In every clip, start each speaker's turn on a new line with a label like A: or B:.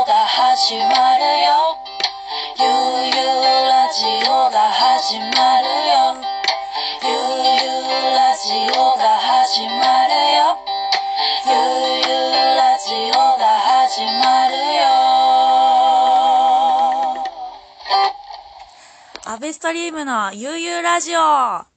A: 始まるよゆうゆうラジオが始まるよゆうゆうラジオが始まるよゆうゆうラジオが始まるよ
B: アベストリームの悠々ラジオは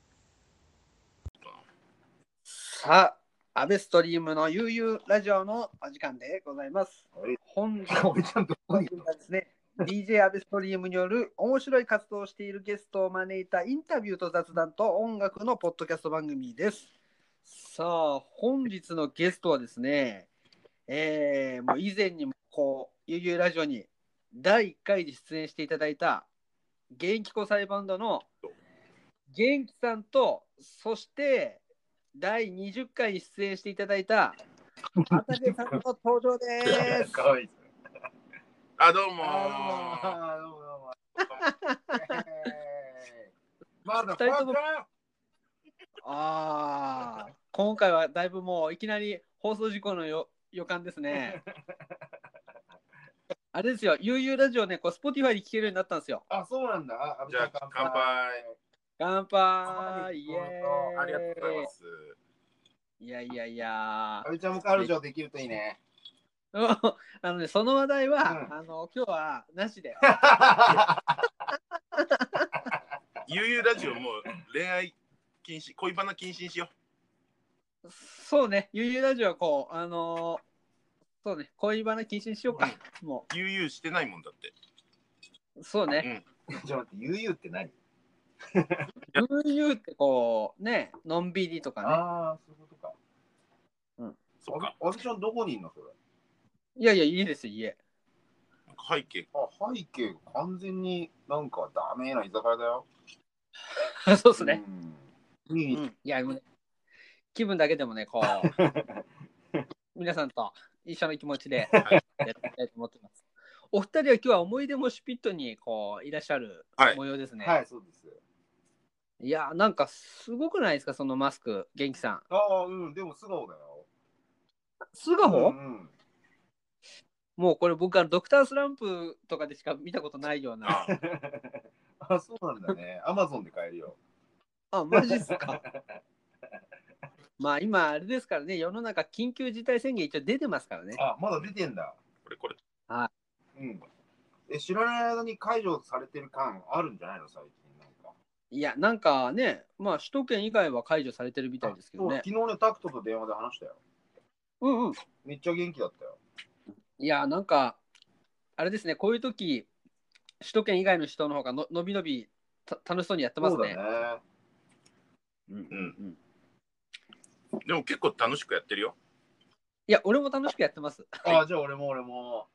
C: さあ、アベストリームの悠々ラジオのお時間でございます。本日
D: おいちゃんどこにいる
C: はですね、DJ アベストリームによる面白い活動をしているゲストを招いたインタビューと雑談と音楽のポッドキャスト番組です。さあ、本日のゲストはですね、えーもう以前にもこう、悠々ラジオに第1回で出演していただいた元気子サイバンドの元気さんと、そして第20回に出演していただいた畑さんの登場です。
D: かわいい。
E: あ、どうもー。
D: あーどうもどうも。まだ
C: 二人ともああ、今回はだいぶもういきなり放送事故のよ予感です ね。あれですよ、悠々ラジオね、こう Spotify に聴けるようになったんですよ。
D: あ、そうなんだ。あ
E: じゃあ、乾。杯。
C: 乾杯イエーイ
E: ありがとうございます。
C: いやいやいや
D: 阿。部ちゃんも彼女できるといいね。
C: あのね、その話題は、
D: うん
C: あの今日はなし で。
E: ゆうゆうラジオもう恋愛禁止、恋バナ禁止にしよ
C: そうね、悠々ラジオはこう、あのーそうね、恋バナ禁止にしようか。も
E: う。ゆうゆうしてないもんだって。
C: う、そうね、
D: ちょっと待って、ゆうゆうって何
E: うん
C: 悠々ってこう、ね、のんびりとかね。
D: ああ、そういうことか。
E: そっか。
D: 阿部ちゃんどこにいるのそれ。
C: いやいや、いいですよ、家。
E: なんか背景。
D: あ、背景が完全になんかダメな居酒屋だよ。
C: そうで
D: そ
C: すね。
D: に、
C: うん、いやでもね気分だけでもねこう皆さんと一緒の気持ちでや
E: い
C: っていきたいと思ってますお二人は今日は思い出もシュピットにこういらっしゃる
E: はい
C: 模様ですね、
D: はい、そうです。
C: い、やなんかすごくないですかそのマスク元気さん
D: ああ、うん、でも素顔だよ。
C: 素顔、
D: うんうん
C: もうこれ僕はドクタースランプとかでしか見たことないような
E: あ
D: あ、そうなんだね。アマゾンで買えるよ。
C: あマジっすか まあ今あれですからね世の中緊急事態宣言一応出てますからね
D: あ、まだ出てんだ。
E: これこれ。
D: うん。え、知らない間に解除されてる感あるんじゃないの最近なんか。
C: いやなんかねまあ首都圏以外は解除されてるみたいですけど
D: そう
C: ね
D: 昨日ね、タクトと電話で話したよ。
C: うんうん
D: めっちゃ元気だったよ。
C: いやなんかあれですねこういう時首都圏以外の人の方がののびのびた楽しそうにやってます
D: そうだ
C: ね
D: ね。
E: うんでも結構楽しくやってるよ。
C: いや俺も楽しくやってます
D: あ、じゃあ俺も俺も。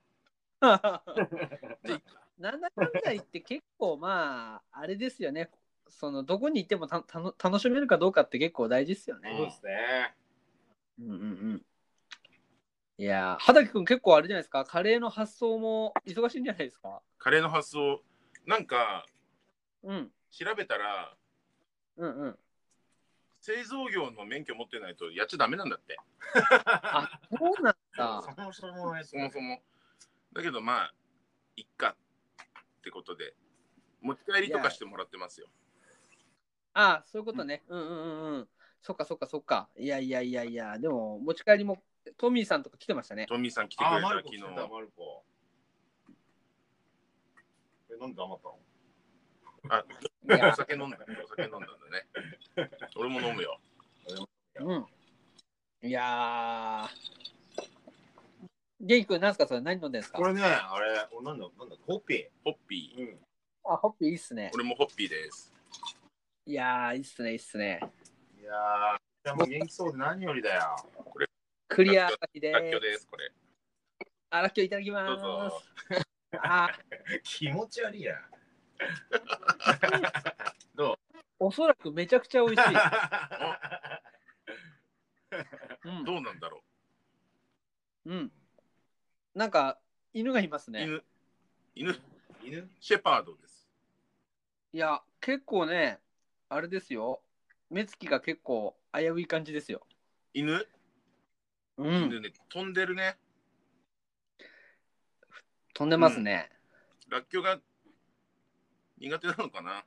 C: なんだかんだ言って結構まああれですよねそのどこに行ってもたたの楽しめるかどうかって結構大事ですよね、
E: そうです
D: ね。
C: うんうんうんいやー畑君結構あれじゃないですかカレーの発想も忙しいんじゃないですか
E: カレーの発想、なんか
C: うん
E: 調べたら、
C: うんうん
E: 製造業の免許持ってないとやっちゃダメなんだって。
C: あそうなんだ
D: もそもね
E: そもそも。だけどまあ、いっかってことで、持ち帰りとかしてもらってますよ。
C: ああ、そういうことね。うんうんうんうん。そっかそっかそっか。いやいやいやいや、でも持ち帰りもトミーさんとか来てましたね。
E: トミーさん来てく
D: あ、
E: れた
D: マル
E: 昨
D: コ来
E: 日
D: て。た、マルコ。え、なんで黙ったの
E: あ
C: いや
E: お酒飲んだ、お酒飲んだんだね。俺も飲むよ。
C: うん。いやー。ゲイ君、なんすかそれ何飲んでんすか
D: これね、あれ、おなんだ、なんだ、コピ
E: ホッピー。
D: ー。うん。
C: あ、ホッピーいいっすね。
E: 俺もホッピーです。
C: いやー、いいっすね、いいっすね。
D: いやー、でも元気そうで何よりだ よ。
C: クリアで
E: 楽曲
C: ーす。
E: です、これ。
C: あらっきょういただきま
E: どう
C: ー
E: ぞ
C: す。。あー
D: 気持ち悪い や。
C: おそらくめちゃくちゃ美味しい。うん
E: どうなんだろ
C: うん。なんか、犬がいます
E: う。
C: ね。
E: 犬、犬、
D: 犬
E: シェパードです。
C: いや、結構ね、あれですよ。目つきが結構危うい感じですよ。
E: 犬、
C: う
E: 犬ね、飛んでるね。
C: 飛んでますね。
E: らっきょうが苦手なのかな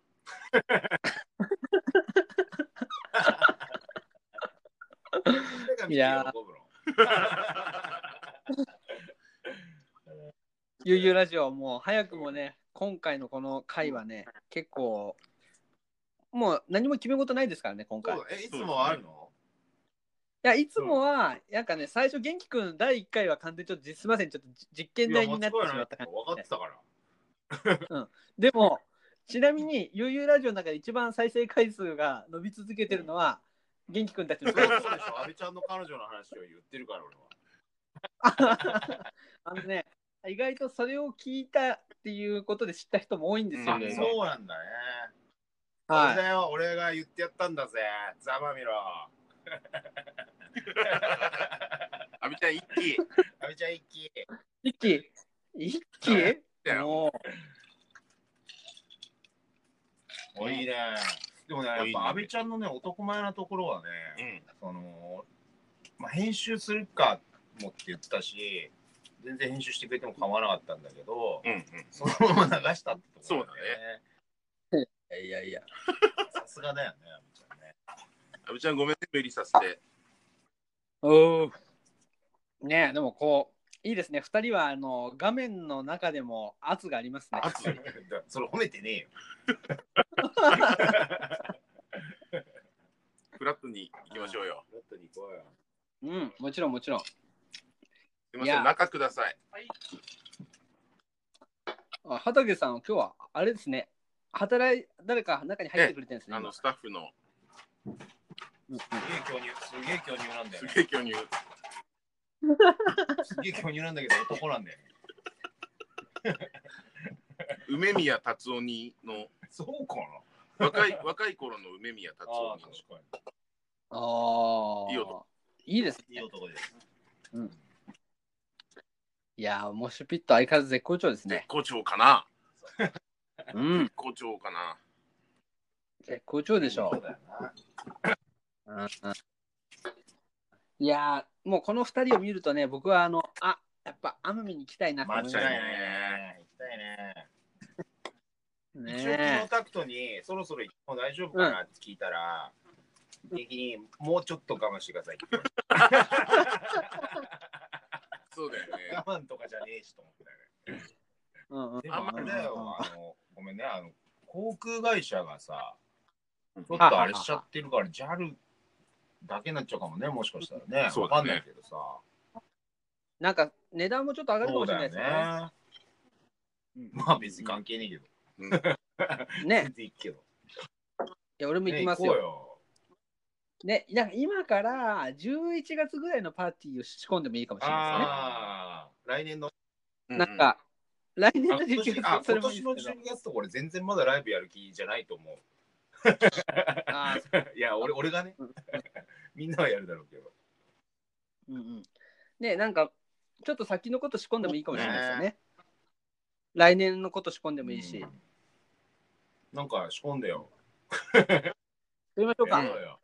C: いやー
D: 喜ぶの
C: ゆうゆうラジオはもう早くもね、今回のこの回はね、結構、もう何も決め事ないですからね、今回。い
D: そうえいつもあるの
C: や、いつもは、なんかね、最初、元気くん第1回は完全にちょっと、すみません、ちょっと実験台になってしまった
D: 分
C: 感
D: かってたから。
C: じ。でも、ちなみに、ゆうゆうラジオの中で一番再生回数が伸び続けてるのは、元気くんたち
D: そ
C: の
D: うそうでしょ、安倍ちゃんの彼女の話を言ってるから俺は。
C: あのね、意外とそれを聞いたっていうことで知った人も多いんですよ
E: ん
C: ね。
D: そうなんだね。
C: は
D: はいい、だよ、俺が言ってやったんだぜ。ざまみろ。
E: 阿部ちゃん一気
D: 安倍ちゃん一気。
C: 一気一気
E: だよ
C: も
D: おいいね。でもね、やっぱ安倍ちゃんのね、男前なところは
E: う
D: ね、
E: ん
D: その、まあ、編集するかもって言ってたし、全然編集してくれても構わなかったんだけど、
E: うんうん
D: そのまま流したってところ
C: ういやいや。
D: だね。さすがだよね、安倍ちゃんね。
E: 阿部ちゃんごめんね無理させて
C: おねえでもこういいですね2人はあの画面の中でも圧がありますね
E: 圧
D: それ褒めてねえよ。
E: フラットに行きましょうよ
D: もっとに行こうよ。
C: うんもちろんもちろん
E: すいま
C: い
E: せ
C: や
E: ん中ください
C: あ畑さんは今日はあれですね働い誰か中に入ってくれてるんですね
E: あのスタッフの
C: 今
D: すげえ巨乳、すげえ巨乳なんだよね。
E: すげえ巨乳
D: すげえ巨乳なんだけど男なんだよね。
E: 梅宮達夫にの
D: そうかな
E: 若い若い頃の梅宮達
D: あ
E: 夫
D: あ、
E: に
D: 確
E: の
D: か
C: ああ
E: いい男
C: いいです
D: に。いい男です。
C: いやーもうシュピット相変わらず絶好調です
E: 絶
C: ね
E: 好調かな
C: うん
E: 絶好調かな
C: 絶好調でしょ
D: そうだよな。
C: うんうんいやーもうこの2人を見るとね僕はあのあやっぱ奄美に行きたいなと思います
D: 間違いない
E: 間違
D: ね。行きたいね。一応、昨
C: ね
D: 日タクトにそろそろ行っても大丈夫かなって聞いたら、的にもうちょっと我慢してくださいって言われ
E: そうだよ
D: て
E: ね
D: 我慢とかじゃねえしと思ってたよね。
C: うんうん
D: でもあれだよ、あの、ごめんね、あの、航空会社がさ、
E: うん
D: ちょっとあれしちゃってるから、JAL だけになっちゃうかもね、もしかしたらね。
E: そう
D: わか
E: だね
D: んないけどさ。
C: なんか値段もちょっと上がるか
D: そ
C: も
D: う
C: しれないです
D: だ
C: よね。
D: よね。まあ別に関係ねえけど。
C: ね
D: 全然行くけど。
C: いや俺も行きます
D: ね
C: よ。
D: こ
C: ねなんか今から11月ぐらいのパーティーを仕込んでもいいかもし
D: う
C: れ
D: よ
C: ないですね。
D: ああ、来年の。
E: うん
C: なんか、来年
D: あ
C: の
D: 今
C: 11
D: 年あ
C: 月それも
D: 今
C: いい
D: 年の
C: ですけど
D: 12月とこれ全然まだライブやる気じゃない と思う。
C: あー
D: いや、俺俺がね
C: うん、
D: みんなはやるだろうけど。
C: うんうんねなんかちょっと先のこと仕込んでもいいかもしれないですよね。来年のこと仕込んでもいいし。
D: うんなんか仕込んでよ。
C: やりましょうか。
D: やろうよ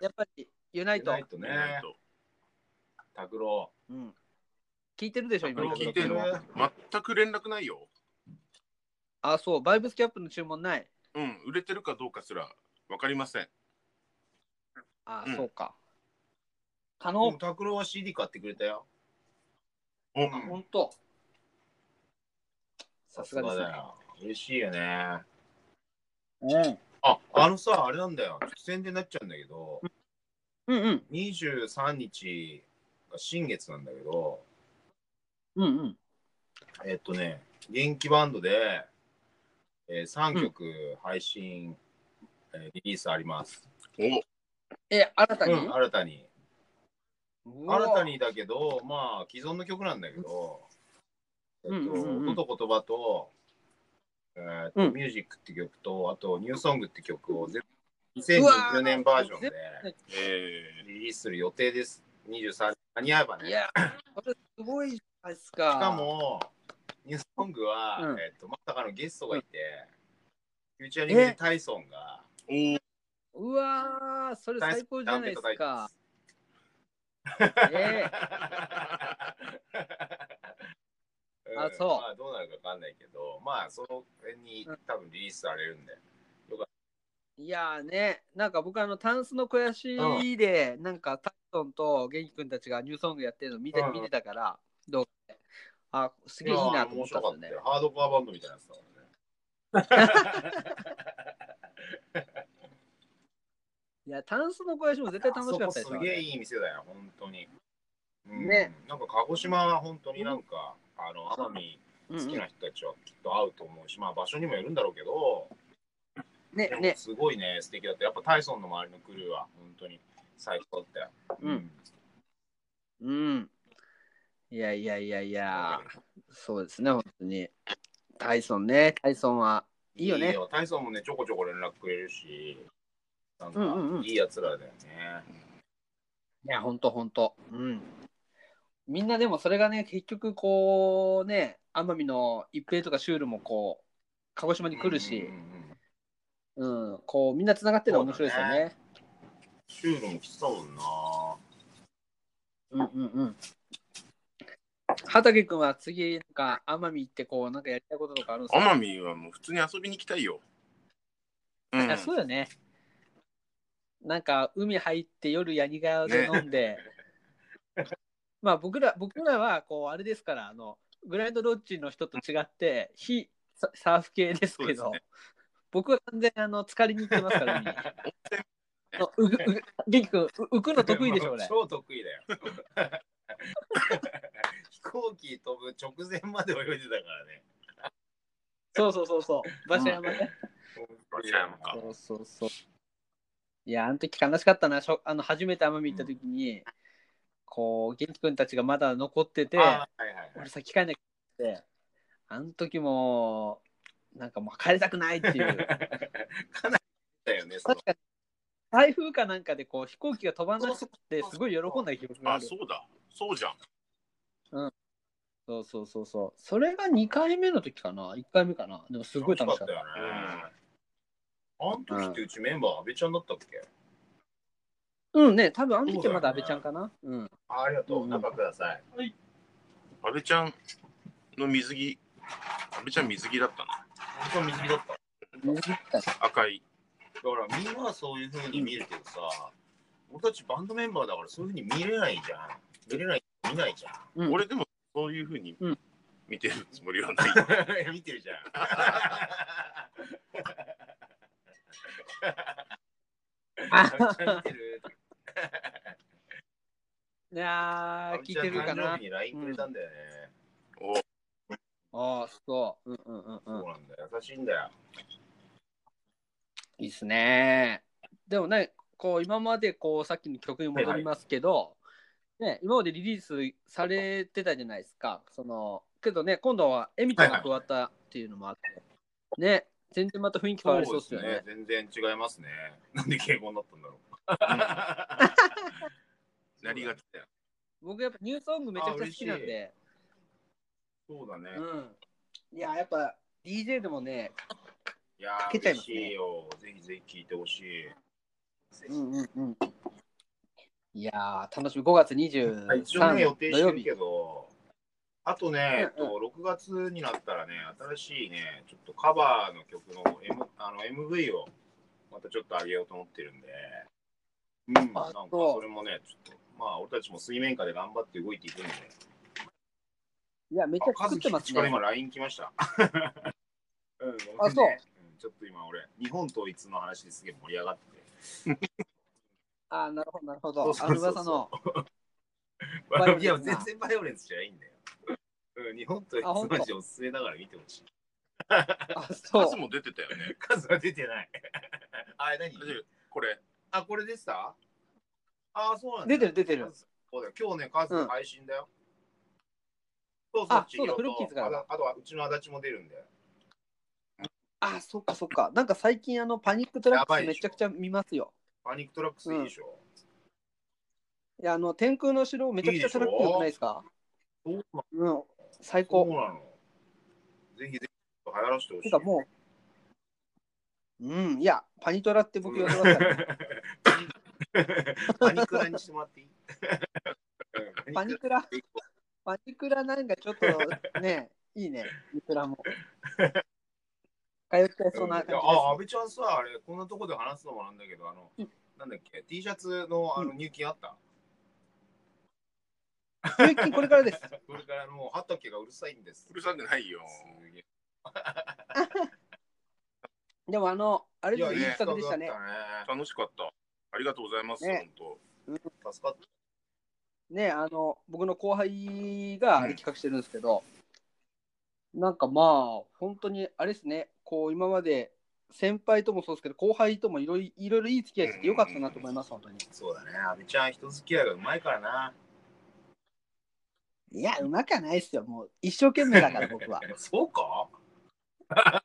C: やっぱりユナイト。
D: ないとね
E: ね。えっと
D: 拓郎。
C: うん聞いてるでしょ、今。
E: 聞いてんの全く連絡ないよ
C: あ、そう、バイブスキャップの注文ない。
E: うん売れてるかどうかすらわかりません
C: あ、
E: うん
C: そうか。可
D: でも
C: 能。
D: 拓郎は CD 買ってくれたよ。
E: お
D: うん
C: 本当。さすがですね
D: だよ。嬉しいよね。
C: うん。
D: あ、あのさ、あれなんだよ。ちょっと宣伝になっちゃうんだけど、
C: うんうん。
D: 23日が新月なんだけど、
C: うんうん。
D: えっとね、元気バンドで、えー、3曲配信、えーリリースあります。
E: お
C: え、新たに、
D: うん新たに。
C: うわ
D: 新た。にだけど、まあ、既存の曲なんだけど、えっと、
C: うんうんうん
D: 音と言葉と、えーっと
C: うん
D: ミュージックって曲と、あと、ニューソングって曲を全部
C: うわー
D: 2020年バージョンで
E: え
D: リリースする予定です。23日、間に合えばね。
C: いや、これすごいじゃないですか。
D: しか、も、ニュースソングは、
C: うん
D: えっと、まさかのゲストがいて、フューチャリングでタイソンが、
E: ー、
C: うわー、それ最高じゃないですか。ええ
D: うん
C: あそう
D: まあどのかわかんないけど、まあ、その辺に多分リリースされるんで。
C: いやーね、なんか僕あの、タンスの肥やしで、なんかタクトンと元気くんたちがニューソングやってるの見て,、
D: うん
C: 見てたから、どうあ、すげえいい
D: いや
C: な
D: ー
C: と思
D: 面
C: った
D: 白
C: ん
D: か
C: で
D: っ
C: すよね。
D: たよ。ハードコアバンドみたいなやつだからね。
C: いや、タンスの肥やしも絶対楽しかった
D: あ
C: で
D: そ
C: す
D: こ
C: よ
D: すげえ
C: ね。
D: いい店だよ、本当に。うん
C: ね。
D: なんか鹿児島は本当になんか、あの、奄美
C: うんう
D: 好き
C: ん
D: な人たちはきっと会うと思うし、まあ場所にもよるんだろうけど、
C: ね
D: で、も
C: ね、
D: すごいね、素敵だった。やっぱタイソンの周りのクルーは本当に最高だったよ。
C: うんうん。いやいやいやいや、そうですね、本当に。タイソンね、タイソンは。いいよね
D: タイソンもね、ちょこちょこ連絡くれるし、なんか
C: うんうんうん
D: いいやつらだよね。
C: いや、ほんとほんと。うん。みんなでもそれがね、結局こうね、奄美の一平とかシュールもこう、鹿児島に来るし、
D: うんうんうん
C: うん、こうみんなつながってるのが面白いですよね。
D: シュールも来てたもんな。
C: うんうんうん。畑くんは次、なんか奄美行ってこう、なんかやりたいこととかあるんですか、
E: 奄美はもう普通に遊びに行きたいよ。うん、
C: いや、そうよね。なんか海入って夜ヤニガヤで飲ん で、まあ僕ら僕らはこうあれですからあのグランドロッジの人と違って非ササーフ系ですけ
E: そ
C: ど
E: うで
C: 僕は完全にあの疲れに行ってますから海にあのうぐうぐ元気くんう浮くの得意でしょ 俺
D: 超得意だよ。飛行機飛ぶ直前まで泳いでたからね。
C: そうそうそうそう馬車山ね、
E: バシャヤマか
C: そうそうそういやあの時悲しかったなしょあの初めて奄美行った時に、こう元気くんたちがまだ残ってて
D: あーはいはいはい
C: 俺さ、帰んなきゃって、あの時も、なんかもう帰りたくないって いう。
D: かなりだよね。その
C: 確かに、台風かなんかでこう飛行機が飛ばなくて、すごい喜んだ記憶があ
E: あ、
C: る。
E: そうだ。そうじゃん。
C: そうそうそうそう。それが2回目の時かな ?1 回目かなでもすごい楽しかった。
D: よね。あの時ってうちメンバー、安倍ちゃんだったっけ
C: うんね、多分あの時はまだ安倍ちゃんかな。うん。
D: あありがと
C: う
D: う。
C: ん
D: なんかください。
E: 安倍ちゃんの水着。安倍ちゃん水着だったな。
D: 本当水着だった。
E: 赤い。
D: だからみんなはそういう風に見るけどさ、俺たちバンドメンバーだからそういう風に見れないじゃん。見れない、見ないじゃん。
C: うん
E: 俺でもそういうふうに
C: うん
E: 見てるつもりはない。
D: いや見てるじゃん。見てる。
C: いやー、聞いてるか
D: 阿部ちゃん誕
C: な
D: 生日。に LINE くれたんだよね。
E: お
C: ああ、そう。うんうんうんうん
D: そう。なんだよ。優しいんだよ。
C: いいっすね。でもね、こう今までこうさっきの曲に戻りますけど、ね、今までリリースされてたじゃないですか。そのけどね、今度はエミちゃんが加わったっていうのもあって、ね、全然また雰囲気変わりそうですよね。
D: 全然違いますね。なんで敬語になったんだろう。
E: なりがちだよ。
C: 僕やっぱニューソングめちゃくちゃ好きなんで、
D: そうだね。
C: うん。いや、やっぱ DJ でもね、
D: いや
C: か
D: ー、
C: けちゃい
D: 嬉
C: ます
D: し
C: ね
D: いよ。ぜひぜひ聞いてほしい。
C: うんうんうん。いやー、楽しみ。5月
D: はい一応ね、予
C: 23
D: 定
C: 土
D: して
C: 曜
D: る
C: 日
D: け。ど、あとね、えっ
C: うん
D: と、6月になったらね、新しいね、ちょっとカバーの曲の,、M、あの MV をまたちょっと上げようと思ってるんで、うん、なん
C: あ
D: か
C: そう
D: それもね、ちょっと、まあ、俺たちも水面下で頑張って動いていくんで、
C: いや、めっちゃ
D: あカ
C: 作
D: ズ
C: っ
D: キ
C: てま
D: 口
C: す
D: から
C: ね。
D: 今 LINE 来ました。 う
C: あ
D: ん、ごめんね
C: そ
D: んちょっと今俺、日本統一の話ですげえ盛り上がってて。
C: あー、なるほど、なるほ
D: そ
C: ど
D: う。そ
C: あ
D: うそう
C: の
D: そう
C: 噂の。バイオレンスない
D: や、全然バイオレンスじゃないんだよ。うん、日本といつ
C: あ本当
D: の話おすすめだから見てほしい。
C: あ、そう
E: 数。も出てたよね。
D: 数は出てない。 あれ何
E: だってこれ。
D: あ、これでしたああ、そうなんだ。
C: 出てる出てる。
D: そうだよ。今日ね、カズの配信だよ。そうそう
C: あそうだ
D: 千尋と
C: フルキッズが
D: あとあとはうちの足立も出るんだよ。
C: あ、そっかそっか。なんか最近あのパニックトラ
D: やば
C: ックス
D: いで
C: め
D: しょ
C: ちゃくちゃ見ますよ。
D: パニックトラックスいいでしょ。
C: いや、あの天空の城めちゃくちゃトラック良くないですか
D: そうなの
C: うん、最
D: そう
C: 高。
D: なの。ぜひぜひ流行らせてほしてい。
C: かもう、うん、いや、パニトラって僕呼んでます から、
D: パニクラにしてもらっていいうん
C: パニクラ、パニクラなんかちょっとね、いいね、ミク ラも。通っちゃいそうな感じです、ね。
D: あ、安倍ちゃんさ、あれ、こんなとこで話すのもなんだけど、あの、なんだっけ、T シャツのあの入金あった、
C: 入金これからです。
D: これからもう、畑がうるさいんです。
E: うるさくないよ
D: すげえ
C: でもあの、あれ
D: い
C: です
D: や、
C: ね
D: いい
C: いい企画で
D: 企
C: し
D: 画
C: た
D: だ
C: ね。
D: っ
E: 楽しかった。ありがとうございます、
C: ね
E: 本
D: たね。助かった。
C: ね、あの、僕の後輩があれ企画してるんですけど、なんかまあ、本当にあれですね、こう、今まで先輩ともそうですけど、後輩ともいろいいろいろいい付き合いしててよかったなと思います、本当に。
D: そうだね、安倍ちゃん、人付き合いがうまいからな。
C: いや、うまくはないですよ、もう、一生懸命だから、僕は。
D: えそうか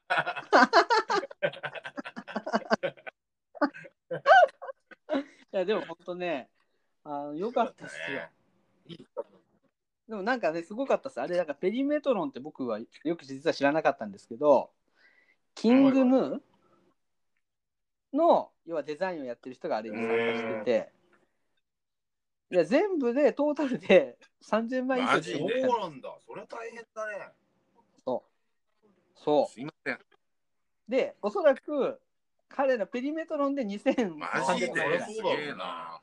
C: いや、でも本当ね、あのよかったっすよ。
D: いい企画
C: でもなんかね、すごかったです。あれ、なんかペリメトロンって僕はよく実は知らなかったんですけど、キングヌーの、要はデザインをやってる人があれに参加してて、いや全部でトータルで3000枚以上
E: マ
C: 作
E: ジ
C: っ
E: で
C: たんで
D: そ
E: ね
C: す
D: うなんだ。それは大変だね。
E: 当。
C: そ
E: すいません。
C: う。で、おそらく彼らペリメトロンで2300
E: マ
C: 枚
E: ジ
C: ぐら
E: で
C: い。
E: すげえな。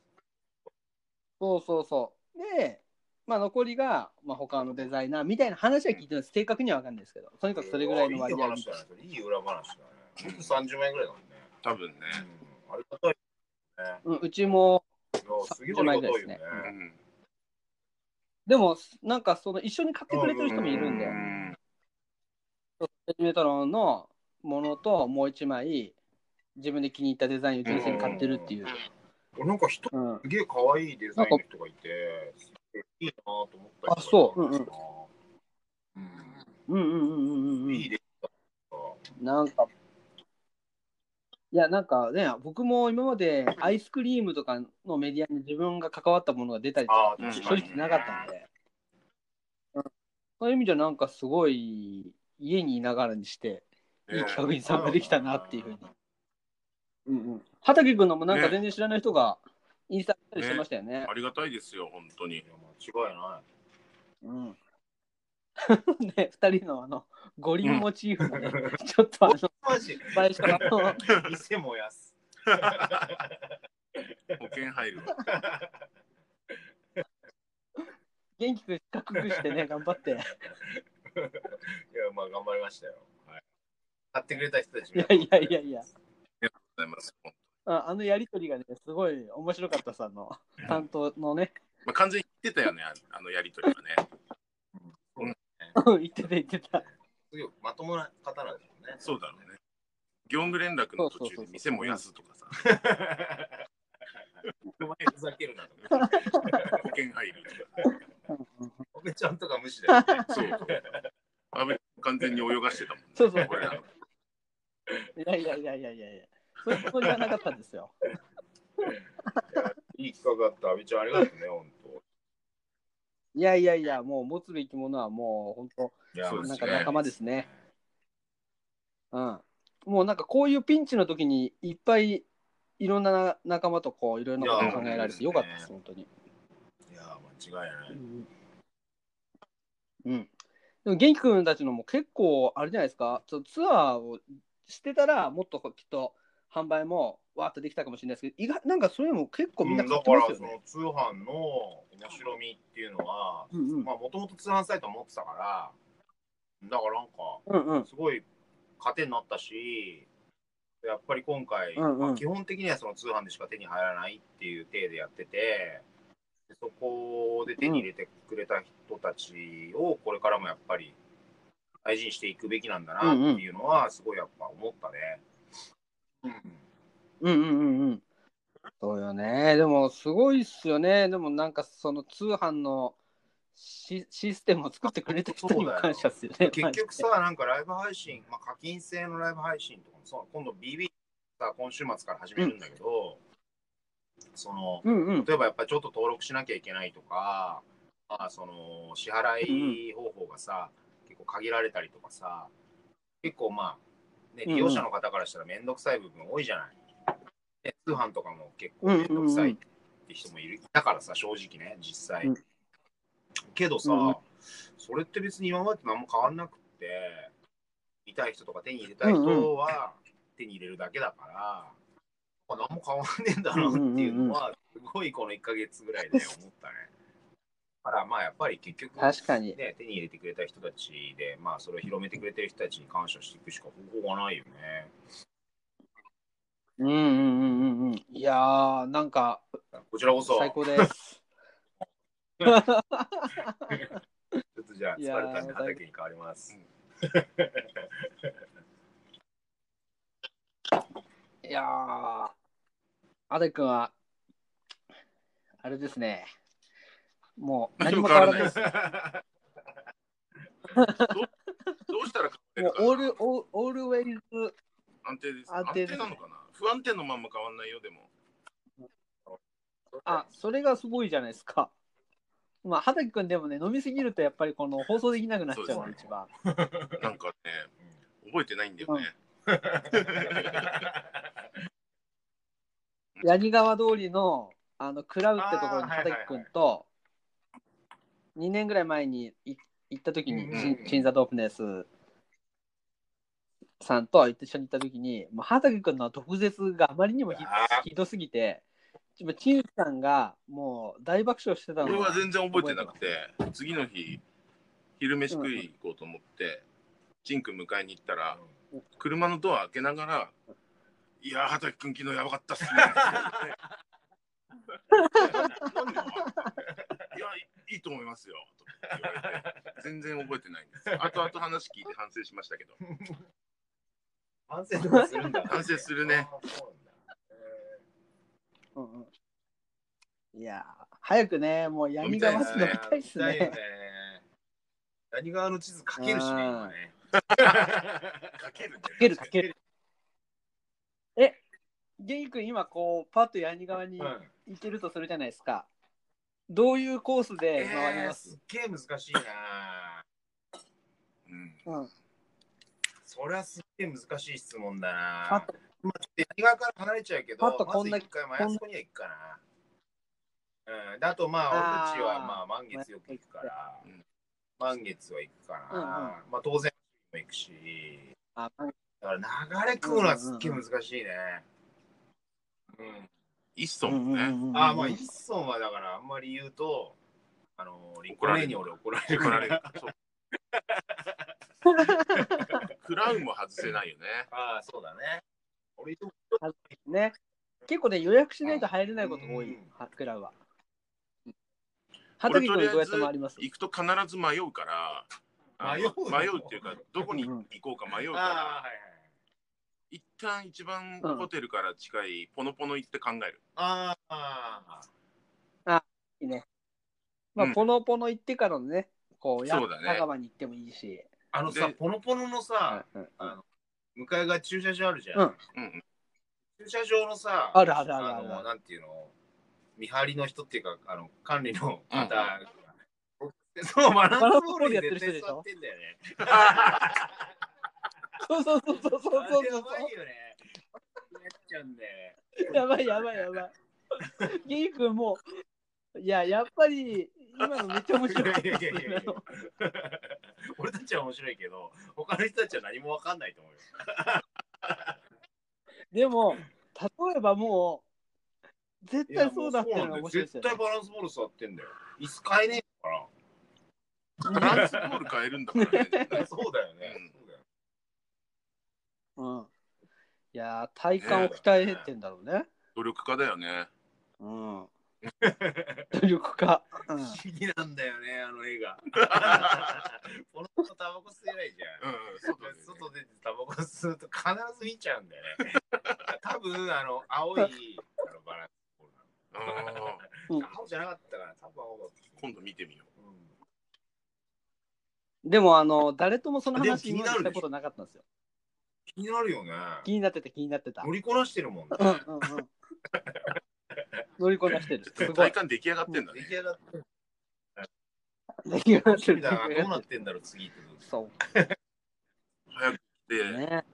C: そうそうそう。で、まあ、残りが、まあ、他のデザイナーみたいな話は聞いてるんです。正確には分かんないですけど、とにかくそれぐらいの割合
D: いい話だね。それいい裏話だね。僕30枚ぐらいだもんね。
E: 多分ね。
D: うん、ありがたいね。
C: うん、うちも
D: いやすげえありがたいよね。
E: うん。
C: でも、なんかその一緒に買ってくれてる人もいるんで
E: う、ん
C: ペリメトロンのものともう一枚、自分で気に入ったデザインを純粋に買ってるっていう。
D: 俺なんか人
C: うん、
D: すげえ可愛いデザインの人がいて、すげえいいなと思った
C: あそううんうんう
D: うん
C: んうんうんうんうんう
D: いい
C: ん。
D: です
C: なんか、いや、なんかね、僕も今までアイスクリームとかのメディアに自分が関わったものが出たりとか
D: ああ、確
C: 正
D: かに。
C: 直なかったので、うんそういう意味ではなんかすごい家にいながらにして、いい企画に参加できたなっていうふうに。うんうん。畑君のもなんか全然知らない人がインスタしたりしてましたよね。
E: ありがたいですよ、本当に
D: い。や間違いな
C: うん。 ね、二人のあの、五輪モチーフのね、
D: う
C: ちょっとあの、
D: い。マジ
C: 最初はあの、
D: 店もやす。
E: 保険入るわ。
C: 元気くん、かっこよくしてね、頑張って。
D: いや、まあ頑張りましたよ。はい、買ってくれた人たち
C: いやいやいやいや、
E: ございます。ま
C: ああのやりとりがね、すごい面白かったさ、あの、担当のね、
E: あ、完全に言ってたよね、あのあのやりとりはね。
C: うん言ってた言ってた。
D: すごいまともな方なんですよね。
E: そうだろうね。業務連絡の途中で店燃やすとかさ、
D: お前ふざけるなと
E: 保険入る
D: おめちゃんとか無視だよ、ね。
E: とか。そう。あべ完全に泳がしてたもんね。
C: そうそう
E: 俺らの
C: いやいやいやいやいやいや、そういうことじゃなかったんですよ。
D: いい企画だった。阿部ちゃんありがとうね、本
C: いやいやいや、もう持つべきものはもう本
D: 当。
E: そうですね
C: なんか仲間ですね。当、うん。もうなんかこういうピンチの時にいっぱいいろんな仲間とこういろいろなことを考えられてよかったです、本当に。
D: いや、間違いな
C: う
D: い。
C: ん。うん、でも元気くんたちのも結構あれじゃないですか、ちょっとツアーをしてたらもっときっと販売もわーっとできたかもしれないですけど、意外なんかそれも結構みんな
D: うん
C: 買
D: だ
C: って
D: か
C: ま
D: ら
C: すよ
D: そ
C: ね。
D: の通販の面白みっていうのは、
C: うんうん
D: まあもともと通販サイト持ってたから、だからなんか、
C: うんうん
D: すごい糧になったし、やっぱり今回、
C: うんうん
D: まあ基本的にはその通販でしか手に入らないっていう体でやってて、でそこで手に入れてくれた人たちをこれからもやっぱり大事にしていくべきなんだなっていうのは、すごいやっぱ思ったね。
C: うんうんうんうん。そうよね。でもすごいっすよね。でもなんかその通販のシシステムを作ってくれた人にも感謝っすよね。
D: 結局さ、なんかライブ配信、まあ、課金制のライブ配信とかもそう、今度 BB さ、今週末から始めるんだけど、その、
C: マジで。うんうん。
D: 例えばやっぱりちょっと登録しなきゃいけないとか、まあ、その支払い方法がさ、結構限られたりとかさ、結構まあ、ね、
C: うんうん
D: 利用者の方からしたら面倒くさい部分多いじゃない。で通販とかも結構面倒くさいって人もいる。だからさ、正直ね、実際。
C: うん
D: けどさ、
C: うんうん
D: それって別に今までと何も変わんなくって、見たい人とか手に入れたい人は手に入れるだけだから、なん何も変わんねえんだろうっていうのは、すごいこの1ヶ月ぐらいで思ったね。だからまあやっぱり結局、
C: 確かに
D: ね、手に入れてくれた人たちで、まあそれを広めてくれてる人たちに感謝していくしか方法がないよね。
C: うんうんうんうんうんいやーなんか
D: こちらこそ、
C: 最高です
D: ちょっとじゃあ疲れたんで畑に変わります。
C: いやーアデ君はあれですねもう何も変わら ないです
E: 何も変わらないです。どうどうしたら変
C: も
E: わ
C: う
E: れるかな
C: オールオーオールウェイズ
E: 安定です。
C: 安定
E: 安定
C: です
E: なのかな不安定のまんま変わんないよ、でも。
C: あそれがすごいじゃないですかまあ畑君でもね飲みすぎるとやっぱりこの放送できなくなっちゃう
E: そ
C: の
E: うです
C: 一番
E: なんかね、覚えてないんだよね。
C: 八木川通りのあのクラウってところに
D: あーはいはいはい
C: 畑君と2年ぐらい前にい行った時
D: うんうん
C: に
D: うん
C: 新新座ドープネスさんと一緒に行った時にもう畑君の毒舌があまりにもひ
D: あー
C: ひどすぎてちょ陳さんがもう大爆笑してたの
E: 俺は全然覚えてなくて、次の日、昼飯食い行こうと思って、チン君迎えに行ったら、車のドア開けながら、いやー、畑君、昨日やばかったっすね。なんでいや、いいいと思いますよ。とか言われて全然覚えてないんですよ。後々話聞いて反省しましたけど。
D: 反省とかするんだ。
E: 反省するね
D: あー。そうなんだえ
C: うんうんいやー早くねもう闇が
E: 飲
C: ま
E: み
C: す
E: た
C: の
E: い
C: み
E: ですね
C: たいっす
D: 見たいよ
C: ね。
D: 何側の地図書けるしね、
C: うん
D: 今ね。
E: かけるね。
C: かけるかける。え、元気君今こうパッとヤニ側に
D: うん
C: 行けるとするじゃないですか。どういうコースで回り
D: え
C: ま
D: ー、
C: す
D: す、っげえ難しいな
E: うん
C: うん、
D: そりゃすっげえ難しい質問だ
C: パッ
D: な
C: と
D: まあ、ちょっと谷川から離れちゃうけど、
C: パッとこんだ
D: ま
C: け
D: ず一回前あそこには行くかな。うん、だとまあ、
C: あー
D: 俺たちはまあ満月よく行くから
E: うん、
D: 満月は行くかな。
C: うん
D: まあ当然も行くし、
C: あ
D: だから流れ食うのはすっげえ難しいね。うん
E: 一層もね。
D: あーまあ、一村はだからあんまり言うと、あのー、リコレに俺怒られる
E: 怒
D: からら
E: れる。そうクラウンも外せないよね。
D: ああ、そうだね。俺、いつも
C: ね。結構ね予約しないと入れないことが多い、
D: うん
C: はクラブは。畑君どうやって回ります
E: 行くと必ず迷うから、あの
D: 迷うの
E: 迷うっていうか、どこに行こうか迷うから、
D: ああ、はいはい。
E: 一旦一番
C: うん
E: ホテルから近いポノポノ行って考える。
D: あーあ
C: まあ、
E: うん
C: ポノポノ行ってからのね、こう、や
E: そうだね
C: 香川に行ってもいいし。
D: ー、あのさ
E: で、
D: ポノポノのさ、
C: うんうん
D: あの向かいが駐車場あるじゃん。
C: うん
E: うん
D: 駐車場のさ、
C: あるあるあるある
D: のなんていうの、見張りの人っていうか、あの管理の方が、そう、バランスボールに絶対座ってんだよね。
C: そうそうそうそうそうそう
D: あれ
C: そ
D: や
C: う
D: ばいよね。 やっちゃうんだよね。
C: やばいやばいやばい。ゲイ君もう、いや、やっぱり、今のめっちゃ面白かったですね
D: いやいやいやいや俺たちは面白いけど、他の人たちは何もわかんないと思うよ。
C: でも、例えばもう、絶対そうだっていうのが面白いです
D: 絶
C: よ、
D: 対
C: ね。
D: バランスボール座ってんだよ。椅子買えねえか
E: バランスボール変えるんだから ね。
D: ら。そうだよね。そうだよ
C: うん、いやー、体感を鍛えてんだろうね。
E: 努力家だよね。
C: うん。努力家。うん
D: 不思議なんだよね、あの映 画。この人タバコ吸えないじ
E: う
D: ゃ
E: ん
D: ん。
E: うん、そうだよね
D: 外出てタバコ吸うと必ず見ちゃうんだよね。多分あの青いあのバランスボール
E: あ
C: うん
D: なの。青じゃなかったから、多分青だっ
E: ー今度見てみよう。
D: た。うん
C: でも、あの、誰ともその
D: でも
C: 話
D: 気
C: に
D: になる
C: し
D: でしたょ
C: ことなかったんですよ。
D: 気になるよね。
C: 気になってて気になってた。う
D: 乗
C: ん
D: りこなしてるもんね。
C: うんうん。乗りこなしてる。 すご
E: 体
C: い。
E: 感出来上がってんだ
D: 出
E: ね
D: 来。上がってる。
C: 出 来上がってる
D: だからどうなってんだろう、次って。
C: そう
E: 早く来て、
C: ね。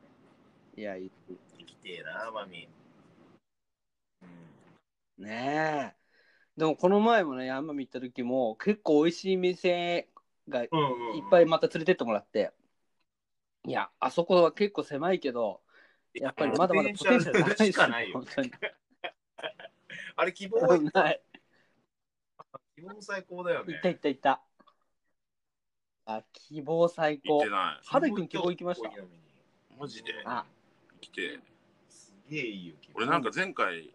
C: いや、いい
D: 行きてえな、マミ。うん
C: ねえ。でもこの前もね、山見行った時も結構美味しい店がいっ
D: うんうんうん
C: ぱいまた連れてってもらって、いや、あそこは結構狭いけど、やっぱりまだまだポテンシャル高い
D: しかないよ
C: 本。当に
D: あれ希望は
C: ない。
D: 希望最高だよ
C: い
D: ね
C: っ。たいったいった。あ、希望最
E: 行っ
C: 高
E: て。ない。
C: はるくん希望行きました
D: 希望行って
E: マジで
C: あ、
E: 来て。
D: すげえいいよ。希望
E: 俺なんか前回、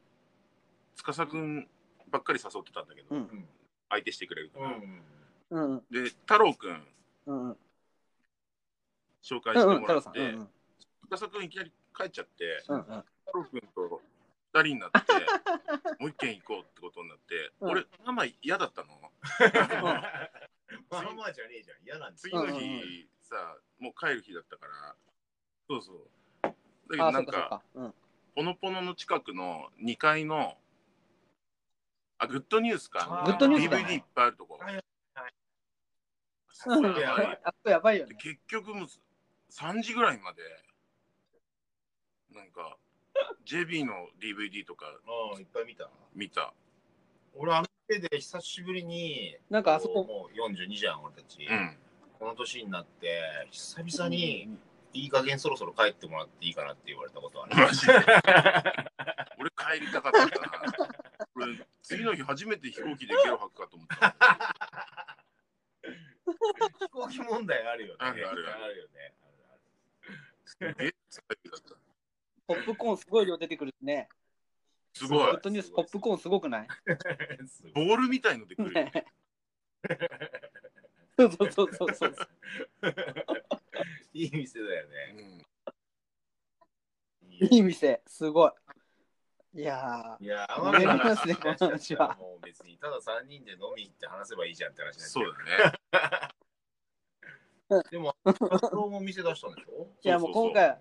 E: 司くんばっかり誘ってたんだけど、
C: うん
D: うん
E: 相手してくれるか
D: う
E: ら。
D: ん。
C: うん
E: で、太郎くん
C: うんうん
E: 紹介
C: う
E: して
C: んうん、
E: も
C: 太
E: ら
C: 郎
E: っ
C: さん。う
E: て、
C: ん
E: 司くんいきなり帰っちゃって、
C: うんうん
E: 太郎くんと二人になって、もう一軒行こうってことになって、
C: うん
E: 俺、ママ嫌だったの。
D: まあまあじゃねえじゃん。嫌なんです
E: 次
D: よ
E: の
C: うんうんう
E: 日さ、もう帰る日だったから、そうそう。だけ
C: あ、そ
E: どな
C: っ
E: ん
C: かそっ
E: か、
C: か。うん
E: ポノポノの近くの2階の、あ、グッドニュースか。
C: グッドニュースだ
E: DVD いっぱいあるとこ。
D: はいはい
E: そこやばい
C: あそこやばいよ
E: で
C: ね。
E: 結局もう3時ぐらいまで、なんか、JB の DVD とか
D: うん、いっぱい見た。
E: 見た。
D: 俺、あの手で久しぶりに、
C: なんかあそこ
D: もう42じゃん、俺たち。
E: うん。
D: この年になって、久々に、いい加減そろそろ帰ってもらっていいかなって言われたことある。
E: マジで。俺帰りたかったな。俺、次の日初めて飛行機でゲロ吐くかと思った。
D: 飛行機問題あるよね。
E: あるあるある
D: あるよね。あるある
E: すげえ疲れてた
C: ポップコーンすごい量出てくるね。
E: すごい
C: グッ。ドニュースポップコーンすごくない
D: す ごい
E: ボールみたいので来るよね。
C: ねそうそうそうそうそう。
D: いい店だよ ね。
C: いい店、すごい。いや
D: いや、あ
C: 盛り上がりますねこの話は
D: もう別に、ただ3人で飲み行って話せばいいじゃんって話
E: うん
D: になっ
E: そうだ
D: だ。
E: ね。
D: でも、カツオも店出したんでしょ
C: ー、いや
E: そ
C: もう
E: うそうそう
C: 今回、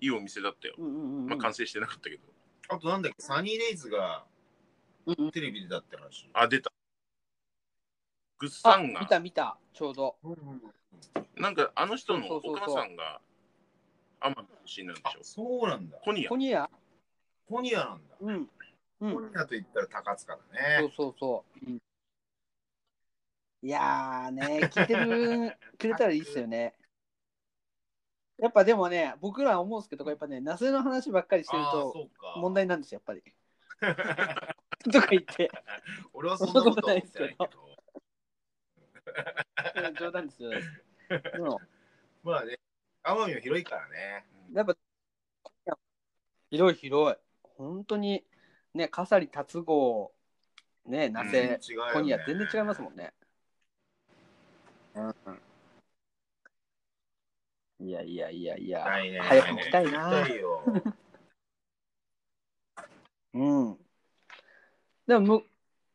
E: いいお店だったよ。
C: うんうんうんう
E: まあ、
C: ん
E: 完成してなかったけど。
D: あとなんだっけ、サニーレイズが
C: うんうん
D: テレビでだって話。
E: あ、出た。グッさ
C: あ、
E: ん
C: 見
E: が、
C: た見た、ちょうど。
E: なんかあの人の
C: そうそ
E: お
C: うそうそ
E: 母
C: う
E: さんが天野出身なんで
D: あ
E: しょ。
D: そうなんだ。
E: コニア
C: コ。ニア
D: コニアなんだ。
C: うん。う
D: コ
C: ん。
D: ニアと言ったら高塚だ
C: そ
D: ね
C: う。そうそう。うんいやーね、聞いて るくれたらいいっすよね。やっぱでもね、僕ら思うんですけど、やっぱね、ナスの話ばっかりしてる
D: ああー、
C: と
D: そうか。
C: 問題なんですよ、やっぱり。 とか言って、
D: 俺はそんなことは思ってないけど。
C: うん冗談です よ。でも、
D: まあね、奄美は広いからね。
C: やっぱ、広い広い。本当に、ね、笠利達郷、ね、ナ
E: 全
C: セ、
D: 違うよね
C: コニア、全然違いますもんね。いやいやいやいや。
D: ないね。
C: 早く行きたいな
D: 行きたいよ。
C: うん。でもむ、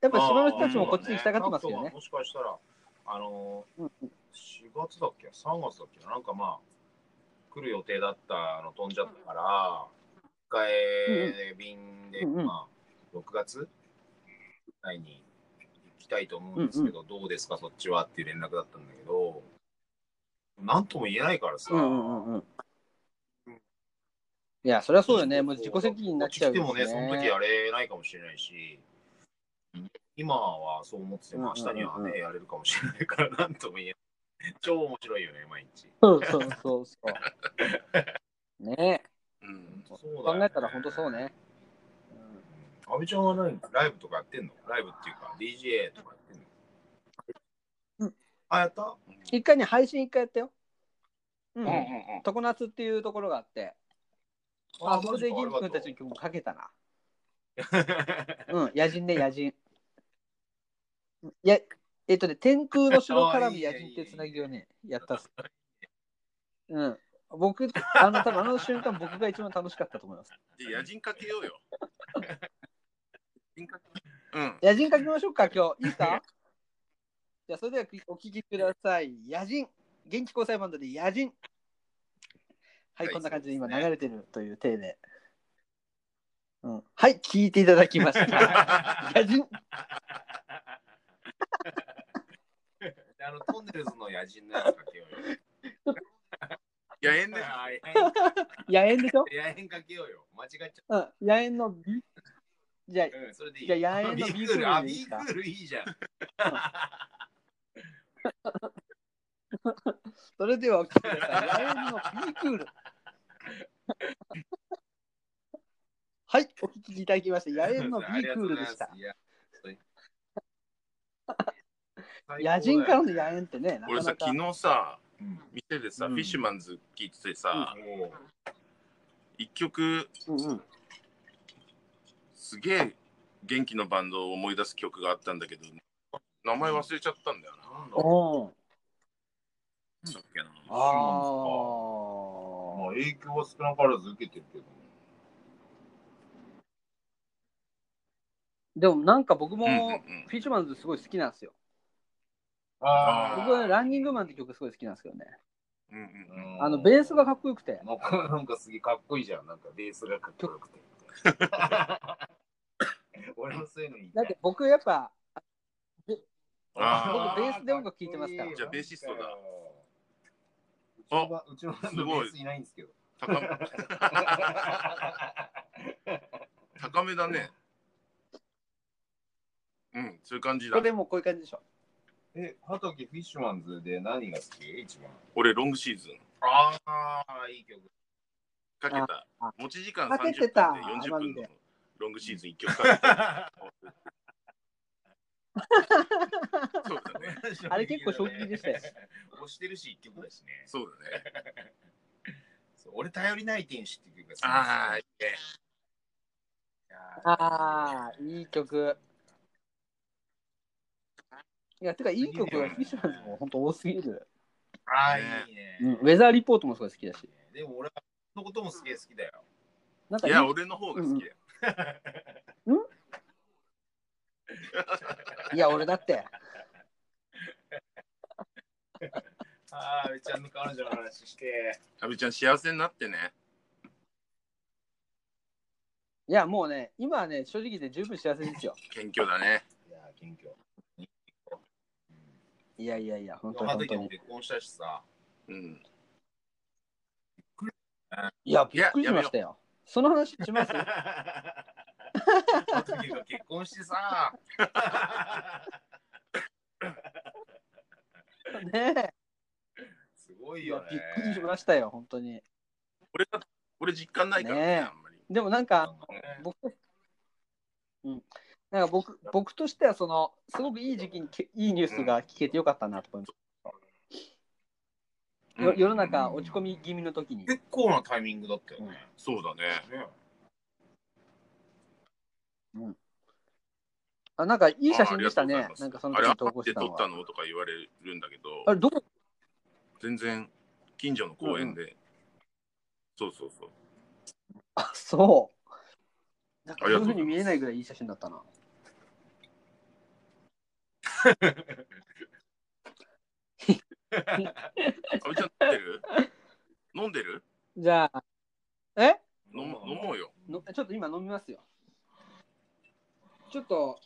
C: やっぱ島の人たちもこっちに来たがってます
D: あ
C: よ
D: ーうん
C: ね。
D: もしかしたら、あのー、
C: うん
D: 4月だっけ、3月だっけ、なんかまあ、来る予定だったの飛んじゃったから、一回便で、
C: うんうん
D: まあ、6月ぐらいに行きたいと思うんですけど、どうですか、そっちはっていう連絡だったんだけど、なんとも言えないからさ、
C: うんうんうんうん。いや、そりゃそうだよね。もう自己責任になっちゃう、
D: こっち来てもね、その時やれないかもしれないし、今はそう思ってても、
C: うんうんう
D: 明日
C: ん
D: にはね、やれるかもしれないから、なんとも言えない。超面白いよね、毎日。
C: そうそうそうそう。ねえ、
E: うん。
D: そうだよ
C: 考
D: ね
C: えたら本当そう。ね。
D: 阿部ちゃんは何ライブとかやってんのライブっていうか、DJ とかやってんの
C: うん
D: あ、やった
C: 一回ね、配信一回やったよ。う。
E: うんんうんうん。
C: 常夏っていうところがあって、あそこで銀君たちの曲もかけたな。うん、野人ね、野人。やえっとね、天空の城からの野人ってつなぎをね、やったっ す。うん。僕、あの、多分あの瞬間、僕が一番楽しかったと思います。
E: で、野人かけようよ。野人かけうん。
C: 野人書きましょうか、今日。いいっすかじゃあ、それではお聞きください。野人。元気交際バンドで野人。はい、
E: はい
C: こんな感じで今
E: そう
C: 流
E: ですね
C: れてるという体で。うん、はい、聞いていただきました。 野人。
D: あの、トンネルズの野人のやつかけよ うよ。
E: 野縁ね。
D: あー
C: 野縁でしょ
D: 野縁かけようよ。間違っちゃった。
C: うん、野縁の美。じゃあ、
D: うん、それでいい。
C: じゃあ野猿の
D: ビ
C: ビ
D: ー
C: ー
D: ク
C: ク
D: ー
C: ー
D: ル、あ、
C: ル
D: ビ
C: でいいで
D: ー
C: すか
D: クールいいじゃん。
C: それではお聞きください。ライブの B クール。 はい、お聞きいただきました。野猿の B
E: ありがと
C: クー
E: うご
C: ルで
E: ざいます
C: した。
E: いや本当に
C: 野人からの野猿ってね、なか
E: 俺さ
C: なか
E: 昨日さ
D: うん
E: 店でさ、
C: うん
E: フィッシュマンズ聴いててさ、
D: もう
E: 一曲
C: うんうん
E: すげえ元気のバンドを思い出す曲があったんだけど名前忘れちゃったんだよな、なんだっ
C: おー
E: けな
C: あ
D: まあ
C: ー
D: 影響は少なからず受けてるけど。
C: でもなんか僕も
E: うんうんうん
C: フィッシュマンズすごい好きなんですよ。
E: あー
C: 僕はランニングマンって曲すごい好きなんですけどね。
E: うんうんうん
D: うん
C: あのベースがかっこよくて。
D: なんかなんかすげえかっこいいじゃん。なんかベースがかっこよくて。俺もそういうのいい。
C: だって僕やっぱ僕
E: あー
C: ベースで音楽聴いてますから
E: じゃあベーシストだ
D: あうちのバンド
E: すご
D: ベ
E: い
D: ースいないんです けど。
E: 高め高めだねうんそういう感じだ
C: これもうこういう感じでしょ。
D: え、畑フィッシュマンズで何が好き一番。
E: 俺ロングシーズン
D: ああ、いい曲。
E: かけた
C: あ
E: 持ち時間30
C: か
E: 分
C: け
E: で
C: てた
E: 40分の
C: マジ
E: ロングシーズン一曲かけたそうだね
C: あれ結構衝撃でしたよ。
D: 押してるし、一曲だしね。
E: そうだね
D: そう俺、頼りない天使っていう曲が好き
E: ああいいね
C: ああ、いい曲。いや、てかいい曲はフィッシュマンズも本当多すぎる。
D: ああ、いい
C: うん、
D: ね。
C: ウェザーリポートもすごい好きだし。
D: でも俺は、そのこともすげえ好きだよ。
C: なんか
E: い
C: いい
E: や俺の方が好きだよ、
C: いや俺だって。
D: ああ、めちゃんの彼女の話して。
E: 阿部ちゃん幸せになってね
C: いや、もうね、今はね、正直で十分幸せですよ。
E: 謙虚だね
D: いやー、謙虚。
C: いやいやいや、本当に本当
D: 畑も
C: に。
D: 結婚したしさ。
E: うん
C: いや、びっくりしましたよ。その話します
D: 畑が結婚して さ。
C: ねえ。
D: すごい
C: いや
D: よね。
C: びっくりしましたよ、本当に。
E: 俺が俺実感ないからね
C: ねえ
E: あんまり
C: でもなんか、
D: ね
C: 僕、うん、なんか僕僕としてはその、すごくいい時期にけいいニュースが聞けてよかったなと思います。よ
E: うん
C: 世の中落ち込み気味の時に。
D: 結構なタイミングだったよね。
E: そうだね
D: ね
C: あなんかいい写真でした
E: ああり
C: ね
E: がとうござ
C: な
E: いま。す
C: んかその
E: あれ
C: 時
E: あ
C: に
E: って
C: 投稿してた
E: 撮
C: の
E: った
C: は。
E: のとか言われるんだけど
C: あれどこ
E: 全然近所の公園で、そうそうそう
C: あそう。なんかそうい
E: ありが
C: う
E: とう
C: ふうに
E: ございます
C: 見えないぐらいいい写真だったな。
E: 阿部ちゃん飲んでる飲んでる
C: じゃあ、え
E: 飲もう飲もうよ
C: のちょっと今飲みますよ。ちょっと、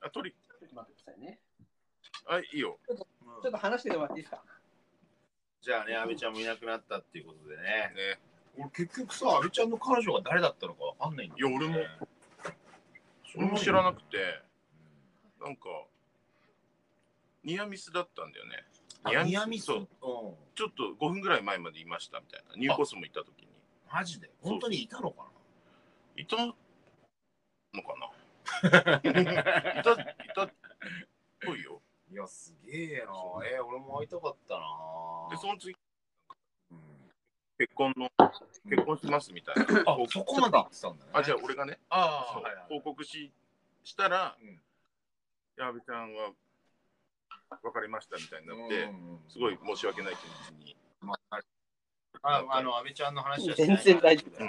E: あ取り
C: ちょっと待ってくださいね。
E: あいいよ
C: ちょっと話しててもらっていいですか
D: じゃあね、阿部ちゃんもいなくなったっていうことでね。
E: ね
D: 俺結局さ、阿部ちゃんの彼女が誰だったのかわかんないんだよ、ね。
E: いや俺も知らなくてなんかニアミスだったんだよね
D: うん。ニアミス。。
E: そううんちょっと5分ぐらい前までいましたみたいなニューコスも行った時に
D: マジで。本当にいたのか
E: いたのかな
D: な
E: いたいたっぽいよ
D: いや、すげえな。えー俺も会いたかったな。
E: でその次
D: うん
E: 結婚の結婚しますみたいな
D: あ、そこまで行ってたんだね。
E: あじゃあ俺がね
D: あ
E: そ
D: ー
E: う
D: はいはい
E: 報告ししたら
D: うん
E: 矢部ちゃんは別れましたみたいになっ
D: う
E: て
D: んうんうん
E: すごい申し訳ない気持ちに
D: まあ、ああの、安倍ちゃんの話は
C: 全然大丈
D: 夫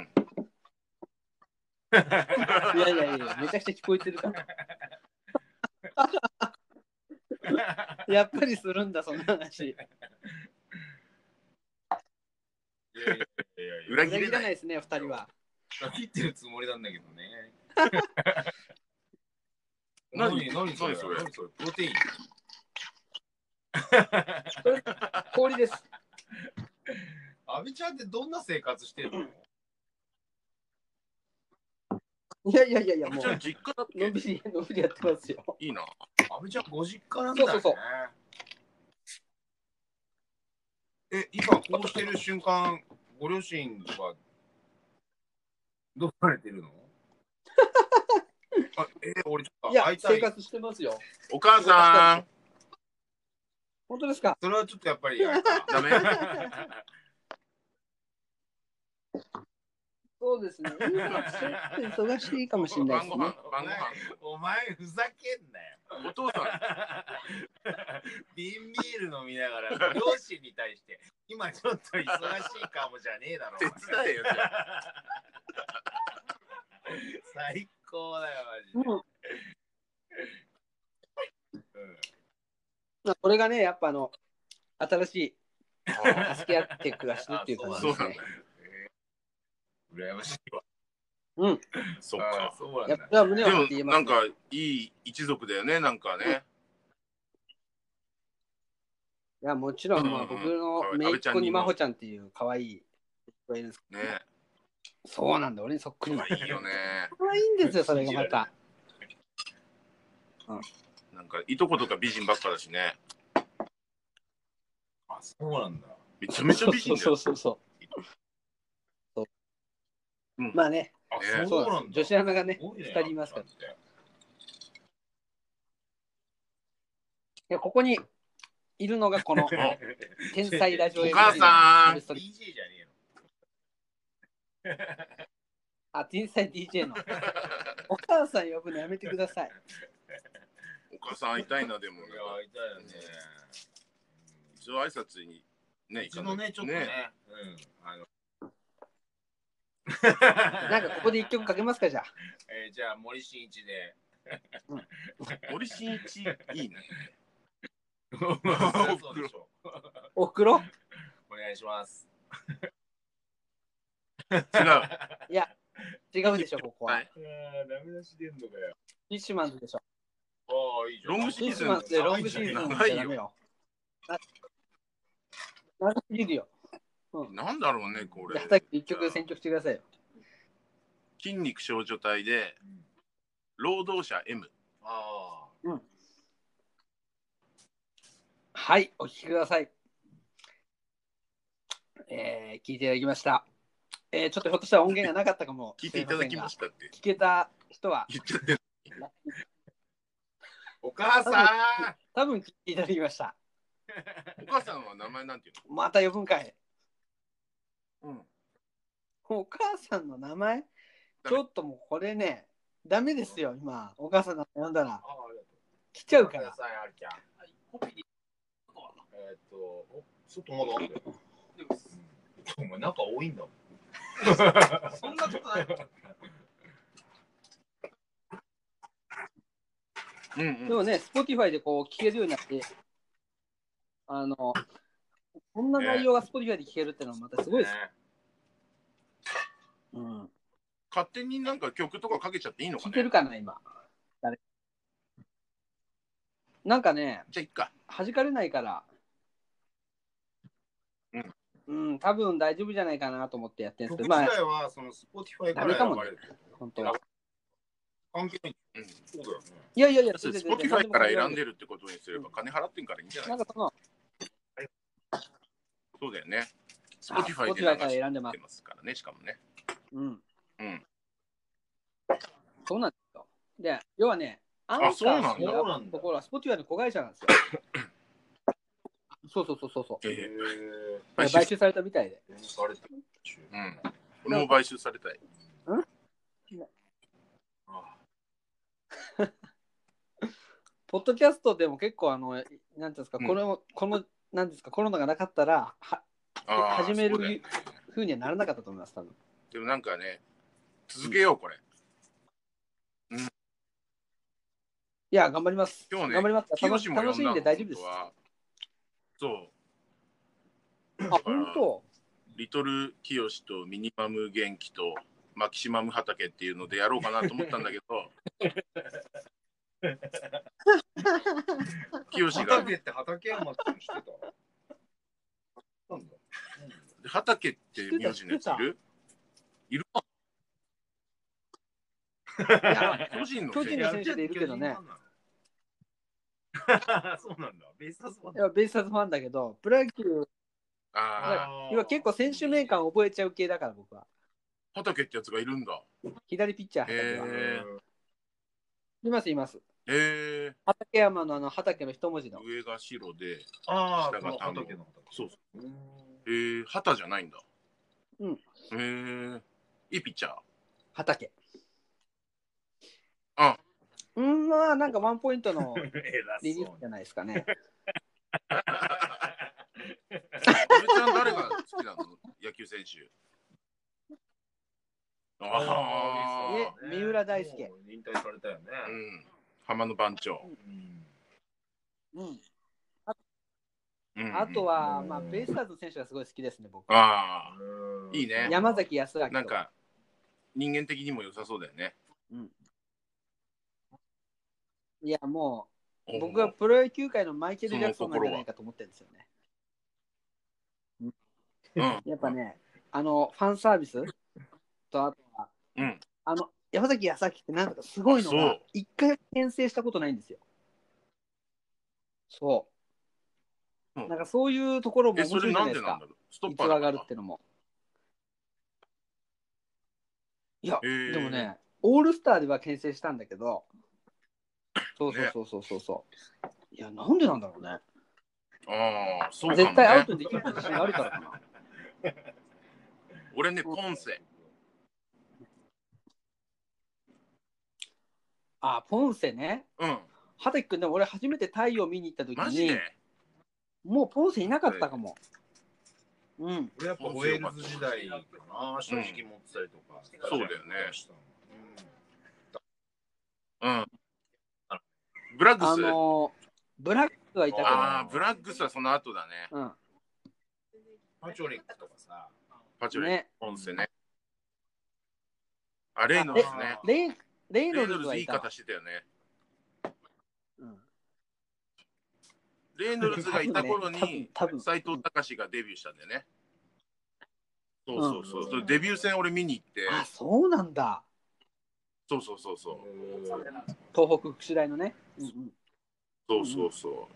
E: だよ
C: いやいやいや、めちゃくちゃ聞こえてるから。やっぱりするんだ、そんな話。
E: 裏切
C: 裏
E: れ
C: 切ら
E: な
C: ないいですね、二人は。
D: 切ってるつもりなんだけどね。
E: 何
D: 何それ
E: 何それ
D: 何それプロテイン
C: 氷です。
D: 安倍ちゃんってどんな生活してるの
C: いやいやいやいや、
E: 阿部
C: も
E: ちゃん
C: う、
E: 実家だっ
C: のん
E: け
C: びり、のんびりやってますよ。
E: いいな
D: 安倍ちゃんご実家なんだよね。
C: そうそう
D: え、今こうしてる瞬間、ご両親は、どうされ てるのあえー俺ちょっ
C: い
D: と
C: や
D: 会い、たい
C: 生活してますよ。
E: お母さ
C: 本当ですか
D: それはちょっとやっぱり嫌やな
E: ん、ダメ。
C: そうですね。今、ちょっと忙しいかもしれないで
E: 晩
C: す
E: ご
C: ね
E: 飯。、晩
D: お
E: ご飯。
D: 前ふざけんなよ。
E: お父さん、
D: 瓶 ビール飲みながら、両親に対して、今ちょっと忙しいかもじゃねえだろ。お
E: 手
D: 前
E: 伝えよ。
D: 最高だよ、マジ
C: うん
D: で。うん
C: これがね、やっぱあの、新しい
E: あ
C: 助け合って暮らしてるっていう感じです
E: あそうなん
C: ね
E: だ。
D: 羨ましいわ。
E: そっか。
D: そうなん
C: や
D: だ
C: っ。ぱ胸
E: で
C: を張って言え
E: も、
C: ます
E: な
C: ね
E: んか、いい一族だよね、なんかね。
C: いや、もちろん、まあ、
E: うん
C: 僕の姪っ子にまほちゃんっていう可愛い子がいるんですけ
E: ね。
C: ど、そうなんだ、俺にそっくりな。
E: いいよね。
C: 可愛いん ですよ、それがまた。
E: なんか、いとことか美人ばっかだしね。
D: あ、そうなんだ。
E: めちゃめちゃ美人だ
C: そう
E: よ。
C: そうそうそう。
E: うん
C: まあね、
D: あ、
E: ね
D: そう
C: そう
D: な
C: なん
D: ん
C: で
D: だ。
C: す女子アナがね、
D: 多いね
C: 二人いますから。い
D: あん
C: や、ここにいるのがこの
D: たんだよ
C: 天才ラジオ
E: お
C: MC
E: 母さ
C: の
E: ん。
C: 人
D: DJ じゃねえの。
C: あ、天才 DJ の。お母さん呼ぶのやめてください。
E: お母さん会いたいな、でも。
D: いや、会いたいよね。
E: 一応挨拶に。ね、
D: うちのね、ちょっとね。うん。あの
C: なんかここで一曲かけますか、じゃあ。
D: えーじゃあ、森進一で。
E: 森進一、い いね。
D: そうでしょう。
C: おふくろ
D: お願いします。
E: 違う。
C: 違うでしょ、ここは。
E: は
C: フ
E: い
D: ダメ出し出んのかよ。
C: ィッシュマンズでしょ。
D: ああ、いいじゃん。
E: ロング
C: フ
E: シ
C: ィッ
E: ーズ
C: シ
E: ン
C: ュマンズでロングシーズンじゃダ
E: 長い
C: メよ。な長すぎるよ。
E: なんだろうね、これ
C: じゃ。あ、一曲選曲してくださいよ。
E: 筋肉少女隊で、労働者 M。
D: あ
C: はい、お聴きください。えー、聞いていただきました。えー、ちょっとひょっとしたら音源がなかったかも
E: 聞いていただきましたって
C: 聞けた人は、
E: 言っちゃってる。
D: あ。お母さ
C: 多分聞いていただきました。
E: お母さんは名前なんていう
C: また呼ぶんかい。
E: のうん。
C: お母さんの名前
E: メ
C: ちょっともうこれね、ダメですよ、今。お母さんの名前呼んだら
D: ん。ああ、ありがとう。
C: 来ちゃうか
D: くだ
C: ら。
D: さい、あるちゃん。えーっと、お外まだあんだよ。うんお前、なんか多いんだもん。そんなことない。
E: うん
C: で
E: うん。
C: もね、Spotify でこう聞けるようになって、あの、こんな内容が Spotify で聞けるってのはまたすごいです。うん、
E: 勝手になんか曲とかかけちゃっていいのか
C: 聞け
E: ね
C: るかな、今。誰なんかね、
E: じゃあ、いっか。
C: 弾かれないから、うん、多分大丈夫じゃないかなと思ってやってるんです
D: 曲
C: け
D: 自
C: ど、まあ、
D: 体は、その、Spotify か
C: ダメ
D: ら
C: か
D: 選
C: も
D: ば
C: ね
D: れる。
C: 本当は。
D: 関係ない。
E: うん。
D: そうだよね。
C: いやいやいや、
E: ス
C: 全然
E: ポティファイから選ん
C: る。
E: でるってことにすれば、金払ってんからいいんじゃな
C: ないんかその、
E: そうだよね。ス
C: あ
E: ポティファイで
C: Spotify から
E: 流
C: 選んでま
E: し
C: す
E: て。ますからね、しかもね。
C: うん。
E: うん。
C: そうなんですよ。で、要はね、アン
E: あそうなんだ
C: カーっていうところは、スポティファイの子会社なん ですよ。そうそうそうそうそう。
E: ええ。
D: え
E: 買
C: 買
E: 収
C: 収されたみたいで。
D: ー、されてる。
E: うん。俺も買収されたい。
D: あ
C: ポッドキャストでも結構、あの、なんていうんですか、
E: うん
C: これを、この、なんていうんですか、コロナがなかったら、は、
E: あー
C: 始める
E: そうだよね
C: ふうにはならなかったと思います、多分。
E: でもなんかね、続けよう、これ。
C: いや、頑張ります。
E: 今日ね
C: 頑張ります。楽し
E: 清も呼
C: 楽しんで大丈夫です。
E: 本当はそう。
C: あ、本当
E: リトルきよしとミニマム元気とマキシマム畑っていうのでやろうかなと思ったんだけど、 きよしが
D: 畑って畑山って知ってたなんだ
E: 畑って名字のやついるいるか
C: い や
E: 巨人の
C: 巨
E: せい
C: 人の選手でいるけどね。
D: そうなんだ。ベイスターズファン
C: いやベイスターズファンだけど、プロ野球、
E: ああ、
C: 要は結構選手名鑑覚えちゃう系だから僕は。
E: 畑ってやつがいるんだ。
C: 左ピッチャー畑は。
E: へえ
C: いますいます。
E: ええ
C: 畠山のあの畑の一文字の。
E: 上が白で、
D: ああ、
E: 下が田んぼ
D: 畑の畑
E: そうそう。
D: うーん
E: ええ旗じゃないんだ。
C: うん。
E: ええいいピッチャー。
C: 畑。
E: あ
C: うん、まあなんかワンポイントの
D: 偉
C: リリー
D: そ
C: ス
D: う
C: じゃないですかね。
E: 安部ちゃん誰が好きなの野球 選手。あ
C: ー
E: あ。
C: え 三浦大輔
D: もう引退されたよね。
E: うん。浜の番長。
D: うん
C: うん、
E: うんうん
C: あと。は、
D: うん
C: まあ、ベイスターズの選手がすごい好きですね、僕。
E: あ
D: うん
E: いいね
C: 山崎康明
E: あ。
C: と。
E: なんか、人間的にも良さそうだよね。
C: いや、も
E: お
C: う、
E: う
C: 僕はプロ野球界のマイケル・ジャクソンなんじゃないかと思ってるんですよね。
E: うん。
C: やっぱね、あの、ファンサービスと、あとは、
E: うん
C: あの、山崎康明ってなんかすごいの
E: そ
C: が
E: う、
C: 一回転生したことないんですよ。そう。
E: うん
C: なんかそういうところも
E: え、
C: 面
E: そ
C: 白い
E: れ
C: じゃ
E: な
C: なんいで
E: ですなん
C: か
E: だ。ろうストッ
C: 逸
E: パー
C: 話
E: だ
C: があ
E: か
C: る
E: ら
C: ってのも。いや、
E: へー
C: でもね、オールスターでは牽制したんだけど、そう
E: ね
C: そうそうそうそうそう、いや、なんでなんだろうね。
E: ああ、そうかも
C: 絶対アウ
E: ね
C: ト。にできる自信があるからかな。
E: 俺ね、ポンセ。
C: あ、ポンセね。
E: うん。
C: 畑君、でも俺初めて太陽見に行った時
E: マジ
C: に
E: で、
C: もうポンセいなかったかも。うん。
D: 俺やっぱウェールズ時代かな、正直持ってたりとか。
E: そうだよね
D: うん。
E: うん。ブラッグ
C: あ
E: ス。
C: のー、ブラックはいたけど、
E: ああ、ブラッグスはその後だね。
C: うん。
D: パチョリックとかさ。
E: パチョレ
C: ね、
E: ポンセね。あ、レイノルズね。
C: レイレイ
E: レ
C: ノ
E: イノ
C: ルズ
E: ル
C: は
E: ズい
C: い
E: い
C: たわ
E: 方。してたよね。
C: うん
E: レイノルズがいた
C: 多分
E: 頃
C: ね
E: に
C: 多分多分
E: 斎藤隆がデビューしたんだよね。そううんそうそう。それデビュー戦俺見に行って、
C: あ、そうなんだ。
E: そうそうそうそう。
C: 東北福祉大のね。うんうん、
E: そうそうそ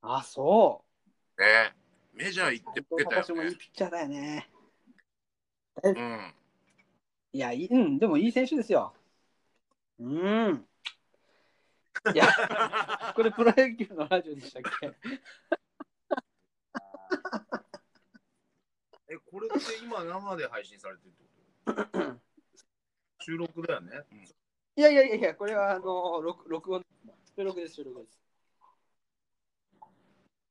C: あ、そう。
E: う。ね。メジャー行って
C: 本当
E: くれた
C: 私
E: よ
C: もいい
E: ね。
C: ピッチャーだよね。
E: うん。
C: いや、いいうん、でもいい選手ですよ。うん。い や、これプロ野球のラジオでしたっけ
D: え、これって今生で配信されてるって こと収録だよね。
C: いやいやいやいや、これはあの録録音、収録です、収録です。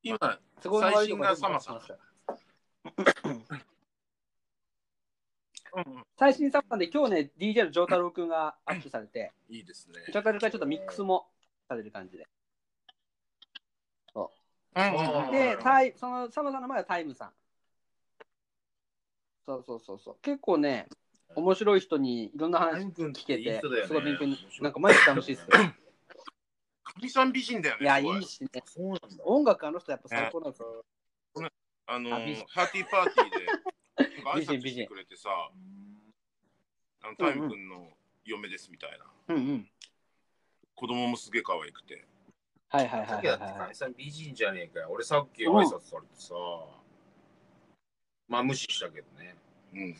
E: 今、
C: 都合の悪いところは
E: 最新がサマさん
C: 全部出しました
E: うん
C: 最新サマさんで今日ね、DJ の丈太郎くんがアップされて、
E: いいですね。
C: 丈太郎くんがちょっとミックスもされる感じで。
E: うんうんうん
C: で、タイそのサマさんの前はタイムさん。そうそうそうそう。結構ね、面白い人にいろんな話
D: 君
C: 聞けて、すごい勉強に、なん
D: か。
C: か毎日楽しい ですよ。
E: かみさん美人だよね。
C: いや、
E: す
C: い
E: ご
C: いしね。
D: そうなんだ。
C: 音楽あの人やっぱ最高なんですよ。
E: あの
C: あ美人
E: ハーティーパーティーで、なんか挨拶
C: 美人美
E: して
C: 人
E: くれてさ、あのタイム君の嫁ですみたいな。
C: うんうん。
E: 子供もすげえ可愛くて。
C: はいはい
D: さ
C: は
D: っ
C: い
D: き
C: は
D: だっ
C: い
D: て
C: は
D: 解
C: い。
D: 散美人じゃねえかよ。俺さっき挨拶されてさ。まあ無視したけどね。
E: うん。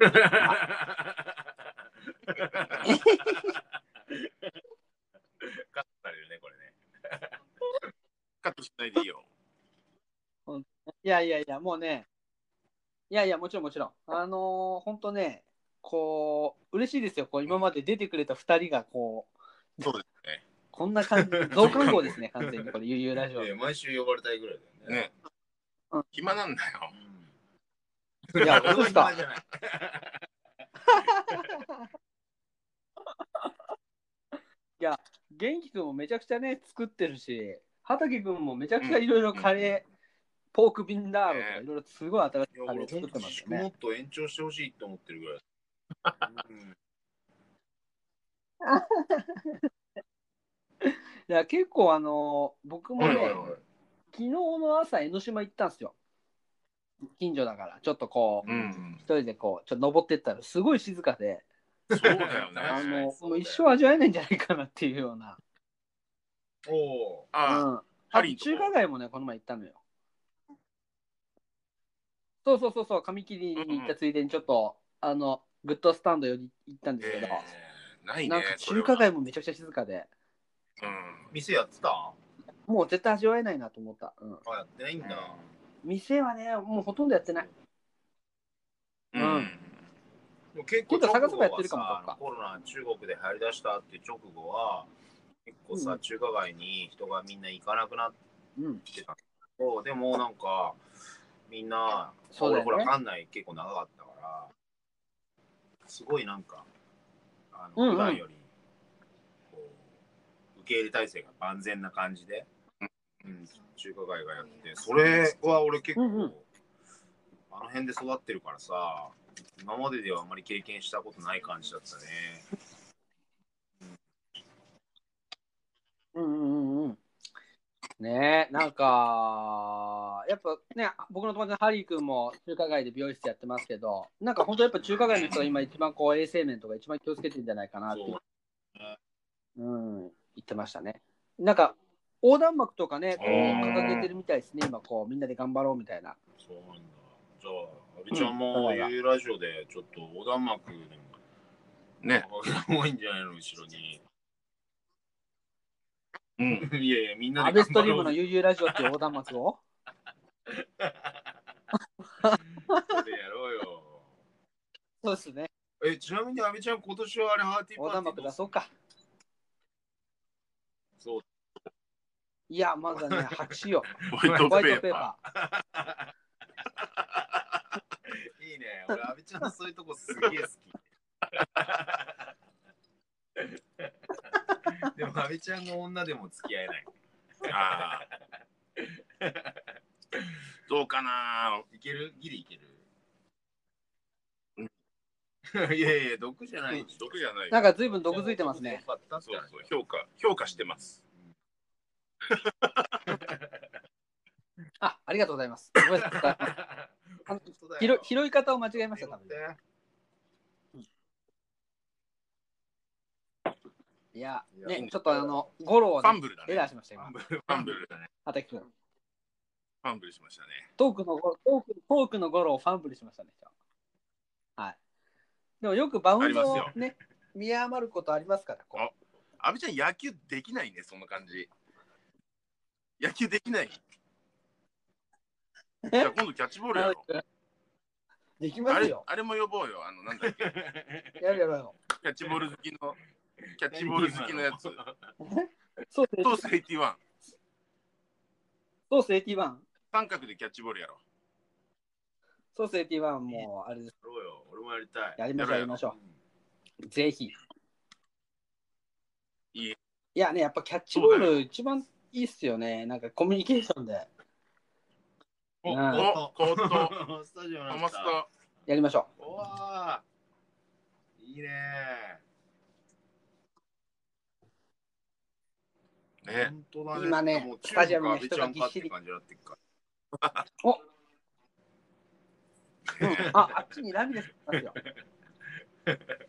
D: カットされるね、これね。
E: カットしないでい いよ。
C: いやいやいや、もうね、いやいや、もちろんもちろん。あのー、ほんとね、こう、嬉しいですよ。こう今まで出てくれた2人が、こう、
E: そうですね。
C: こんな感じ、増刊号 ですね、完全に。これ、ゆうゆうラジオ。い
D: え毎週呼ばれたいぐらいだよね。
E: ね。暇なんだよ。
C: や、どうですか
D: 俺は暇じゃない
C: 元気くんもめちゃくちゃね、作ってるし、畑くんもめちゃくちゃいろいろカレー、ポークビンダーロとか、
E: ね
C: いろいろすごい新し
D: い
C: い
D: や
C: カレ
D: 俺
C: ー作
D: 本
C: って
D: 当
C: ますよ
D: も
C: ね
D: っ。と延長してほしいと思ってるぐらい。うん
C: いや、結構、あのー僕も
E: はい
C: ね、
E: はいはい。
C: 昨日の朝江ノ島行ったんですよ近所だからちょっとこう、
E: う。ん
C: 一。人でこうちょっと登ってったらすごい静かで、
E: そうだよ
D: はい
C: あ
E: ね。
C: の
D: そ
C: も
D: うだよ
C: う一生味わえないんじゃないかなっていうような、
D: おお。
E: あ
C: うん、
E: ハ
C: あ
E: リー
C: と
E: のとこ
C: 中華街もねこの前行ったのよそうそうそうそう、紙切りに行ったついでにちょっと、あの、グッドスタンド寄り行ったんですけど、
E: えーないね。
C: なんか
E: それ
C: 中
E: は
C: 華街もめちゃくちゃ静かで、
E: うん。
D: 店やってたあ
C: もう絶対味わえないなと思った。うん、
D: やってないんだ。
C: 店はね、もうほとんどやってない。う
E: う
C: ん
E: ん。
D: もう結
C: 今度探せばやっ
D: は
C: てるかも
D: さ
C: どっか
D: コロナ中国で流行りだしたって直後は、結構さ、
C: うん
D: 中華街に人がみんな行かなくなっ
C: うん、
D: てたけど、でもなんか、みんな、
C: そうだよね
D: 俺ほら、館内結構長かったから、すごいなんか、あ
C: うんう
D: の
C: ん
D: 普段より、こう、受け入れ体制が万全な感じで、うん、中華街がやってて、それは俺結構、
C: うんうん
D: あの辺で育ってるからさ、今までではあまり経験したことない感じだったね。
C: うんうんうんうん。ねえ、なんか、やっぱね、僕の友達のハリー君も中華街で美容室やってますけど、なんか本当やっぱ中華街の人が今一番こう衛生面とか一番気をつけてるんじゃないかなっていう
D: そう
C: うん、言ってましたね。なんか横断幕とかね、こう
E: うん
C: 掲げてるみたいですね、今こうみんなで頑張ろうみたいな。
D: そうなんだ。じゃあ、阿部ちゃんも、
C: うん
D: ゆうラジオで、ちょっと横断幕でも、
E: ね。
D: 多いんじゃないの、後ろに。
E: うん。
D: いやいや、みんな
C: ア
D: で
C: ベストリー
D: ろ
C: ム
D: う
C: の悠々ラジオっていう横断幕を
D: それやろうよ。
C: そうです ね、
D: え、ちなみに阿部ちゃん、今年はあれ、ハーティー
C: 横
D: パー
C: 断
D: テ
C: 幕
D: ィーど
C: 出
D: うす
C: そ
D: る
C: うか。
D: そう。
C: いや、まずはね、白紙よ。
E: ホワイ
C: ホワ
E: ト
C: イ
E: ペ
C: ト
E: ー
C: ペー
E: パ
C: パー。
D: いいね。俺、阿部ちゃんのそういうとこすげえ好き。でも、阿部ちゃんの女でも付き合えない。
E: ー。ああ。どうかない
D: けるギリいけるいやいや、毒じゃない。
E: 毒じゃないよ
C: なんか随分毒づいてますね。。
E: そうそう。評価、評価してます。
C: あ、ありがとうございます。ごめんなさい拾い拾い方を間違えました、多分。いや、
D: い
C: ね
D: や、
C: ちょっとあの、ゴロを
E: フ
C: ね、
E: ァンブルだ
C: エラー
E: ね。
C: しました、
D: フ
C: 今
D: ァン。ブル。
E: ファンブルだね。
C: 畑君。
E: ファンブルしましたね。
C: トークのゴロトークトークのゴロをファンブルしましたね、今日はい。でもよくバウンドを
E: ありま
C: ね、見余ることありますから、こう
E: 阿部ちゃん、野球できないね、そんな感じ。野球できない。じゃあ今度キャッチボールやろう。
C: できま
E: あ
C: す
E: れ
C: よ。
E: あれも呼ぼうよ。あの、なんだっけ。
C: やるやるやる。
E: キャッチボール好きの、キャッチボール好きのやつ。
C: ソース
E: トース81。
C: ソース81。
E: 三角でキャッチボールやろ
C: ソース81もう、あれです。
D: ろうよ。俺もやりたい。
C: やりましょう、やりましょう。ぜひ。
E: いい
C: いやね、やっぱキャッチボール一番いいっすよね。なんかコミュニケーションで
E: う。
C: うん
E: お、コート、
D: ト。スタジオ
E: ハ
D: の
E: マスタ。
C: やりましょ
D: おわいいね。
E: ね、
D: 本当だね。
C: 今ね
D: もう
C: スタジアムの人が
D: 中
C: ぎっ
D: 国阿部ちゃんかっ
C: してり
D: 感じになってっか
C: う。うんあ、あっちにラミレスいますよ。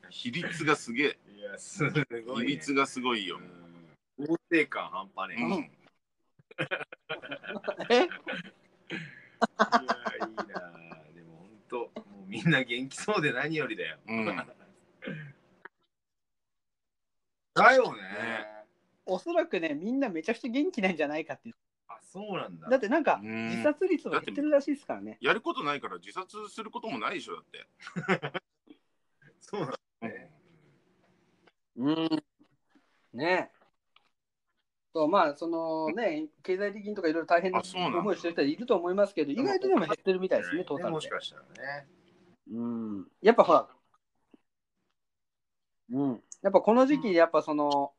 E: 比率がすげえ。
D: ら。いや、すご
E: 比
D: い、ね。
E: 率がすごいよ。
D: うん肯定感半端ね
E: う
D: え。
E: ん。
C: え
D: いやいいなあでも本当もうみんな元気そうで何よりだよ
E: うん。
D: だよね
E: ね
C: おそらくね、みんなめちゃくちゃ元気なんじゃないかっていう。
D: あそうなんだ
C: だってなんか、
E: うん
C: 自殺率も減ってるらしいですからね。
E: やることないから自殺することもないでしょ、だって。
D: そうなんだ
C: うん。ねえ。とまあ、そのね、経済的にとかいろいろ大変な
E: あそうなんだ
C: 思いしてる人はいると思いますけど、意外とでも減ってるみたいですね、トータル
D: も
C: で
D: し。かしたらね
C: うんやっぱほら、うん、やっぱこの時期、やっぱその、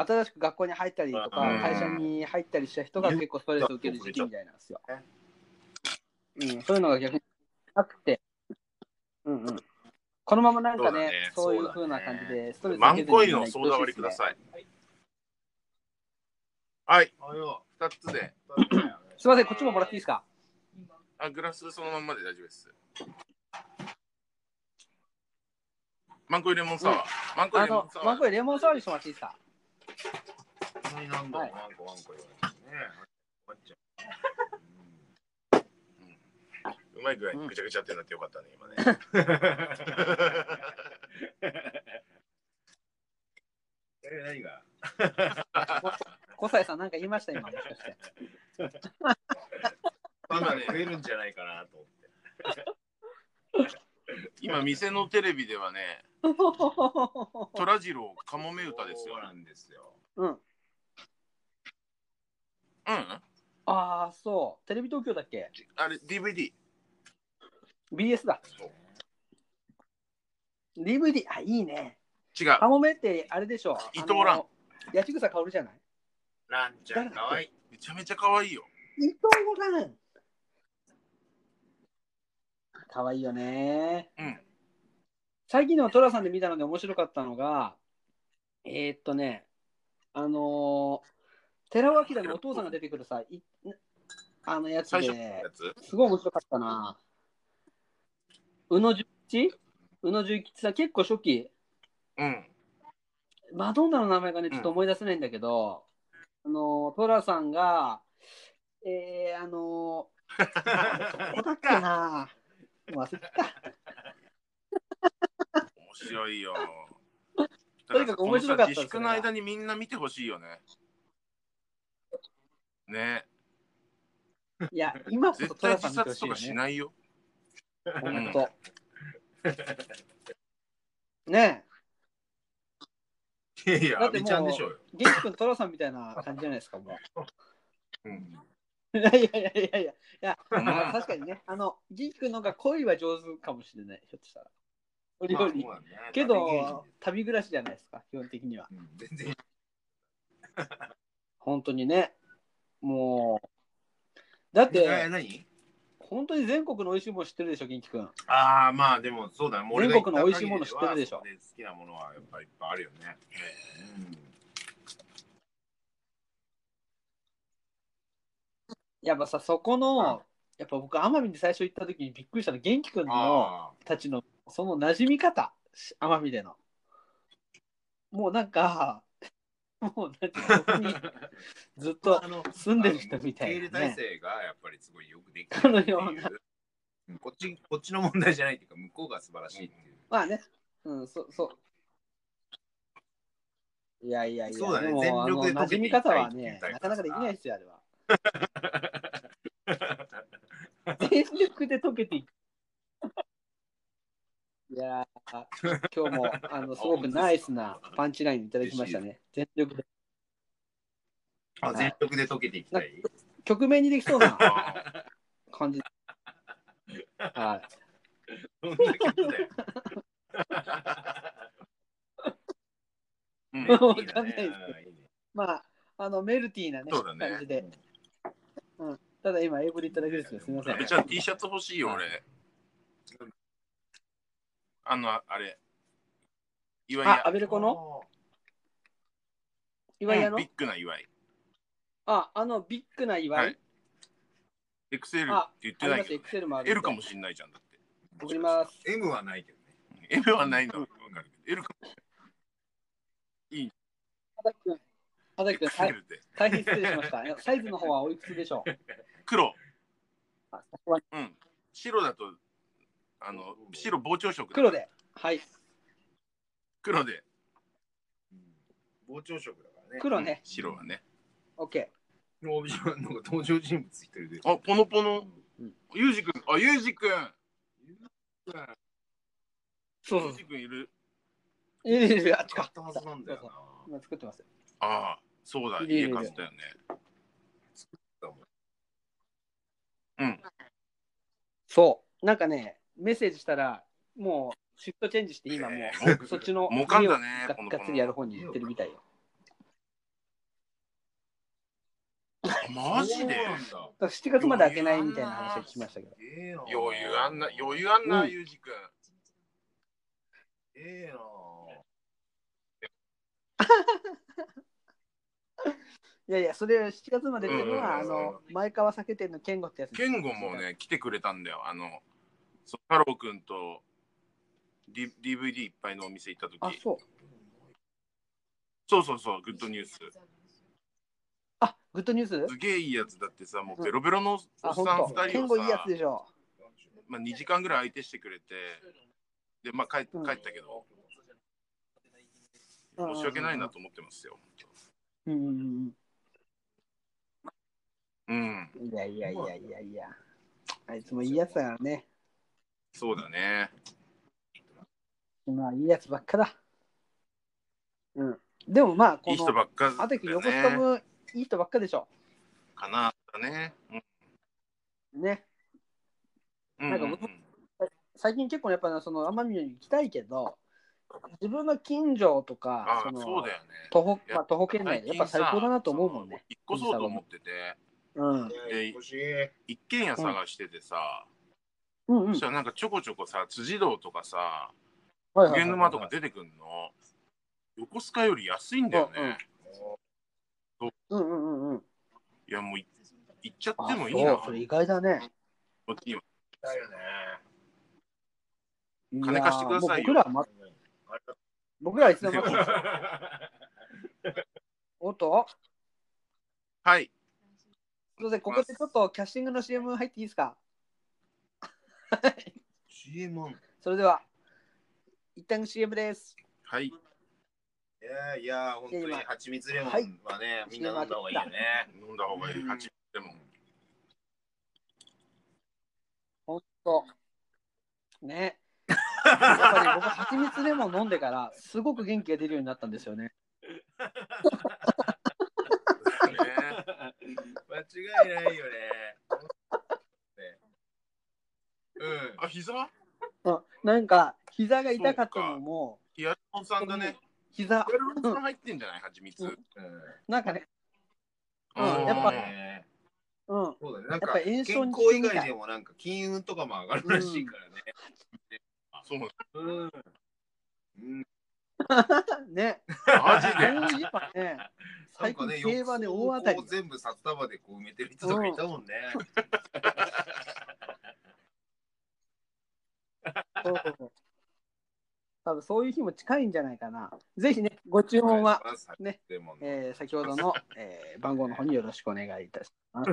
C: 新しく学校に入ったりとか、
E: うん
C: 会社に入ったりした人が結構ストレスを受ける時期みたいなんですよ。うん、そういうのが逆になくて、うんうん、このままなんかね、
E: そ
C: そうう
E: だね
C: いう風な感じで、ストレスを
E: マ
C: 受け
E: ン
C: ずにみ
E: コイ
C: ん
E: ン
C: な行
E: の
C: って
E: ソー
C: ほ
E: ダ
C: しいで
E: 割り
C: す
E: く
C: ね
E: ださい。はい、
D: あよ
E: 二つで。
C: すみません、こっちももらっていいですか
E: あ、グラスそのまんまで大丈夫です。マンコイレモンサワー。マンコイ
C: あ
E: レモ
C: の
E: ンサ、ワ
C: ワン
E: ー。
C: コインレモンサワーにしてもらっていいですか
D: こんなに何度も
C: は
D: ワン
C: い
D: コワンコ言われてね終わっちゃう
E: うまばいぐらいぐちゃぐちゃってなってよかったね、今ね。
D: え何が
C: 小さいさん、なんか言いました、今。もしかし て
D: まだね、増えるんじゃないかなと思って。
E: 今、店のテレビではね、虎次郎かもめ歌ですよ
D: そう。なんですよ。
C: うん。
E: うん
C: ああ、そう。テレビ東京だっけ
E: あれ、DVD。
C: ?BS だ。DVD、あ、いいね。
E: 違う。
C: カモメって、あれでしょ。
E: 伊藤蘭
C: あの。八千草薫じゃない
D: ランちゃん、かわいい。
E: めちゃめちゃ可愛いよ。
C: 伊藤蘭かわいいよね。
E: うん
C: 最近のトラさんで見たので面白かったのが、えーっとね、あのー寺尾明のお父さんが出てくるさ、いあのやつ
E: 最初のや
C: で、
E: つ
C: すごい面白かったな。宇野十一宇野十一さ、結構初期、
E: うん。
C: マドンナの名前がね、
E: うん
C: ちょっと思い出せないんだけど、あの、トラさんが、えー、あの、どこだっけな忘れた。
E: 面白いよ。
C: とにかく面白かった
E: だらさこのさ自粛の間にみんな見てほしいよね。ね
C: いや、今こそ
E: 絶
C: ト
E: 対
C: ラさん見
E: 自
C: てほしい
E: 殺と
C: よ
E: かし
C: ね。
E: ないよ。
C: ほ
E: うん
C: んと。ね
E: いやいや、
C: だ
E: 阿
C: って
E: 部
C: もう
E: ちゃんでしょうよ。
C: え、元気君トラさんみたいな感じじゃないですか、も
E: うん
C: う。いやいやいやいやいや、いや
E: うん
C: まあ確かにね、あの、元気君の方が恋は上手かもしれない、ひょっとしたら。お料理。
D: まあそうだね
C: け
D: 旅芸 人
C: ど、旅暮らしじゃないですか、基本的には。
D: うん全然
C: 本当にね、もう、だっ
E: えー
C: て、
E: 何
C: 本当に全国の美味しいもの知ってるでしょ、元気くん。
D: ああ、まあでもそうだね。
C: 全国の美味しいもの知ってるでしょ
D: 俺が行った限りはそこで好きなものはやっぱいっぱいあるよね。
C: やっぱさ、そこの、やっぱ僕、奄美に最初行った時にびっくりしたの、元気くん
D: うん
C: の
D: あ
C: たちの、その馴染み方、し奄美での。もうなんか、 もうなんか、そこ にずっと
D: あの
C: 住んでる人みたい
D: 受
C: な、
D: け入れ体
C: ね。
D: 制がやっぱりすごいよくできてるってい
C: そのような
D: う。うんこっちこっちの問題じゃないっていうか、向こうが素晴らしいっていう。
C: まあね、うん、そそう。いやいやいや、
D: そうだね
C: も
D: 全力で
C: あの馴
D: 溶
C: 染
D: けて
C: み
D: いき
C: 方
D: たい
C: は
D: っていう
C: ね、
D: タイ
C: な
D: プ
C: かな
D: だな
C: かできないですよ、あれは。全力で溶けていく。いやー、今日もあのすごくナイスなパンチラインいただきましたね。全力で。
D: あ全力で溶けていきたい。
C: 曲名にできそう な
E: あ
C: 感じ。は
D: そんな曲だよ。
E: ーうん
C: わかんないです
D: ねいいね
C: い。まあ、あのメルティーなね、
E: そうだね
C: 感じで。うん、ただ今、英語でいただけるんですけど、すみませ
E: 阿
C: ん
E: 部。ちゃん T シャツ欲しいよ、俺。あの、ああれ。岩井
C: あ、ア
E: や。
C: ベレコの岩井屋
E: うん
C: の
E: ビッグな岩井。
C: あ、あのビッグな岩
E: は
C: 井
E: い。エクセルっ
C: あ
E: て言っ
C: ありま
E: てない
C: す、
E: け
C: エ
E: ど
C: ク。セルもある。
E: L かもしんないじゃんだって。
C: 送ります。
D: M はないけどね。
E: M はないのは分かるけど、L かも
C: 畑君、畑君、大
E: XL で。
C: 大変失礼しました。いやサイズの方はおいくつでしょう
E: 黒、
C: あそこは
E: うん。白だと、あの、白膨張色だ。
C: 黒で。はい、
E: 黒で、
D: うん膨張色だからね。
C: 黒ね。
E: 白はね。
C: OK。
D: オブジェなんか登場人物一人で。
E: あ、ポノポノ
D: うん。
E: ユージくん、あ、ユージくん。
C: そう
E: ユージくんいる。
C: いるいるいる、あっち
D: 使っ
C: か。
D: たはずなんだよな。
C: 今作ってます。
E: ああ、そうだ、
C: いるい
E: 家
C: る
E: 買ったよね。
C: そう。なんかね、メッセージしたら、もうシフトチェンジして、今も
E: え
C: う、そっちの
E: もうかんだね
C: 家を
E: この子
C: がっつりやる方に行ってるみたいよ。
E: あマジで
D: そう
C: だから7月まで開けないみたいな話を聞きましたけど。
D: なんだ
E: 余裕あんな、余裕あんな、
C: うん
E: ユージくん。
D: ええな
C: うんいやいや、それ7月までっていうのは、あ
E: うんうんうん
C: の、前川酒店の健吾ってやつ。
E: 健吾も。ね、来てくれたんだよ。あの、そう太郎くんと D- DVD いっぱいのお店行った
C: あ
E: 時、
C: そう。
E: そうそうそう、グッドニュース。
C: あ、グッドニュース
E: すげえいいやつだってさ、もうベロベロのおっ
C: あ、
E: さん
C: ほんと。
E: 2人
C: 健
E: を
C: 吾いいや
E: さ
C: つ、でしょ。
E: まあ、2時間ぐらい相手してくれて、で、まあ、帰
C: うん
E: 帰ったけど、
C: うん
E: 申し訳ないなと思ってますよ。
C: うん
E: うん、
C: いやいやいやいやいや。あいつもいいやつだからね。
E: そうだね。
C: まあいいやつばっかだ。うん。でもまあ、こ
E: いい人
C: の、
E: ばっかだ
C: あ
E: よ
C: と横須賀
E: ね。
C: もいい人ばっかでしょ。
E: かな、だね。
C: ね。
E: うん。
C: なんか
E: うんうん
C: 最近結構やっぱなその奄美に行きたいけど、自分の近所とか、
E: あ
C: そ
E: あ、
C: の
E: そうだよね。
C: 徒歩まあ、徒歩圏内でやっぱ最高だなと思うもんね。
E: 引っ越そうと思ってて、
C: うん。
E: で
D: 欲しい。
E: 一軒家探しててさ、
C: うんう
E: そ
C: ん
E: し。たらなんかちょこちょこさ、辻堂とかさ、
C: はいはいはい
E: 鵠沼とか出てくんの。横須賀より安いんだよね。
C: うんうんうんうんうんうん。
E: いや、もうい行っちゃっ
C: あ
E: てもいい
C: そ
E: な。
C: うそれ意外だね。
E: こっちには
D: だよね。
E: 金貸してくださいよ
C: やーもう僕らはま 僕らはいつでも。おっと、
E: はい。
C: すいません、ここでちょっとキャッシングの CM 入っていいですか
D: CM。
C: それでは、一旦 CM です。
E: はい。
D: いやいや、本当に蜂蜜レモンはね、みんな飲んだ方がいいよね。
E: 飲んだ方がいい。蜂でも。
C: ほんと。ね。やっぱね、僕、蜂蜜レモン飲んでから、すごく元気が出るようになったんですよね。
E: ね
D: 間違いないよね。うん。
E: あ、膝
C: うんなんか、膝が痛かったのも、
E: ヒアルロン酸だね。
C: 膝
E: ヒ、アルロン酸入ってんじゃない蜂蜜。
C: う
E: うんん。
C: なんかね、うんや
E: や
C: っ
E: っ
C: ぱ
E: ぱ。
C: うん、
D: そうだね。なん
C: やっ
D: か
C: ぱ炎症
D: 健
C: に
D: 康以外でもなんか金運とかも上がるらしいからね。
E: そうなんだ
D: うん。うん。
C: ね、
E: マジで。
C: そういえばね、
D: な
C: 最
D: んか
C: 近
D: ね、
C: 競馬で大当たり
D: 横を。全部札束でこう埋めてる人とかいたもんね。
C: そうそうそう多分そういう日も近いんじゃないかな。ぜひね、ご注文は、ね。
D: でもね。
C: えー先ほどの、えー番号の方によろしくお願いいたします。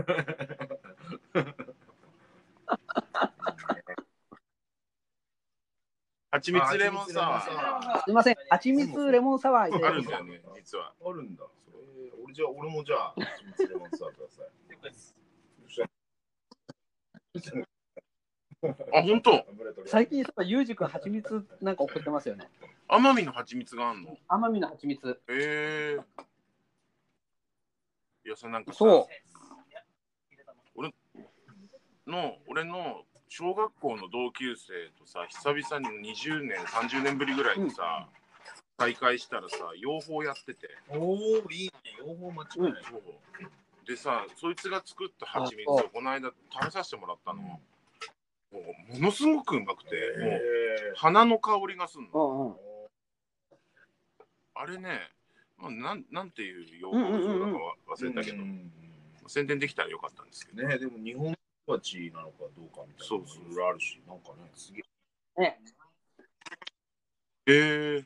E: 蜂蜜レモンさ。
D: あ
C: すいません、蜂蜜レモンサワーいた
E: あ
C: だ
E: る
C: き
E: ん
C: ま
E: だ
C: し
E: よね、実は。
D: るんだ。それ俺じゃあ、俺もじゃあ、蜂蜜レモンサワーください。
E: あ、本当。
C: た。最近、そうゆうじくん蜂蜜なんか送ってますよね。
E: 奄美の蜂蜜があんの。
C: 奄美の蜂蜜。
E: ええ。いや、それなんかさ。
C: そう
E: の俺の小学校の同級生とさ久々に20年30年ぶりぐらいにさ、再会したらさ養蜂やってて
D: おお、いいね。養蜂間違いない。
E: そうでさそいつが作った蜂蜜
C: あそ
E: をこの間食べさせてもらったのもうものすごくうまくてもう花の香りがすん
C: う
E: の
C: んうん。
E: あれね、まあ、なんなんていう養蜂法だかわ忘れたけど、
D: うん
E: 宣伝できたらよかったんですけど、
D: ねでも日本蜂なのかどうかみたいな。
E: そうそう
D: いろいろあるし、なんかね、すげえ。
C: ね、
E: えー、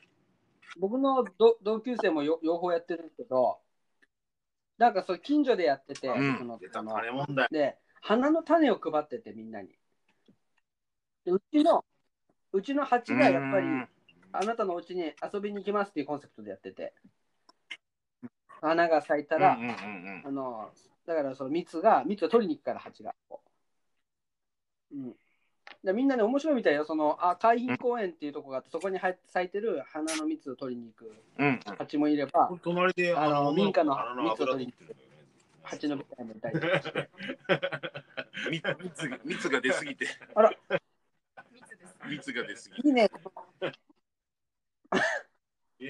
C: 僕のど同級生もよ養蜂やってるんですけど、なんかそう近所でやってて、
E: うん
C: その
D: 出
C: あ
D: た
C: の
D: 金問題。
C: で、花の種を配ってて、みんなに。でうちの、うちの蜂がやっぱり、
E: うん
C: あなたのお家に遊びに行きますっていうコンセプトでやってて、花が咲いたら、
E: うんうんうん
C: あの、だからその蜜が、蜜を取りに行くから、蜂が。こううん。でみんなね、面白いみたいよ。その、あ、海浜公園っていうとこがあって、そこに入咲いてる花の蜜を取りに行く
E: うんうん
C: 蜂もいれば、
D: 隣で
C: あの民家の
D: 花
C: 蜜を
D: 油
C: 取りに
D: 取ってるんだよね。
C: 蜂の蜜もい たり。
E: み蜜が蜜が出すぎて。
C: あら。
E: 蜜が出すぎて。
C: いいね。
D: いやいやいや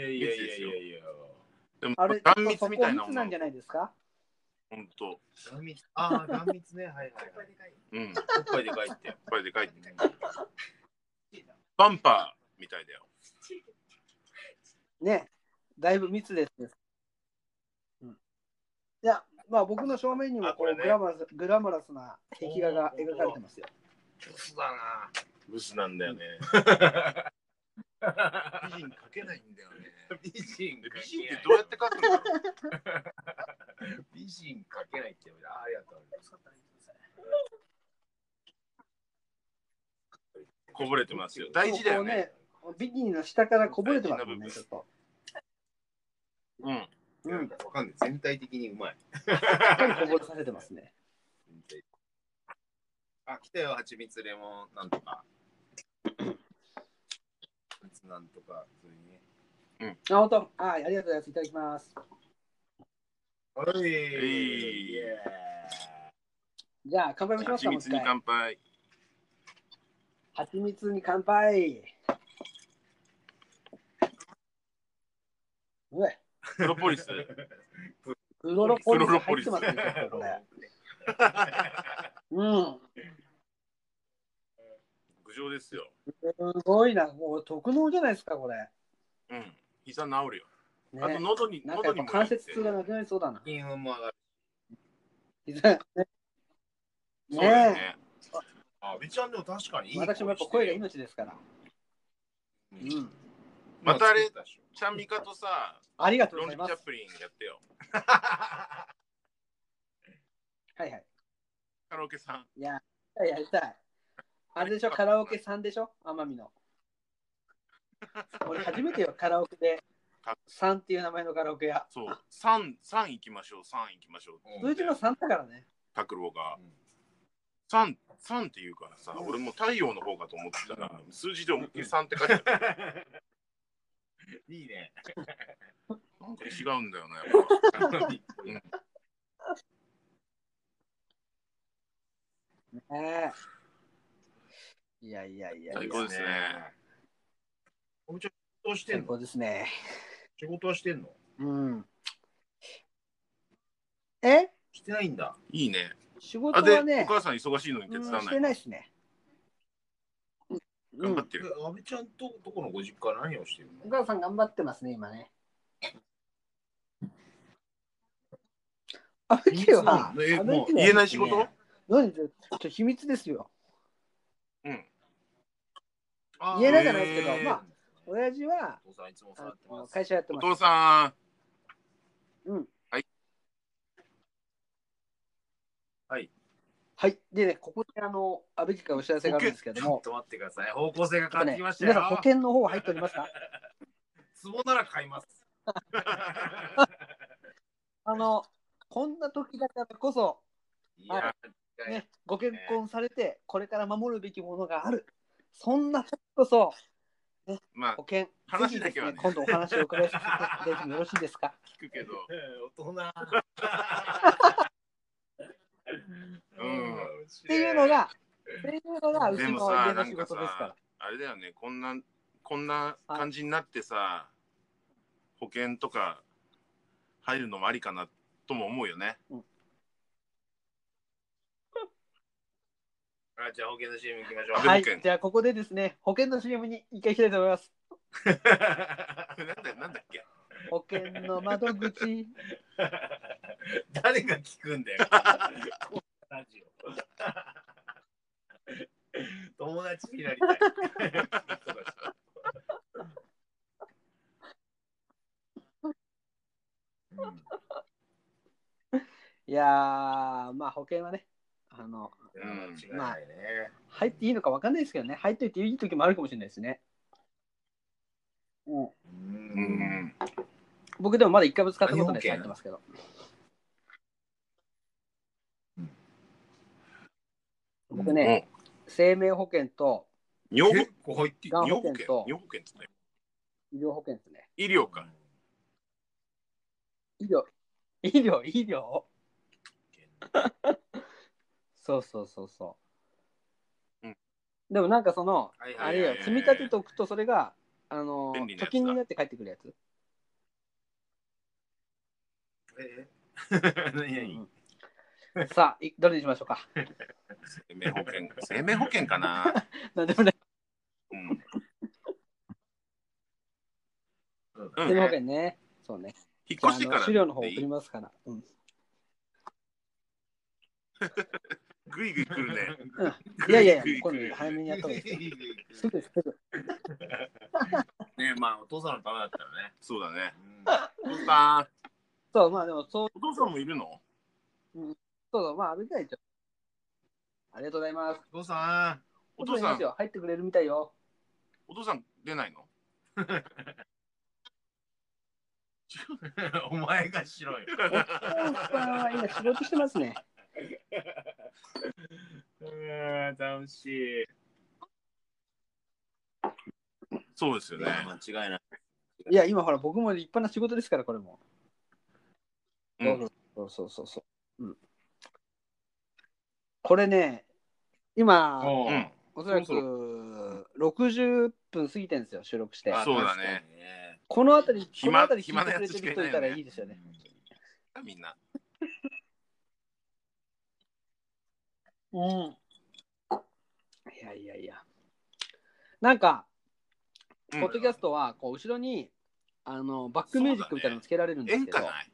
D: いやいや。
E: でも、
C: あれ、
E: 断蜜みたいな
C: そこ
E: も
C: 蜜なん
E: の
C: じ。ゃないですか
E: 本当。
D: 断蜜。 ああ、断蜜ね。はいはいはい。
E: うん。いっ
D: おっぱいでかいって。やっ
E: ぱいでかいって。
D: ぱり
E: バンパーみたいだよ。
C: ね、だいぶ密ですね。うん、いや、まあ僕の正面にも
D: あ
C: こ
D: こ
C: う
D: れね
C: グラマラスグラマラスな壁画が描かれてますよ。
D: ブスだな。
E: ブスなんだよね。美人描けないんだよね。
D: 美人
E: 美人ってどうやって描くんだろう。
D: 美人かけないって言われたあありがとう。
E: こぼれてますよ。大事だよね。
C: こうねビキニの下からこぼれてますもんね、
E: 大事
C: ち
E: な
C: ょっと。
E: うん。
C: う
D: なん
C: ん、
D: かわかんない。全体的にうまい。
C: しっかりこぼれさせてますね。
D: あ、来たよ、蜂蜜レモンなんと か。蜂蜜なんとか、普通にね。
C: あ、本当。はい、ありがとうございます。いただきます。
D: おい、
E: い
D: イエ
C: じゃあ、乾杯もします
E: 蜂
C: か、
E: 蜜に
C: もう一回
E: 乾杯。
C: 蜂蜜に乾杯。うえ、
E: プロポリス。
C: クロロポリ
E: ク
C: ス
E: ロロポ
C: 入っ
E: リ
C: て
E: ス
C: ますね、ちょっとこれ。うん。
E: 牧場ですよ。
C: すごいな、もう特能じゃないですか、これ。
E: うん。膝治るよ。あと
C: ね、
E: 喉に、
C: なんかや
E: 喉
C: っぱ
E: にも
C: 関節
E: いいって
C: 痛がなくなりそうだな。
D: ーイ。金運も上がる。
C: 膝ね
E: そうだよ
C: ね
E: ね。
D: あ、べちゃんでも確かにいい声
C: 私もやっぱ声が
D: してるよ
C: 命ですから。うん。
E: またあれ
D: もう作ったでしょ
E: ちゃんみかとさ、
C: ありがとう
E: ロ
C: ご
E: ン
C: ざい
E: リー・
C: ます
E: チャッ。プリンやってよ。
C: はいはい。
E: カラオケさん。
C: いや、やりたい。あれでしょ、カラオケさんでしょ、奄美の。俺、初めてよ、カラオケで
E: か。
C: さんっていう名前のカラオケ屋。
E: そう。三三行きましょう。三行きましょう。
D: う
C: 数
D: ん
C: 字の3だからね。
E: 拓郎が
D: うん。
E: 三三って言うからさ、
C: うん
E: 俺もう太陽の方かと思ってたら、数字で思いっきり三って書いてある。
D: いいね。
E: なんか違うんだよね。やっ
C: ねえいやいやいやいや
E: 最高ですね。
D: おみちゃん、仕事はして
C: 最
D: んの
C: 高ですね。
D: 仕事はしてんの
C: うん。え
D: してないんだ。
E: ぱいいね。
C: 仕
E: あ、
C: 事
E: で、
C: はね
E: お、母さん忙しいのに手
C: うん
E: 伝わ
C: し
E: な
C: て
E: い。
C: ないですね。う
E: 頑張っ
C: ん。
E: てる。
D: え、阿部ちゃんとどこのご実家は何をしてる
C: お
D: の
C: 母さん頑張ってますね、今ね。阿部家は、
D: え
C: 阿部
D: もう
C: 家は
E: 言えない仕事
C: ね何ちょっと秘密ですよ。
D: あー
C: 言えないじゃないですけど
E: へー
C: まあ親父は
D: お父さんいつも
C: あ
D: 触って
C: の
D: ます。
C: 会社やって
E: お
C: ま
E: 父
C: す。
E: さん。
C: うん。
E: はい。
C: はい。でね、ここであの、安倍家からお知らせがあるんですけど
D: ちょっ
C: も、
D: と待ってください。方向性が
C: ちょっと
D: 変わっ
C: ね
D: てきました
C: 皆さん保
D: よ。
C: 険の方入っておりますか
D: ツボなら買 います。
C: あの、こんな時だからこそ、
D: いや、はい
C: ね、ご結婚されて、これから守るべきものがある。そんな時こそ、
E: まあ
C: 保険、
E: 話だけはね
C: ぜひです今度お話をお伺いさせていただいてもよろしいです か
E: 聞くけど、
D: 大人。
E: うん
C: っていうのが、っていうのが、うちの家の仕事ですから。
E: あれだよね。こんなこんな感じになってさ、保険とか入るのもありかなとも思うよね。
D: あじゃあ保険の CM 行きましょう。
C: は
E: 安倍
C: い
E: 保険、
C: じゃあここでですね、保険の CM に一回行きたいと思います。
E: なんだなんだっけ。
C: 保険の窓口。
D: 誰が聞くんだよ。ラジオ。友達になりたい。うん
C: いやー、まあ保険はね、あの、
E: うん
D: いや間違いないね。
C: 入っていいのか分かんないですけどね、入っといていい時もあるかもしれないですね。うん、
E: う。
D: うん
C: 僕でもまだ一回も使ったことないです、
D: 何
C: 入っ
D: 保険
C: てますけど。僕ね、
E: ね、
C: 生命保険と
E: 尿保
D: 結構入って
C: がん
E: 尿
C: 保
E: 保
C: 険
E: 険、
C: と
E: 尿保険っつったよ。
C: 医療保険ですね。
E: 医療か。
C: 医療、医療、医療。そうそうそうそう。
E: うん
C: でもなんかその、
E: はい
C: あ
E: はいは
C: れ
E: いはい
C: よ、積み立てておくとそれが、あの、
E: 便利なや
C: 貯
E: つだ
C: 金になって帰ってくるやつ。
D: ええ何
C: う
D: 何
C: ん さあ、いどれにしましょうか。
E: 生命保 険、生命保険かな。
C: なんでもない。
E: う
D: う
E: ん。
D: ん
E: う
C: 生命保
E: ん、
C: 険ね。そうね。
E: 引っ
C: じゃあ
E: 越
C: あ
E: して
C: の
E: から
C: 資料の方送
E: でい
C: り
E: い
C: ますから。うん。
E: ぐいぐい来るね。
C: いやいやいや
E: 来る、
C: 今度
E: 来る
C: 早めにやった方がいいですよ。すぐすぐ。
D: ねまあお父さんのためだったらね。
E: そうだね。
D: う
E: お父さん、
C: そう、まあでも、そう、
E: お父さんもいるの？
C: そうそう、まあ、あれじゃあ一応ありがとうございます。
D: んお父さん。
E: お父さん
C: いますよ入ってくれるみたいよ。
E: お父さん出ないの
D: お前がしろよ。
C: お父さんは今仕事してますね。
D: うーん、楽しい。
E: そうですよね。
D: 間違いない。
C: いや、今ほら、僕も立派な仕事ですから、これも。
E: うん、
C: そうそうそうそう。うん、これね、今、
E: うん
D: あ
C: おそら
E: そろ
C: く60分過ぎてるんですよ、収録して。
E: あそうだね。
C: この辺り、こ
E: 暇
C: の辺り聞
E: 暇
C: いて
E: なや
C: くれ
E: つ
C: て
E: しか
C: る
E: い
C: 人
E: ないいよね
C: たらいいですよね。
E: みんな。
C: うん。いやいやいや。なんか、
E: うん
C: ポッドキャストは、こう、後ろに、あの、バックミュージックみたいなのつけられるんで
E: 演
C: すけど、
E: 歌ない。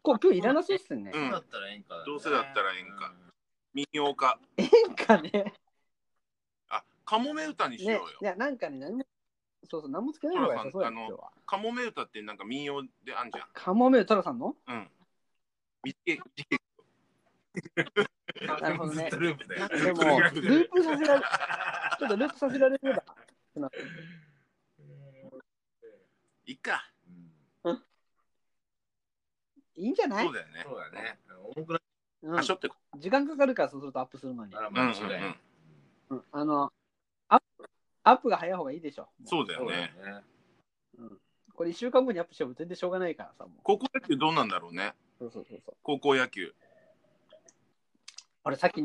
C: こう、今日いらなそうっすね。
E: う
D: 確かにね
E: ん
D: どうだったら演歌だね
E: どうせだったら演歌民謡歌。
C: なんかね、
E: あ、かもめ歌にしよう
C: ね
E: よ。、
C: いや、なんかね、何も、そうそう、何もつけない方が良さそうやね、
E: ほら
C: 今日は。
E: かもめ歌ってなんか民謡であんじゃん。
C: カモメウトラさんの
E: うん。みけ、みけ。
C: なるほどね
E: ずっとループだよ
C: でも、ループさせられ、ちょっとループさせられれば、
E: いっか。
D: うん
C: いいんじゃない
E: そうだよね。
D: そうだね。重くなっ
C: うん
E: あ、しょってこ
C: 時間かかるから、そうするとアップするのに
D: た。ら
E: うんうん
D: 間
E: う
D: 違いない
E: ん。
C: うん、あのアップ、アップが早い方がいいでしょ。
E: そうだ
D: そ
E: よ
D: うだ
E: ね。
D: ね。
C: これ1週間後にアップしても全然しょうがないからさ、もう。
E: 高校野球どうなんだろうね。
C: そうそうそうそう。
E: 高校野球。
C: 俺さっき、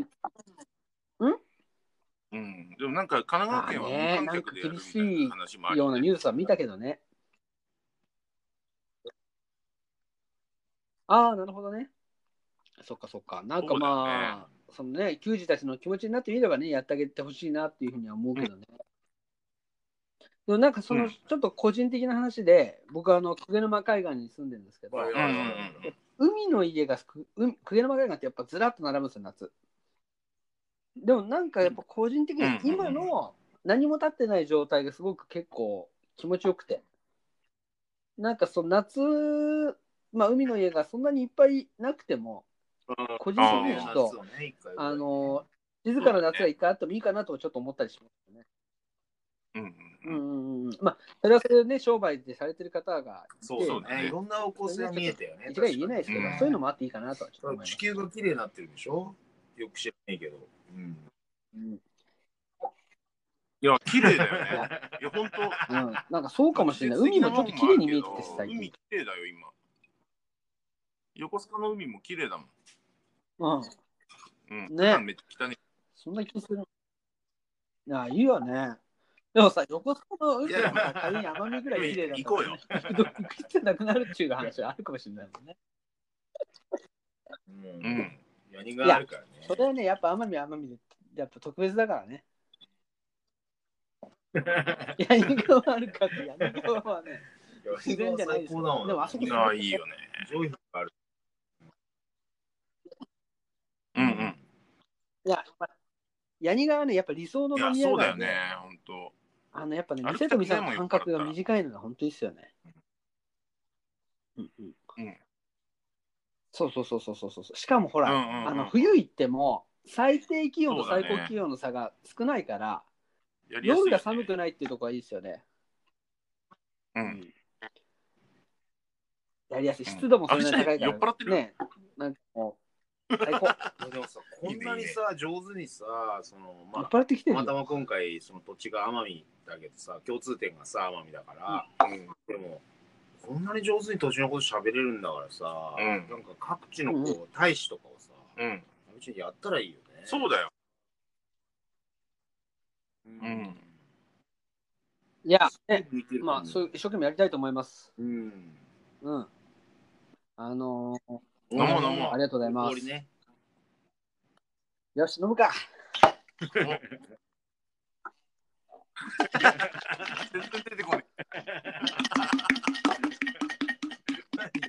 E: うん。でもなんか神奈川県は無観客でやるみたいな話もある
C: よう
E: よ
C: な
E: ね。
C: ニュースは見たけどね。ああ、なるほどね。そっかそっか。なんか
E: そうだよ
C: まあ、そのね、球児たちの気持ちになってみればね、やってあげてほしいなっていうふうには思うけどね。でもなんかその、
E: うん
C: ちょっと個人的な話で、僕はあの、鵠沼海岸に住んでるんですけど、
D: はい
E: うんうんうん
C: 海の家がく海鵠沼海岸ってやっぱずらっと並ぶんですよ夏でもなんかやっぱ個人的に今
E: うん
C: の何も立ってない状態がすごく結構気持ちよくてなんかその夏まあ海の家がそんなにいっぱいなくても個人的にはちょっとあの静かな夏が一回あってもいいかなとちょっと思ったりしますね
E: うん
C: う
E: うんん。
C: うんうんまあそれはそれでね商売でされてる方が
D: そうそう
E: ね
D: ね。いろんなおこせが見えたよね。
C: 一概に言えないですけど、
E: うん
C: そういうのもあっていいかなとはちょっと思います
D: 地球が綺麗になってるでしょよく知らないけど。うん。
C: うん
E: いや、綺麗だ よね。いや、本当。
C: うん、なんかそうかもし れない。海もちょっと綺麗に見えてきて最
E: 海
C: 近。
E: 綺麗だよ、今。横須賀の海も綺麗だもん。
C: うん。
E: うん。
C: ね
E: めっちゃ汚い。
C: そんな気する。いや、いいよね。でもさ、横須賀の海はさ、仮に奄美ぐらい綺麗だったら
E: 行こうよ。
C: どっ行ってなくなるっていう話はあるかもしれないもんね。
D: う
E: うんん。
D: やりがいあるからね。
C: それはね、やっぱ奄美は奄美で、やっぱ特別だからね。やりがはあるかって、やりがはね。自然じゃないです
D: 最
C: よ
D: 高だもん。
C: でもあそこ
E: いや、いいよね。
D: 上位がある。
E: うんうん。
C: いや、まあヤニがはね、やっぱ理想の
E: いや
C: 飲、み屋
E: そうだ
C: な
E: よ
C: んで
E: ね、本当。
C: あの、やっぱね、
E: 歩きた
C: 店と
E: くね
C: 店の間隔が短いのが本当にいいっすよね。うんうん。
E: うん
C: そうそうそうそうそうそう。しかもほら、
E: うんうんうん
C: あの冬行っても最低気温と
E: そうだ
C: 最
E: ね
C: 高気温の差が少ないから、
E: やりやすい、
C: 夜が寒くないっていうところはいいですよね。
E: うん。
C: やりやすい。湿度もそれなりに高いから、
E: あれじゃない酔っ払ってる
C: ね。なんかもう、最高。
D: でもさ、こんなにさ、上手にさ、その、
C: 酔
D: まあ
C: っ、払ってきて
D: た
C: る
D: また
C: よ。
D: ま今回その土地が奄美だけどさ共通点がさ奄美だから、でもこんなに上手に土地のこと喋れるんだからさ、
E: うん
D: なんか各地のこう、大使とかをさ
E: うん。
D: うちにやったらいいよね
E: そうだよ。
D: う
E: うん
C: いや、ね、
D: 見てる
C: まあ、そういう一生懸命やりたいと思います。
D: うん
C: うん。あのー
E: 飲もう飲も
C: ありがとうございます。
D: 氷ね
C: よし、飲むか。
E: 全然出てこない。
D: い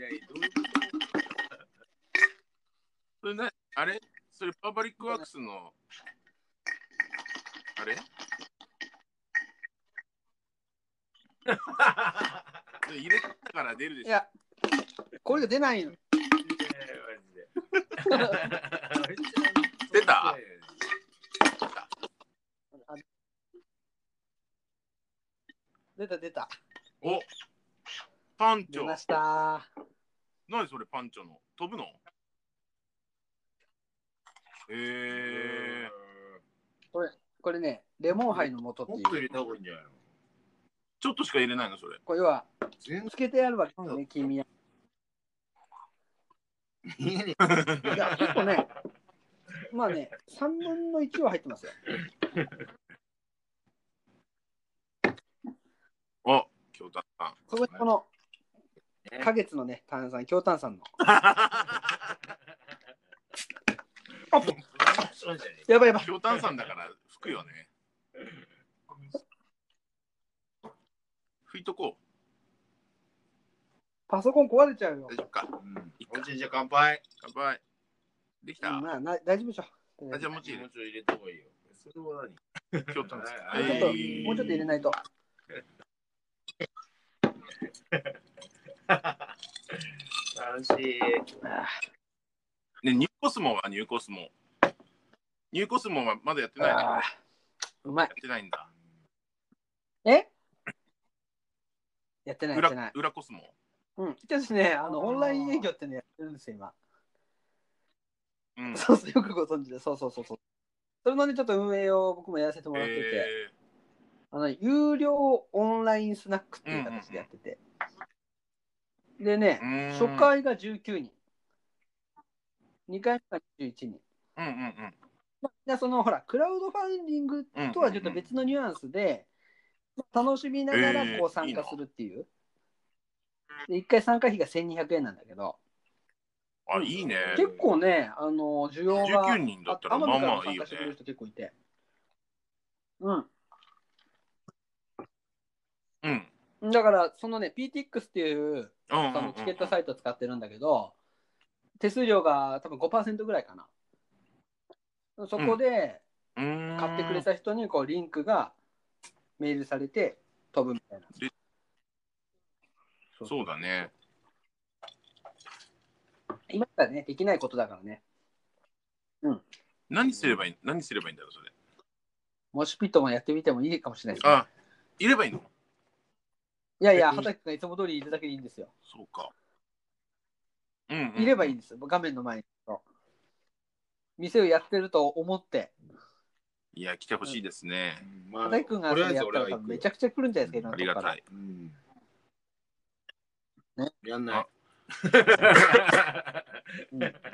D: やいやどういうこ
E: それね、あれそれパーバリックワークスの。あれそれ入れたから出るで
C: い
E: しょ。
C: や、これが出ないの。
D: といやいやマジで
E: 出た
D: いやいや
C: 出た出た。
E: おパンチ
C: 出
E: ョ
C: ま。した。
E: 何それパンチョの飛ぶのえー、
C: これね、レモンハイの素って
D: もっ
C: い
D: と
C: う。
D: 入れた方がいいんじゃないの
E: ちょっとしか入れないのそれ。
C: これ要は、
D: 全然
C: つけてあるわけですね、君は。
D: 見えね
C: いや、結構ね、まあね、3分の1は入ってますよ。
E: あ京太さん。
C: そこにこの、花月のね、炭酸、強炭酸の。
D: あっそうじゃね
C: やばいやばい。
E: 京丹さんだから吹くよね。吹いとこう。
C: パソコン壊れちゃうよ
E: 大。丈夫か
D: え。。うん。おじいじゃあ乾杯。
E: 乾杯。できた。
C: うんまあ、な大丈夫でしょ。
E: あじゃあも
D: もう
E: ち
D: ちょ
E: 入
D: い
E: れ
D: 入れた方がいいよ。それは何
E: 京丹さん。
D: あ
C: ちょっともうちょっと入れないと。
D: 楽しい。
E: ね、ニューコスモはニューコスモ。ニューコスモはまだやってないのや
C: あーうまい。
E: ってないんだ。
C: えやってない、やってな
E: 裏
C: い。
E: 裏コスモ。
C: うん。私ね、あの、オンライン営業ってね、やってるんですよ、今。
E: うん。
C: そうそう、よくご存知で、そうそうそうそう。それのね、ちょっと運営を僕もやらせてもらってて、
E: え
C: あの、有料オンラインスナックっていう形でやってて。でね
E: ー、う、ーん
C: 初。回が19人、2回目が21人。
E: うんうんうん。
C: でそのほら、クラウドファンディングとはちょっと別のニュアンスで、楽しみながらこう参加するっていう。で1回参加費が1200円なんだけど、
E: あ、いいね。
C: 結構ね、あの需要が
E: 19人だったら
C: あ奄
E: ま
C: 美
E: あ
C: から
E: ま
C: も
E: あいい
C: 参
E: よ
C: 加してくれる
E: ね。
C: 人結構いて。うん。
E: うん。
C: だから、そのね、PTX っていう
E: うんうん
C: そ
E: うんう
C: の
E: ん、
C: チケットサイト使ってるんだけど、手数料が多分5%ぐらいかな。そこで買
E: 買
C: ってくれた人にこうリンクがメールされて飛ぶみたいな。
E: でそうだね。
C: 今からね、できないことだからね。
E: 何すればいい何すればいいんだろうそれ。
C: モシュピットもやってみてもいいかもしれないですね。
E: あ、いればいいの
C: いやいや、
E: 別に
C: 畑君がいつも通りいるだけでいいんですよ。
E: そうか。うんうん、
C: いればいいん
E: い。
C: ですよ、画面の前に。店をやってると思って、
E: いや、来てほしいですね。
D: ま
C: 畑君がそ
D: とりあ
C: れ
D: え
C: やった
D: ず俺
C: ら多
D: は行
C: 分
D: く
C: め
D: よ
C: ちゃくちゃ来るんじゃないですか、いろん
E: あ
C: な
E: り
C: とこ
E: が
C: から
E: たい。
D: うん
C: ね
D: やんない。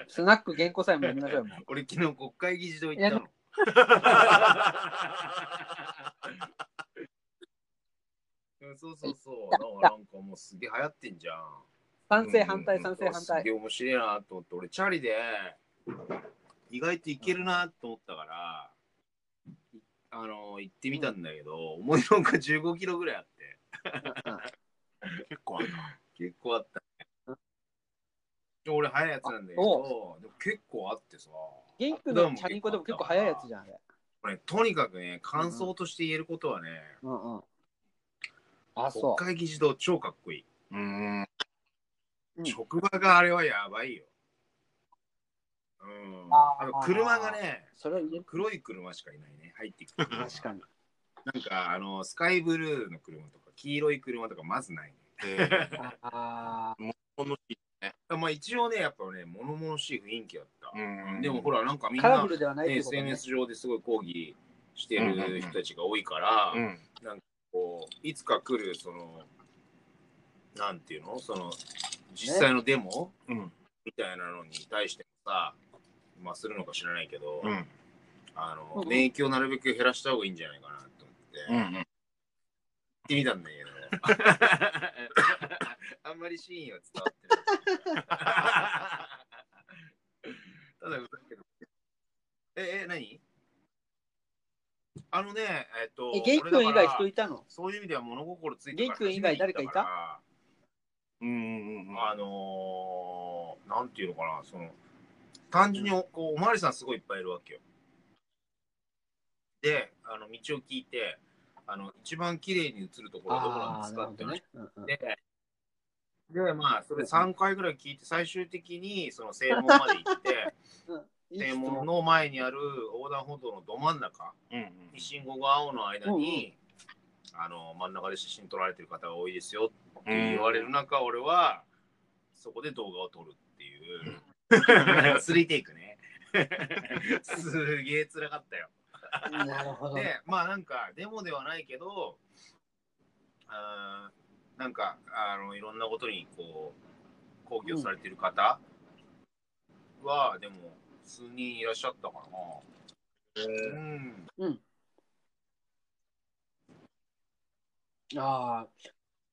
C: スナック原稿さえもやりましょうよ。もう
D: 俺昨日国会議事堂行ったの。 そうそうそう。なんかもうすげえ流行ってんじゃん。
C: 賛成反対、
E: うんうん
C: 賛成反対
D: すげ。え面白いなと思って、俺チャリで意外といけるなと思ったから、いあの行ってみたんだけど、思いのほか15キロぐらいあって、
E: 結構あるな。
D: 結構あった。で俺早いやつなんだけど、でも結構あってさ。
C: 元気のチャリンコでも結構早いやつじ
D: ゃん。
C: ゃん、あれ。
D: これとにかくね、感想として言えることはね、
C: うんうん。あ、
D: 国
C: そう。
D: 会議事堂超かっこいい。
E: うーん。
C: うん
D: 職場があれはやばいよ。うん。
C: あー
D: あの車がね、
C: それは言え
D: 黒い車しかいないね、入ってきて。
C: る 確かに。
D: なんか、あの、スカイブルーの車とか、黄色い車とか、まずないね。
E: えー、
C: あ
E: この日
D: まあ、一応ね、やっぱね、物々しい雰囲気だった。
E: うん
D: でも、ほら、なんかみ
C: ー
D: ん
C: カラ
D: な、
C: フルではない
D: ね、
C: ってことね。
D: SNS 上ですごい抗議してる人たちが多いから、
E: うん。
D: こういつか来る、その、なんていうのその、実際のデモ、
E: うん
D: みたいなのに対してもさ、まあ、するのか知らないけど、
E: うん。
D: あ
C: うん
D: の
C: う、ん
D: 免疫をなるべく減らした方がいいんじゃないかなと思って。
E: うんうん。
D: 行ってみたんだけど。 あんまりシーンは伝わって ない。ただ歌ってる。え、え、 何あのね、えっと、
C: え、元気の以外人
D: 俺だから
C: いたの
D: そういう意味では物心ついてから
C: 元気以外誰かいた
D: 初めて行っ
E: うんうんう
D: た
E: ん。
D: からあのー、なんていうのかな、その、単純におこうおまわりさんすごいいっぱいいるわけよ。で、あの道を聞いて、あの一番綺麗に映るところはどこなんで
C: ああ、
D: す
C: なる
D: かっ
C: ほ
D: て
C: ど
D: 話
C: ね。うんうん
D: で、で、まあ、それ3回ぐらい聞いて、最終的に、その正門まで行 って、
C: いい
D: 正
C: 質
D: 門
C: 問
D: の前にある横断歩道のど真ん中、
E: うんうん
D: に信号が青の間に、あの真ん中で写真撮られてる方が多いですよって言われる中、俺はそこで動画を撮るっていう、 スリーテイクねすげえ辛かったよ
C: なるほど。
D: でまあなんかデモではないけどあーなんかあのいろんなことにこう抗議をされてる方は、でも数人いらっしゃったかな、うん、
C: ああ。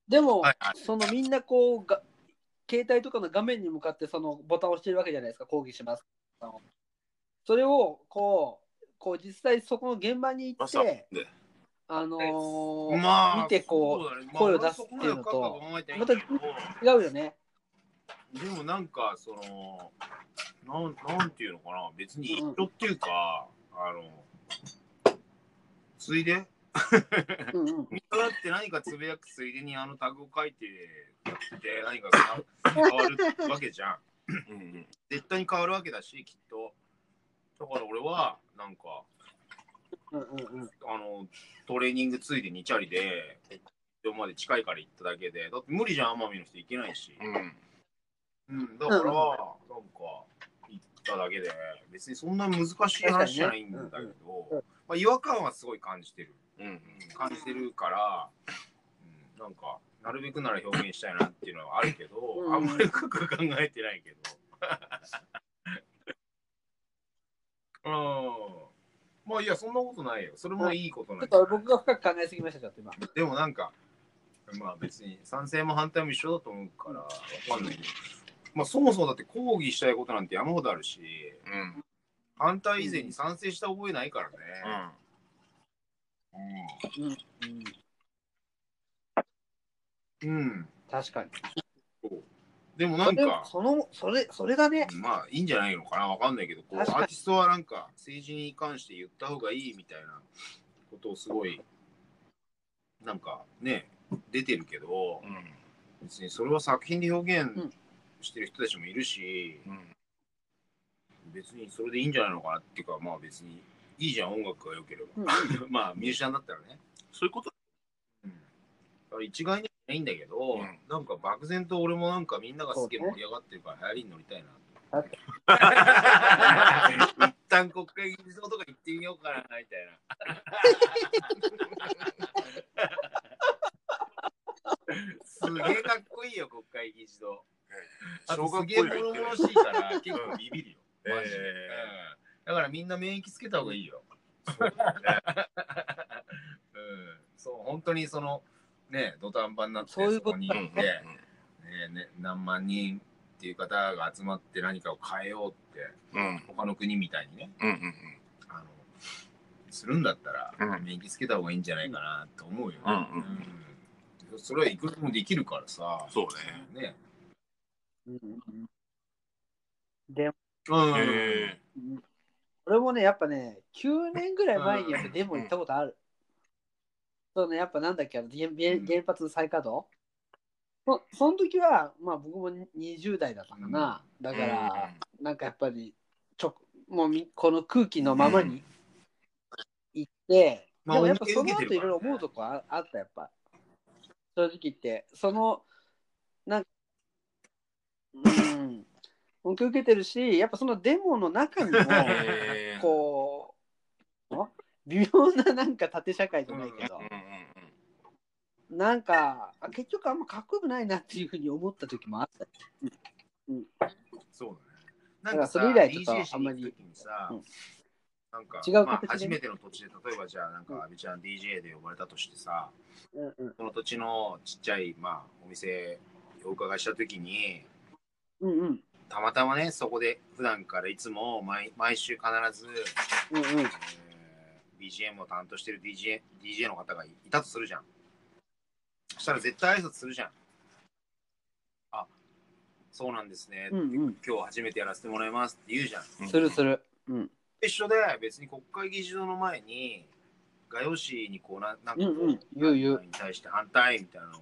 C: でも、
D: はいはい
C: そのみんなこうが、携帯とかの画面に向かってそのボタンを押してるわけじゃないですか、抗議します。それをこう、こう実際そこの現場に行
E: ま
C: っ
E: さ
C: て、
E: で
C: あのー
D: まあ
C: 見てこ
D: そうだね
C: 声を出すっていうのとまた
D: ま
C: う、違うよね。
D: でもなんかそのなんなんていうのかな別に一緒っていうか、あのついで
C: うんうん。
D: みんなだって何かつぶやくついでにあのタグを書いてやって何かさ変わるわけじゃん
E: うんうん
D: 絶対に変わるわけだしきっとだから俺はなんか
C: うんうんうん。
D: あのトレーニングついでにチャリでここまで近いから行っただけでだって無理じゃん奄美の人行けないし、
E: うん
D: うん、だから、
C: うん
D: なんか、行っただけで、別にそんな難しい話じゃないんだけど、
C: 確うんうん
D: まあ、違和感はすごい感じてる。
E: うん
D: 感じてるから、うん、なんか、なるべくなら表現したいなっていうのはあるけど、
C: うん
D: あんまり深く考えてないけ ど。うん。まあ、いや、そんなことないよ。それもいいことなん
C: ちょっ
D: だ
C: と僕が深く考えすぎました、ちょっと今。
D: でもなんか、まあ別に賛成も反対も一緒だと思うから、わかんないけど。まあそもそもだって抗議したいことなんて山ほどあるし、
E: うん
D: 反対以前に賛成した覚えないからね。
E: うん
C: うん、
D: うん。
C: 確かに。
D: そうでもな
C: そ
D: ん
C: れ
D: か、
C: その、それ、それだね。
D: まあいいんじゃないのかな、わかんないけど、こうア
C: 確かに
D: ーティストはなんか政治に関して言った方がいいみたいなことをすごい、なんかね、出てるけど、
E: うん
D: 別にそれは作品で表現
C: うん
D: してる人たちもいるし、
E: うん
D: 別にそれでいいんじゃないのかなっていうかまあ別にいいじゃん音楽が良ければ
C: うん
D: まあミュージシャンだったらね、
E: そういうこと
D: うん、だから一概にはいいんだけど、
E: うん
D: なんか漠然と俺もなんかみんなが好きで盛り上がってるから流行りに乗りたいな
C: だっ
D: 一旦国会議事堂とか行ってみようかなみたいなすげえかっこいいよ国会議事堂あとすげえ物々しいから結構ビビるよマジで、
E: え
D: うんだからみんな免疫つけた方がいいよ。 うん、そう本当にそのね土壇場になって
C: そういう
D: そ
C: こと
D: こに
E: う
D: 行
E: ん
D: っ
E: うん
D: て、ねね、何万人っていう方が集まって何かを変えようって
E: うん
D: 他の国みたいにね
E: うんうん
D: あのするんだったら
E: うん
D: 免疫つけた方がいいんじゃないかなと思うよ、
E: うんう
D: うんんそれはいくらでもできるからさ
E: そうね
D: ね
C: うんうんうんでも、
D: うん
E: え
C: うん俺もね、やっぱね、9年ぐらい前にやっぱデモ行ったことある。そうね、やっぱなんだっけ、あの原原原発の再稼働そその時は、まあ僕も20代だったかな。だから、なんかやっぱり、ちょもうみこの空気のままに行って、
D: まあ
C: でもやっぱそ
D: 恩恵
C: の
D: 受
C: 後
D: けて
C: い
D: る
C: ろい
D: から
C: ろ思
D: ね
C: うとこああった、やっぱ。正直言って、その、なんか、うん、恩恵受けてるし、やっぱそのデモの中 にも、
E: え
C: こう、ん微妙ななんか縦社会じゃないけど
E: うん、うん
C: なんか、あ結局あんまかっこよくないなっていうふうに思った時もあった。だか
D: そうだね。なんからさ、
C: それ以来ちょっと
D: DJ し
C: あんまり
D: に行く時にさ、
C: うん
D: なんか、
C: 違う形でね
D: まあ、初めての土地で、例えばじゃあ、なんか、阿部ちゃん DJ で呼ばれたとしてさ、
C: うんうん
D: その土地のちっちゃい、まあ、お店をお伺いしたときに、
C: うんうん
D: たまたまね、そこで普段からいつも毎毎週必ず、
C: うんうん
D: えー BGM を担当してる DJ, DJ の方がいたとするじゃん。そしたら絶対挨拶するじゃん。あ、そうなんですね。
C: うん
D: 今日初めてやらせてもらいますって言うじゃん。
E: うん
C: するする。うん
D: 一緒で別に国会議事堂の前に画用紙にこうななんかこ
C: うんうん言う言う
D: に対して反対みたいなのを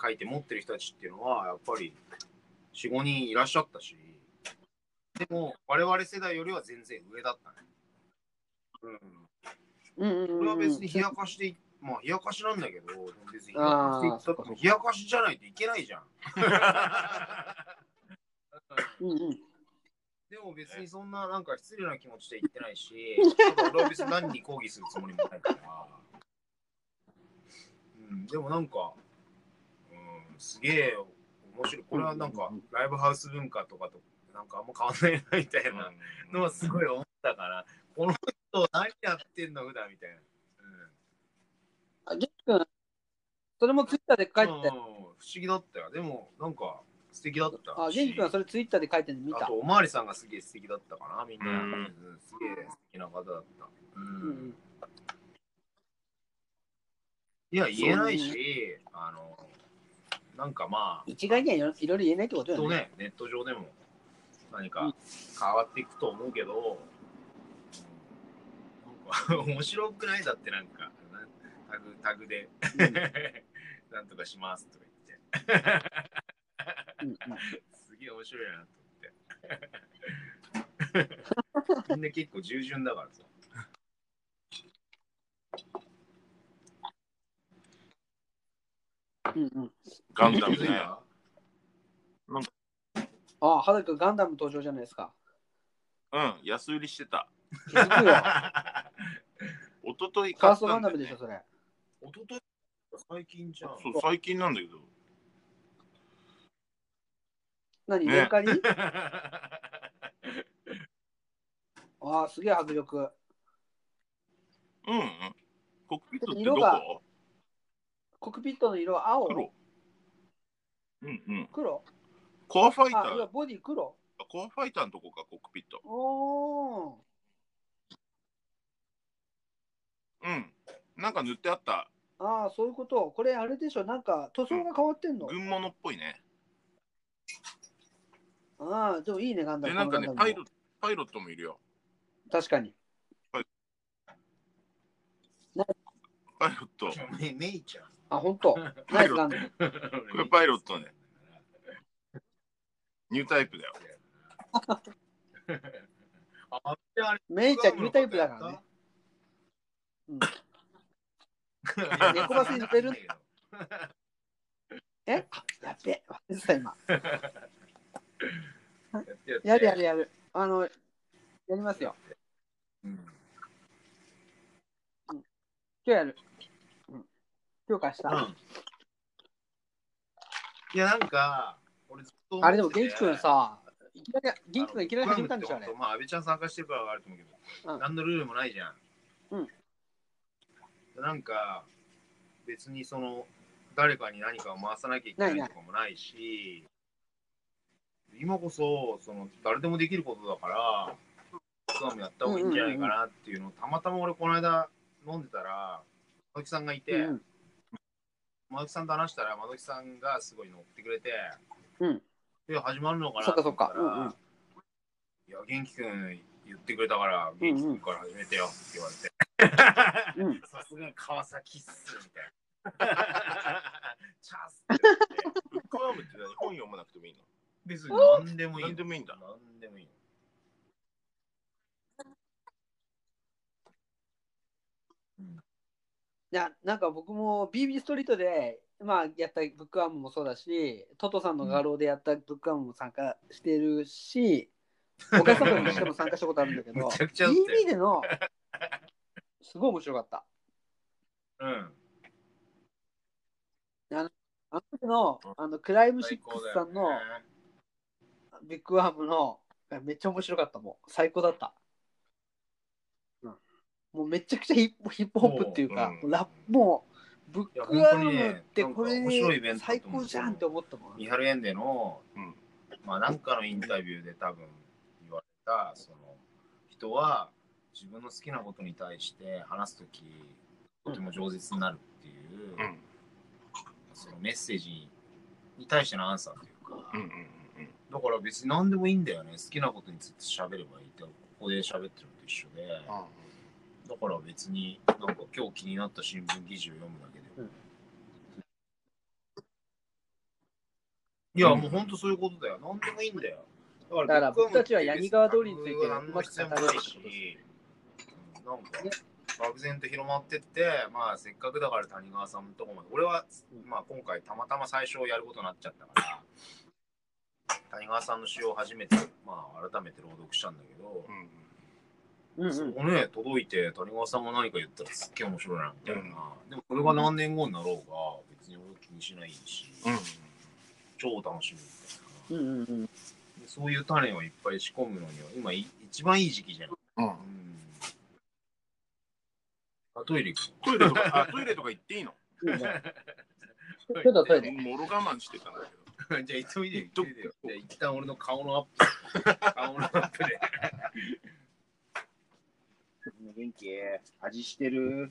D: 書いて持ってる人たちっていうのはやっぱり45人いらっしゃったしでも我々世代よりは全然上だったね。う
C: う
D: ん、
C: んうん
D: これ
C: う
D: は
C: んうん
D: 別に冷やかしてまあ、冷やかしなんだけど、別に冷や
C: あー
D: かしだって冷やかしじゃないといけないじゃん。
C: うんうん。
D: でも別にそんななんか失礼な気持ちで言ってないし、ただ俺は別に何に抗議するつもりもないから。うん、でもなんか、うん、すげえ面白い。これはなんかライブハウス文化とかとなんかあんま変わんないなみたいなのはすごい思ったから、この人何やってんの普段みたいな。
C: あ、ジェフ君、それもツイッターで書
D: う
C: い
D: ん、うん
C: て
D: 不思議だったよ。でもなんか素敵だった
C: た。あ、ジェフ君はそれツイッターで書いてるの見
D: あ
C: た
D: と。おまわりさんがすげえ素敵だったかな、みんな。
E: う
D: うんん、すげえ素敵な方だった。うん
C: うんうん
D: いや、言えないし、あの、なんかまあ、
C: 一概にはいろいろ言えないってこと
D: きっ
C: よね
D: と。ね、ネット上でも何か変わっていくと思うけど、なんか面白くないだってなんか、なんタグタグで、 なんとかしますとか言って。
C: うんうん
D: すげえ面白いなと思って。 みんな結構従順だからさ。
C: うんうんうん
E: ガンダムね。
C: あ、はだかガンダム登場じゃないですか。
E: うん、安売りしてた。
C: 気づ くよ。
E: 一昨日
C: ファ
E: 買
C: ー
E: っ
C: スト
E: た
C: ガ
E: ん
C: ン
E: だ
C: ダ
E: よ
C: ム
E: ね
C: でしょ、それ。
D: おととい最近じゃん。
E: そう、最近なんだけど。
C: 何、
E: ね
C: メルカリあー、すげえ迫力。
E: うん、うん。コックピットってど
C: 色が
E: こ
C: コックピットの色、青、黒
E: 黒。うんうん。
C: 黒
E: コアファイタ
C: あ、いや、
E: ー、
C: ボディ黒。
E: コアファイターのとこか、コックピット。
C: おー。
E: うん。なんか塗ってあった、
C: ああ、そういうこと。これ、あれでしょ、なんか塗装が変わってんの。
E: 軍物っぽいね。
C: ああ、でもいいね、ガンダ
E: で、
C: ム。
E: なんかね
C: こ、のガ
E: パ
C: ン
E: イ
C: ダム
E: ロパイロットもいるよ。
C: 確かに。
E: パイロット。
D: めめいちゃん。
C: あ、本 当。ナイスガンダム。
E: これパイロットね。ニュータイプだよ。
D: あれあれ
C: メイちゃん、ニュータイプだからね。うん猫バスに乗ってるえあやっべ、忘れてた、今。やるやるやる。あの、やりますよ。
D: うん
C: 今日やる。うん、今日かした。
D: うんいや、なんか、俺ずっと思ってて
C: あれでも、元気くんさ、いきなり、元気くんいきなり始めたんでしょ、あれ
D: あの。まあ、安倍ちゃん参加してるからあると思うけど、
C: うん
D: 何のルールもないじゃん。
C: うん
D: なんか、別にその、誰かに何かを回さなきゃいけないとかもないし、今こそ、その、誰でもできることだから、そうもやった方がいいんじゃないかなっていうのを、たまたま俺、この間飲んでたら、鈴木さんがいて、
C: うん、
D: マドキさんと話したら、マドキさんがすごい乗ってくれて、
C: うん
D: で、始まるのかな
C: そっか
D: と
C: そ
D: 思
C: っ
D: っ
C: か
D: た、
C: らうんうん
D: いや、元気くん言ってくれたから、
C: うんうん
D: 元気くんから始めてよって言われて、
C: うん、
D: さすが川崎っす、みたい な。チャスって言って
E: ブックワームって何本読まなくてもいいの
D: 別に何でもいいの。
E: 何でもいいんだ
D: 何でもいいの。
C: いやなんか僕も BB ストリートで、まあ、やったブックアームもそうだしトトさんの画廊でやったブックアームも参加してるし、お客様としても参加したことあるんだけ ど
D: むちゃくちゃだって
C: BB でのすごい面白かった
D: うん。
C: あの時のあのクライムシッ
D: 最
C: ク
D: 高だ
C: スさ
D: よ
C: ん
D: ね
C: のビッグアームのめっちゃ面白かったもう最高だった、うん、もうめちゃくちゃヒップヒップホップっていうか、
E: うん
C: ラップもうブックアームって
D: いや本
C: こ
D: 当
C: れ
D: にねなんか面白いイベン
C: で
D: トだ
C: 最
D: と思う
C: 高じゃんって思ったもん
D: ミハルエンデの、
E: うん
D: まあなんかのインタビューで多分言われたその人は自分の好きなことに対して話すときとても饒舌になるっていう、
E: うん。
D: そのメッセージに対してのアンサーというか、
E: うんうんうん
D: だから別に何でもいいんだよね好きなことについて喋ればいいってここで喋ってるのと一緒でだから別になんか今日気になった新聞記事を読むだけで、
C: うん
D: いやもう本当そういうことだよ何でもいいんだよだか
C: だから僕たちは八木川通りについて
D: 何の必要もないし、うんなんか
C: ね
D: 漠然と広まってって、まあ、せっかくだから谷川さんのとこまで、俺は、まあ、今回たまたま最初やることになっちゃったから、谷川さんの詩を初めて、まあ、改めて朗読したんだけど、
E: うん
C: うん
D: そ
C: うん
D: こね、届いて、谷川さんが何か言ったらすっげえ面白いな、みたいな。でも、これが何年後になろうが、別に俺気にしないし、
E: うん
D: 超楽しみみたい
C: うんうんうん
D: な。でそういう種をいっぱい仕込むのには、今い、一番いい時期じゃん。
E: うん
D: うん。あ、トイレ行く。
E: トイレとかあトイレとか行っていいの
C: いいねちょっと トイレ
E: もろ我慢してたんだけ ど
D: じゃあ、急いで、
E: ど
D: 急いでよ。じゃあ、一旦俺の顔のアッ プ。顔のアップで。
C: 元気味してる。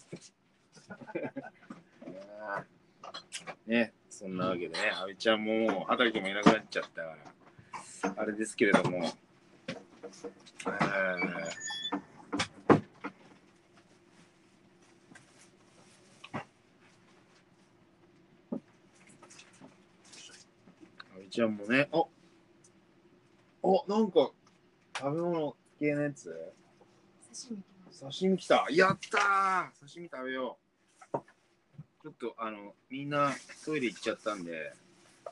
D: ね、そんなわけでね、阿部ちゃんももう、畑君もいなくなっちゃったから、あれですけれども、えー阿部ちゃんもね、おおなんか、食べ物系のやつ
A: 刺身きます。
D: 刺身来たやったー刺身食べようちょっとあのみんなトイレ行っちゃったんで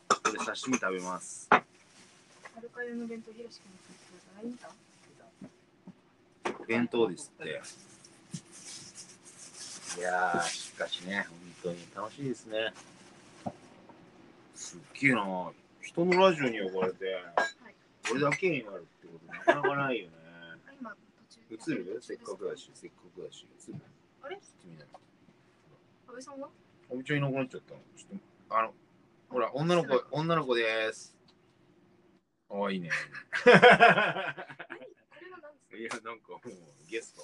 D: ここで刺身食べます
A: アルカ用の弁当ひろしくんに作ってください。見た
D: 弁当ですっていやーしかしね本当に楽しいですねすっげえな人のラジオに呼ばれて
A: い
D: 俺だけになるってことなかなかないよね
A: あ今途中
D: 映るせっかくだしせっかくだし映る
A: あれ
D: ちょっと見ない
A: 安倍さんは
D: おびちゃんいなくなっちゃったの。ちょっと、あの、ほら、女の子、女の子です。かわいいね。いや、
A: 何これは何ですか
D: なんかもう、ゲスト。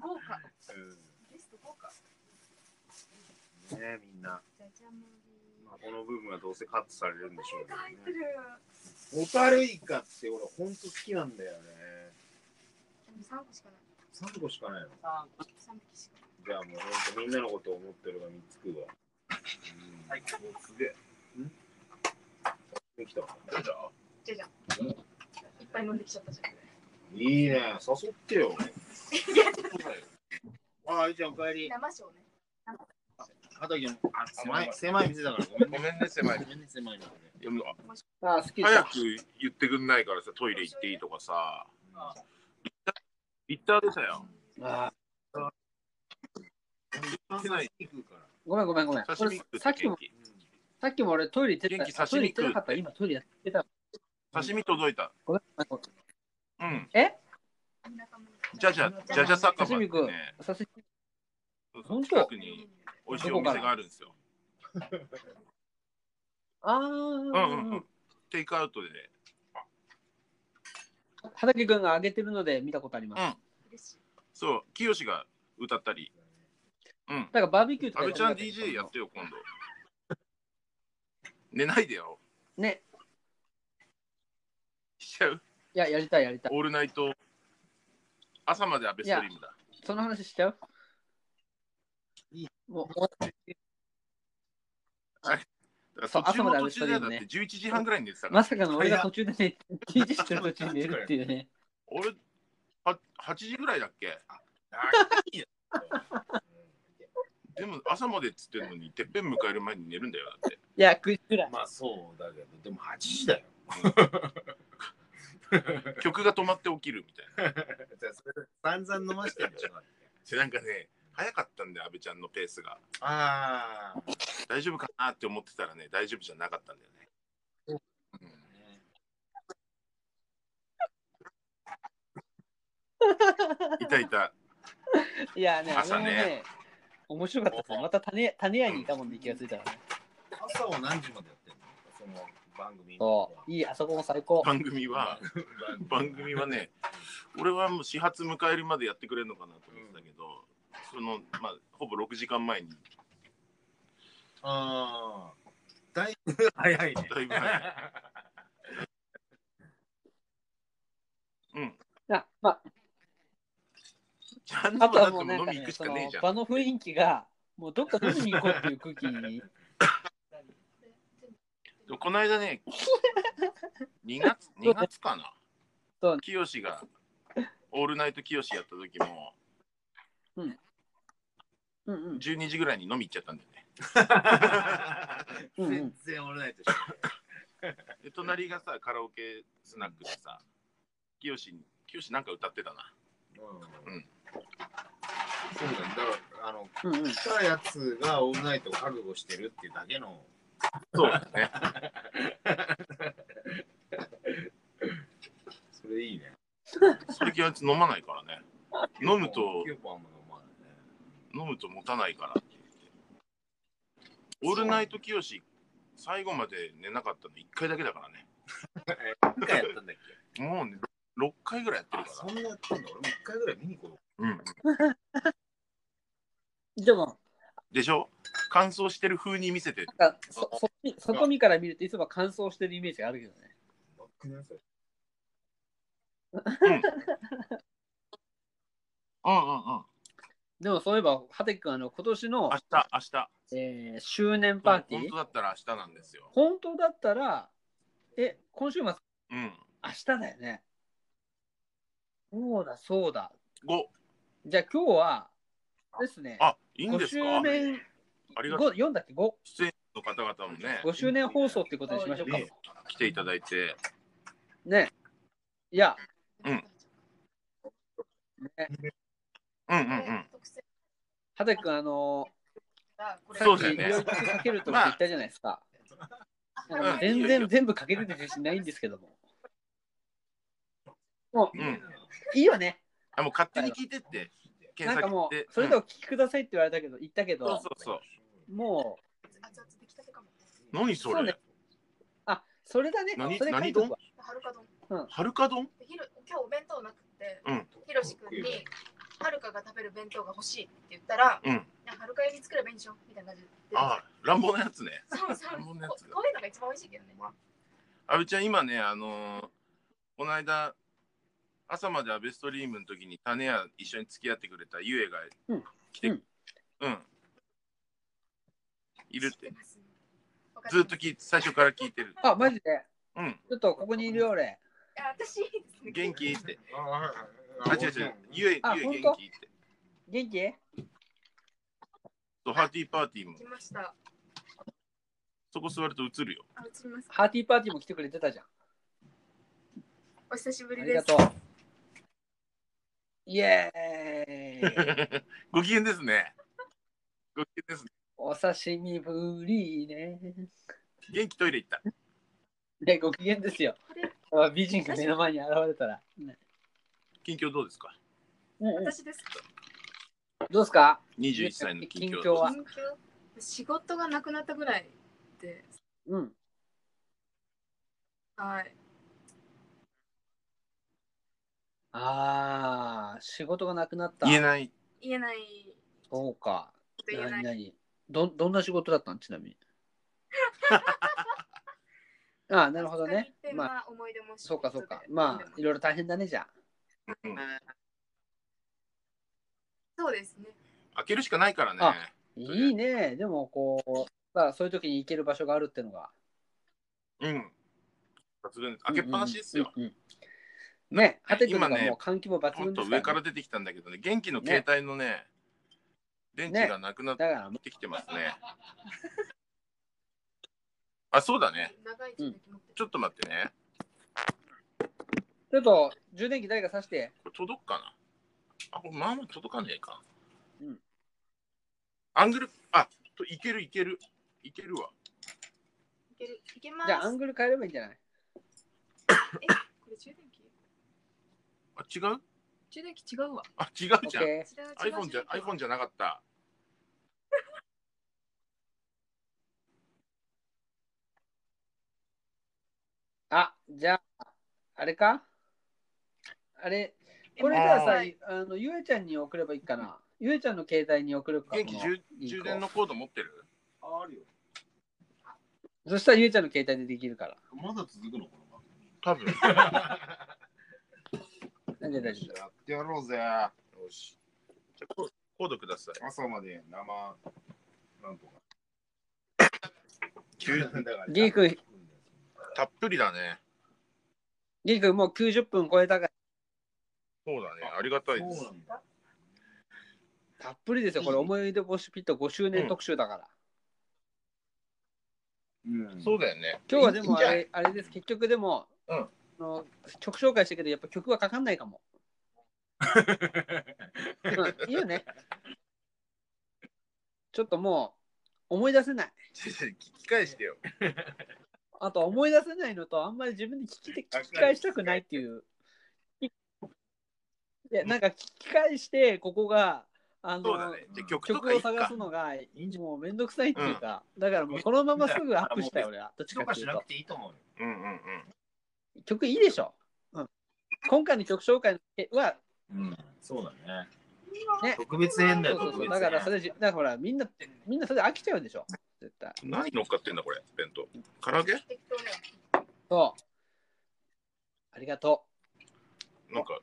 A: 豪華
D: う
A: ゲスト豪華
D: ん、ねえみんな。
A: じゃじゃん
D: まあ、この部分はどうせカットされるんでしょうけ
A: 入って
D: どね。
A: る
D: ホタルイカって俺、ほんと好きなんだよね。
A: でも三個しかない
D: 3個しかないの。
A: 三匹しかない
D: じゃあもう、ほんとみんなのことを思ってるが3つ食うわ。うん、はい、すげえ。んできた。
A: じゃじゃんいっぱい飲んできちゃったじゃん
D: いいね、誘ってよ。あ、あいちゃん、お帰り。
A: 生ショーね
D: 畑ちゃん、あ、狭い、狭い店だから、ごめん
E: ご
D: ね。
E: めんね狭い
D: ごめんね、狭いのね。
E: いやもうあ
C: あ、好き
E: 早く言ってくんないからさトイレ行っていいとかさリッターでたよ
C: あ
E: 行ってない
D: 行くから。
C: ごめんごめんごめん。
E: 刺身
C: 俺
E: 食って
C: さっきも、
E: 元気
C: さっきも俺トイレ行って
E: 元気
C: た。トイレ行ってなかった。
E: 刺身
C: 今トイレやってた。
E: 刺身届いた
C: ごめん。あの
E: うん
A: 中村
E: じゃじゃじゃじゃ酒場って
C: 刺身食う
E: ね
C: 刺身
E: そうそう
C: 本当
E: 近くに美味しいお
C: どこか
E: 店
C: ら
E: があるんですよ
C: ああ、
E: うんうんうんテイクアウトでね
C: 畑くんが上げてるので見たことあります。
E: うん
A: 嬉しい
E: そう清が歌ったりうん
C: だからバーベキューと
E: 阿
C: か
E: 部ちゃん
C: やってた
E: DJ やってよ 今度寝ないでよ
C: ね。
E: しちゃう
C: いや、やりたいやりたい。
E: オールナイト朝までアベストリームだ
C: その話しちゃう
D: いい
C: もう終わ
E: だ
C: そ
E: か
C: う
E: ら途中
C: 朝までア
E: の
C: ベ
E: 途
C: ストリー
E: 中でだ
C: ム
E: っ
C: ね
E: て11時半ぐらいに寝てたから
C: まさかの俺が途中でね、DJ してる途中に寝るっていう ね。
E: 俺は8時ぐらいだっけでも朝までっつってるのにてっぺん迎える前に寝るんだよだって
C: いや、9時ぐらい。
D: まあそうだけど、でも8時だよ。
E: 曲が止まって起きるみたいな
D: じゃあそれ散々飲ましてるでしょ。
E: でなんかね早かったんで阿部ちゃんのペースが
D: ああ。
E: 大丈夫かなって思ってたらね大丈夫じゃなかったんだよね、うんいたいた
C: いやね、
E: 朝ね
C: あれもね、面白かったですね。また種種屋にいたもんで気がついたらね。
D: 朝を何時までやってんのその番組。
C: そう。いい、あそこも最高。
E: 番組は番組はね俺はもう始発迎えるまでやってくれるのかなと思ってたけど、そのまあほぼ6時間前に
D: ああ。だいぶ早いね。
E: だい ぶ早いうん
C: あまあ、
E: ちゃん
C: あと
E: とだ
C: は
E: って
C: もう
E: も
C: な
E: う
C: ん
E: 飲
C: か
E: み行
C: ね、
E: くし
C: そ
E: か
C: の
E: ねえじゃん
C: 場の雰囲気が、もうどっか飲みに行こうっていう空気 に。
E: でもこの間ね、2月2月か
C: そう
E: な。清が、オールナイト清やった時も、
C: うんうん
E: 12時ぐらいに飲み行っちゃったんだよね。
C: うん
D: 全然俺ないとして
E: で隣がさカラオケスナックでさ清志清なんか歌ってたな。
D: うん
E: うん
D: そうだねだからあの
C: うんうん
D: 来たやつがオールナイトを覚悟してるっていうだけの
E: そうだね。
D: それいいね
E: 最近あいつ飲まないからね。飲むと
D: キューポンあんま飲まないね
E: 飲むと持たないからって言って。オールナイト清志最後まで寝なかったの1回だけだからね。
D: 一回やったんだっけ
E: もうね6回ぐらいやってる
D: あ
E: か
D: そ
E: ら。
D: んなやってんだ俺も一回ぐらい見に行こう
E: うんうん、
C: でも
E: でしょ乾燥してる風に見せて。
C: なんかそそっち外見から見るといつも乾燥してるイメージがあるけどね。
D: なくないそれ
E: うんうんうん。
C: でもそういえば、ハテ君、あの今年の
E: 明、日、明日。
C: えー、周年パーティー、
E: 本当だったら明日なんですよ。
C: 本当だったら、え、今週末、
E: うん。
C: 明日だよね。そうだ、そうだ。
E: 五。
C: じゃあ今日はですね、
E: あ、いいん
C: 5
E: です
C: 周
E: か。
C: 年、
E: ありがとう。
C: ご4だっけ ?5、
E: 出演の方々もね、
C: 5周年放送ってことにしましょうか。
E: ね来ていただいて、
C: ね。いや、
E: うんうんうん。
C: ハテ君、あのー、
E: そうだよね
C: さっきいろいろかけるとって
E: まあ
C: 言ったじゃないですか。なんかもう
E: うんい
C: 全
E: いよいいよ
C: 然全部かけるって自信ないんですけども。
E: うん。
C: いいよね。
E: あ、もう勝手に聞いてって、
C: な
E: 検
C: んか
E: 索
C: も
E: して
C: う、。それでお聞きくださいって言われたけど、言ったけ
E: うんそう
C: ど
E: そ、うそう。
C: もう、
E: 何そ
C: そうね
E: れ。
C: あ、それだね。
E: 何
C: それ書
E: 何
C: いと
E: 丼
C: くわ。
F: はるか丼
E: はるか丼
F: でひろ今日お弁当なくて、
E: うん
F: ひろしくんにはるかが食べる弁当が欲しいって言ったら、
E: うん
F: いやはるか焼き作ればいいんでしょみたいな感じで
E: あ、乱暴なやつね。
F: そうそう
E: あのね
F: ここういうのが一番美味しいけどね
E: 阿部ちゃん、今ね、あのー、この間、朝までアベストリームの時に種屋一緒に付き合ってくれたゆえが
C: うん
E: 来て、
C: う
E: うんん、いるって。
F: わか
E: ずっと聞いて、最初から聞いてる。
C: あ、マジで。
E: うん、
C: ちょっとここにいるよ俺。
F: いや私
E: 元気って。
D: あはいはい
E: あ、違う違う。ゆえ、
C: あ
E: ゆえ
C: 本当
E: 元気って。
C: 元気？
E: そうハーティーパーティーも
F: 来。ました
E: そこ座ると映るよ。
F: あ映ります
C: ハーティーパーティーも来てくれてたじゃん。
F: お久しぶ
C: あ
F: り
C: り
F: で
C: が
F: す
C: とう。イエーイ。
E: ご機嫌ですね。ご機嫌ですね。
C: お刺身ぶりね。
E: 元気トイレ行った。
C: ね、ご機嫌ですよ。あ美人が目の前に現れたら。ね
E: 近況どうですか
C: うんうん
F: 私です
C: どうですか？
E: ?21 歳の近況
C: 近況は
F: 緊急仕事がなくなったぐらいで
C: うん。
F: はい
C: ああ、仕事がなくなった。
E: 言えない。
F: 言えない
C: そうか。
F: ちょっと言え
C: 何
F: ない
C: 何どどんな仕事だったんちなみに。 ああ、なるほどね。まあ、
F: まあ思い出も
C: そうかそうか。まあ、いろいろ大変だね、じゃあ。
E: うん、
F: そうですね
E: 開けるしかないからね。
C: あいいね。でも、こう、まあ、そういう時に行ける場所があるってのが。
E: うん。さすがに開けっぱなしですよ。
C: うんうんうんね、ハテ君が
E: 今ね
C: もう換気も抜
E: ほ
C: 群
E: ん
C: で
E: と
C: すから、
E: 上
C: ね。
E: から出てきたんだけどね、元気の携帯のね、電池がなくなっ
C: だから、
E: てきてますね。あ、そうだね。
F: 長い時期持って
E: ちょっと待ってね。
C: ちょっと充電器誰かさして。
E: これ届くかなあ、これまあまあ届かねえか。
C: うん。
E: アングル、あ、といけるいける。いけるわ。
F: いけるいけます
C: じゃあ、アングル変えればいいんじゃない
F: これ充電器
E: あ、違う
F: 充電器違うわ。
E: あ、違うじゃん。
C: ?OK。
F: 違う違う
E: iPhone じゃ iPhone じゃなかった。
C: あ、じゃあ、あれかあれ、これじ
E: で
C: ゃあ
E: は
C: さ、
F: はい
C: あのゆえちゃんに送ればいいかな。ゆえちゃんの携帯に送るか。
E: 元気
C: この
E: 充
C: リンクを
E: 充電のコード持ってる
D: ああるよ
C: そしたらゆえちゃんの携帯でできるから。
D: まだ続くのこの番
E: 多分。
C: なんで大丈夫だ
D: やってやろうぜよし
E: じゃあココードください。
D: 朝まで生なんとか
E: 急
C: ギーク
E: たっぷりだね。
C: ギー君もう90分超えたから。
E: そうだね。ありがたいです。
C: たっぷりですよ、これ、思い出ボシピット5周年特集だから。
D: うん
E: そうだよね。
C: 今日はでもあ
E: いいんじ
C: れ、あれです、結局でも、
E: うん
C: あの曲紹介したけど、やっぱ曲はかかんないか も。うん、いいよね。ちょっともう、思い出せない。
E: ゃない聞き返してよ。
C: あと、思い出せないのと、あんまり自分で聞きて聞き返したくないっていう。いや、なんか聞き返して、ここが、あ
E: そうだ
C: の、
E: ね。じゃあ曲と
C: 曲
E: かい
C: を
E: いか。
C: 探すのがもうめんどくさいっていうか、だからもうこのまますぐアップしたい俺は。どっち
D: と
C: か
D: か
C: ってい
D: し
C: う
D: な
C: と
D: く。ていいと思うよ。
E: うんうんうん。
C: 曲いいでしょ。うん、今回の曲紹介は、
D: うん、そうだね。
C: ね
D: 特別編だ
C: そ
D: よ、
C: うそう
D: 特
C: そう
D: 別
C: だ
D: 編。
C: からそれじ、だからほら、みんな、みんなそれで飽きちゃうんでしょ。絶対。
E: 何乗っかってんだこれ弁当。唐揚げ？
F: 適当だよ。
C: そう。ありがと
E: なんか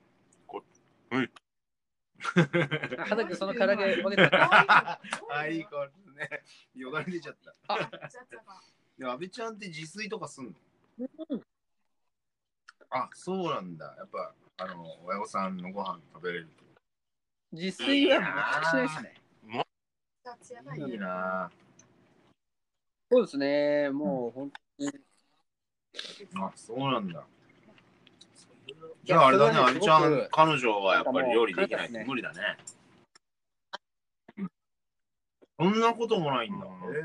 C: う。あ畑君その唐揚げ分けてた。
D: ああ、いい香りね。よだれ出ちゃった。
F: 雑だから
D: いや、安倍ちゃんって自炊とかすんの、あ、そうなんだ。やっぱ、あの、親御さんのご飯食べれる
C: 自炊は全くしないですね。
F: 雑やばい
D: と。い
F: ね
D: い。な
C: そうですね。もう本
D: あ、そうなんだ。じゃああれだね、
C: いやそれはね
D: 安倍ちゃ
C: すご
D: ん
C: く、
D: 彼女はやっぱり料理できない
C: なんかもう彼女ですね
D: と無理だね。そんなこともないんだ。
E: うん
D: へ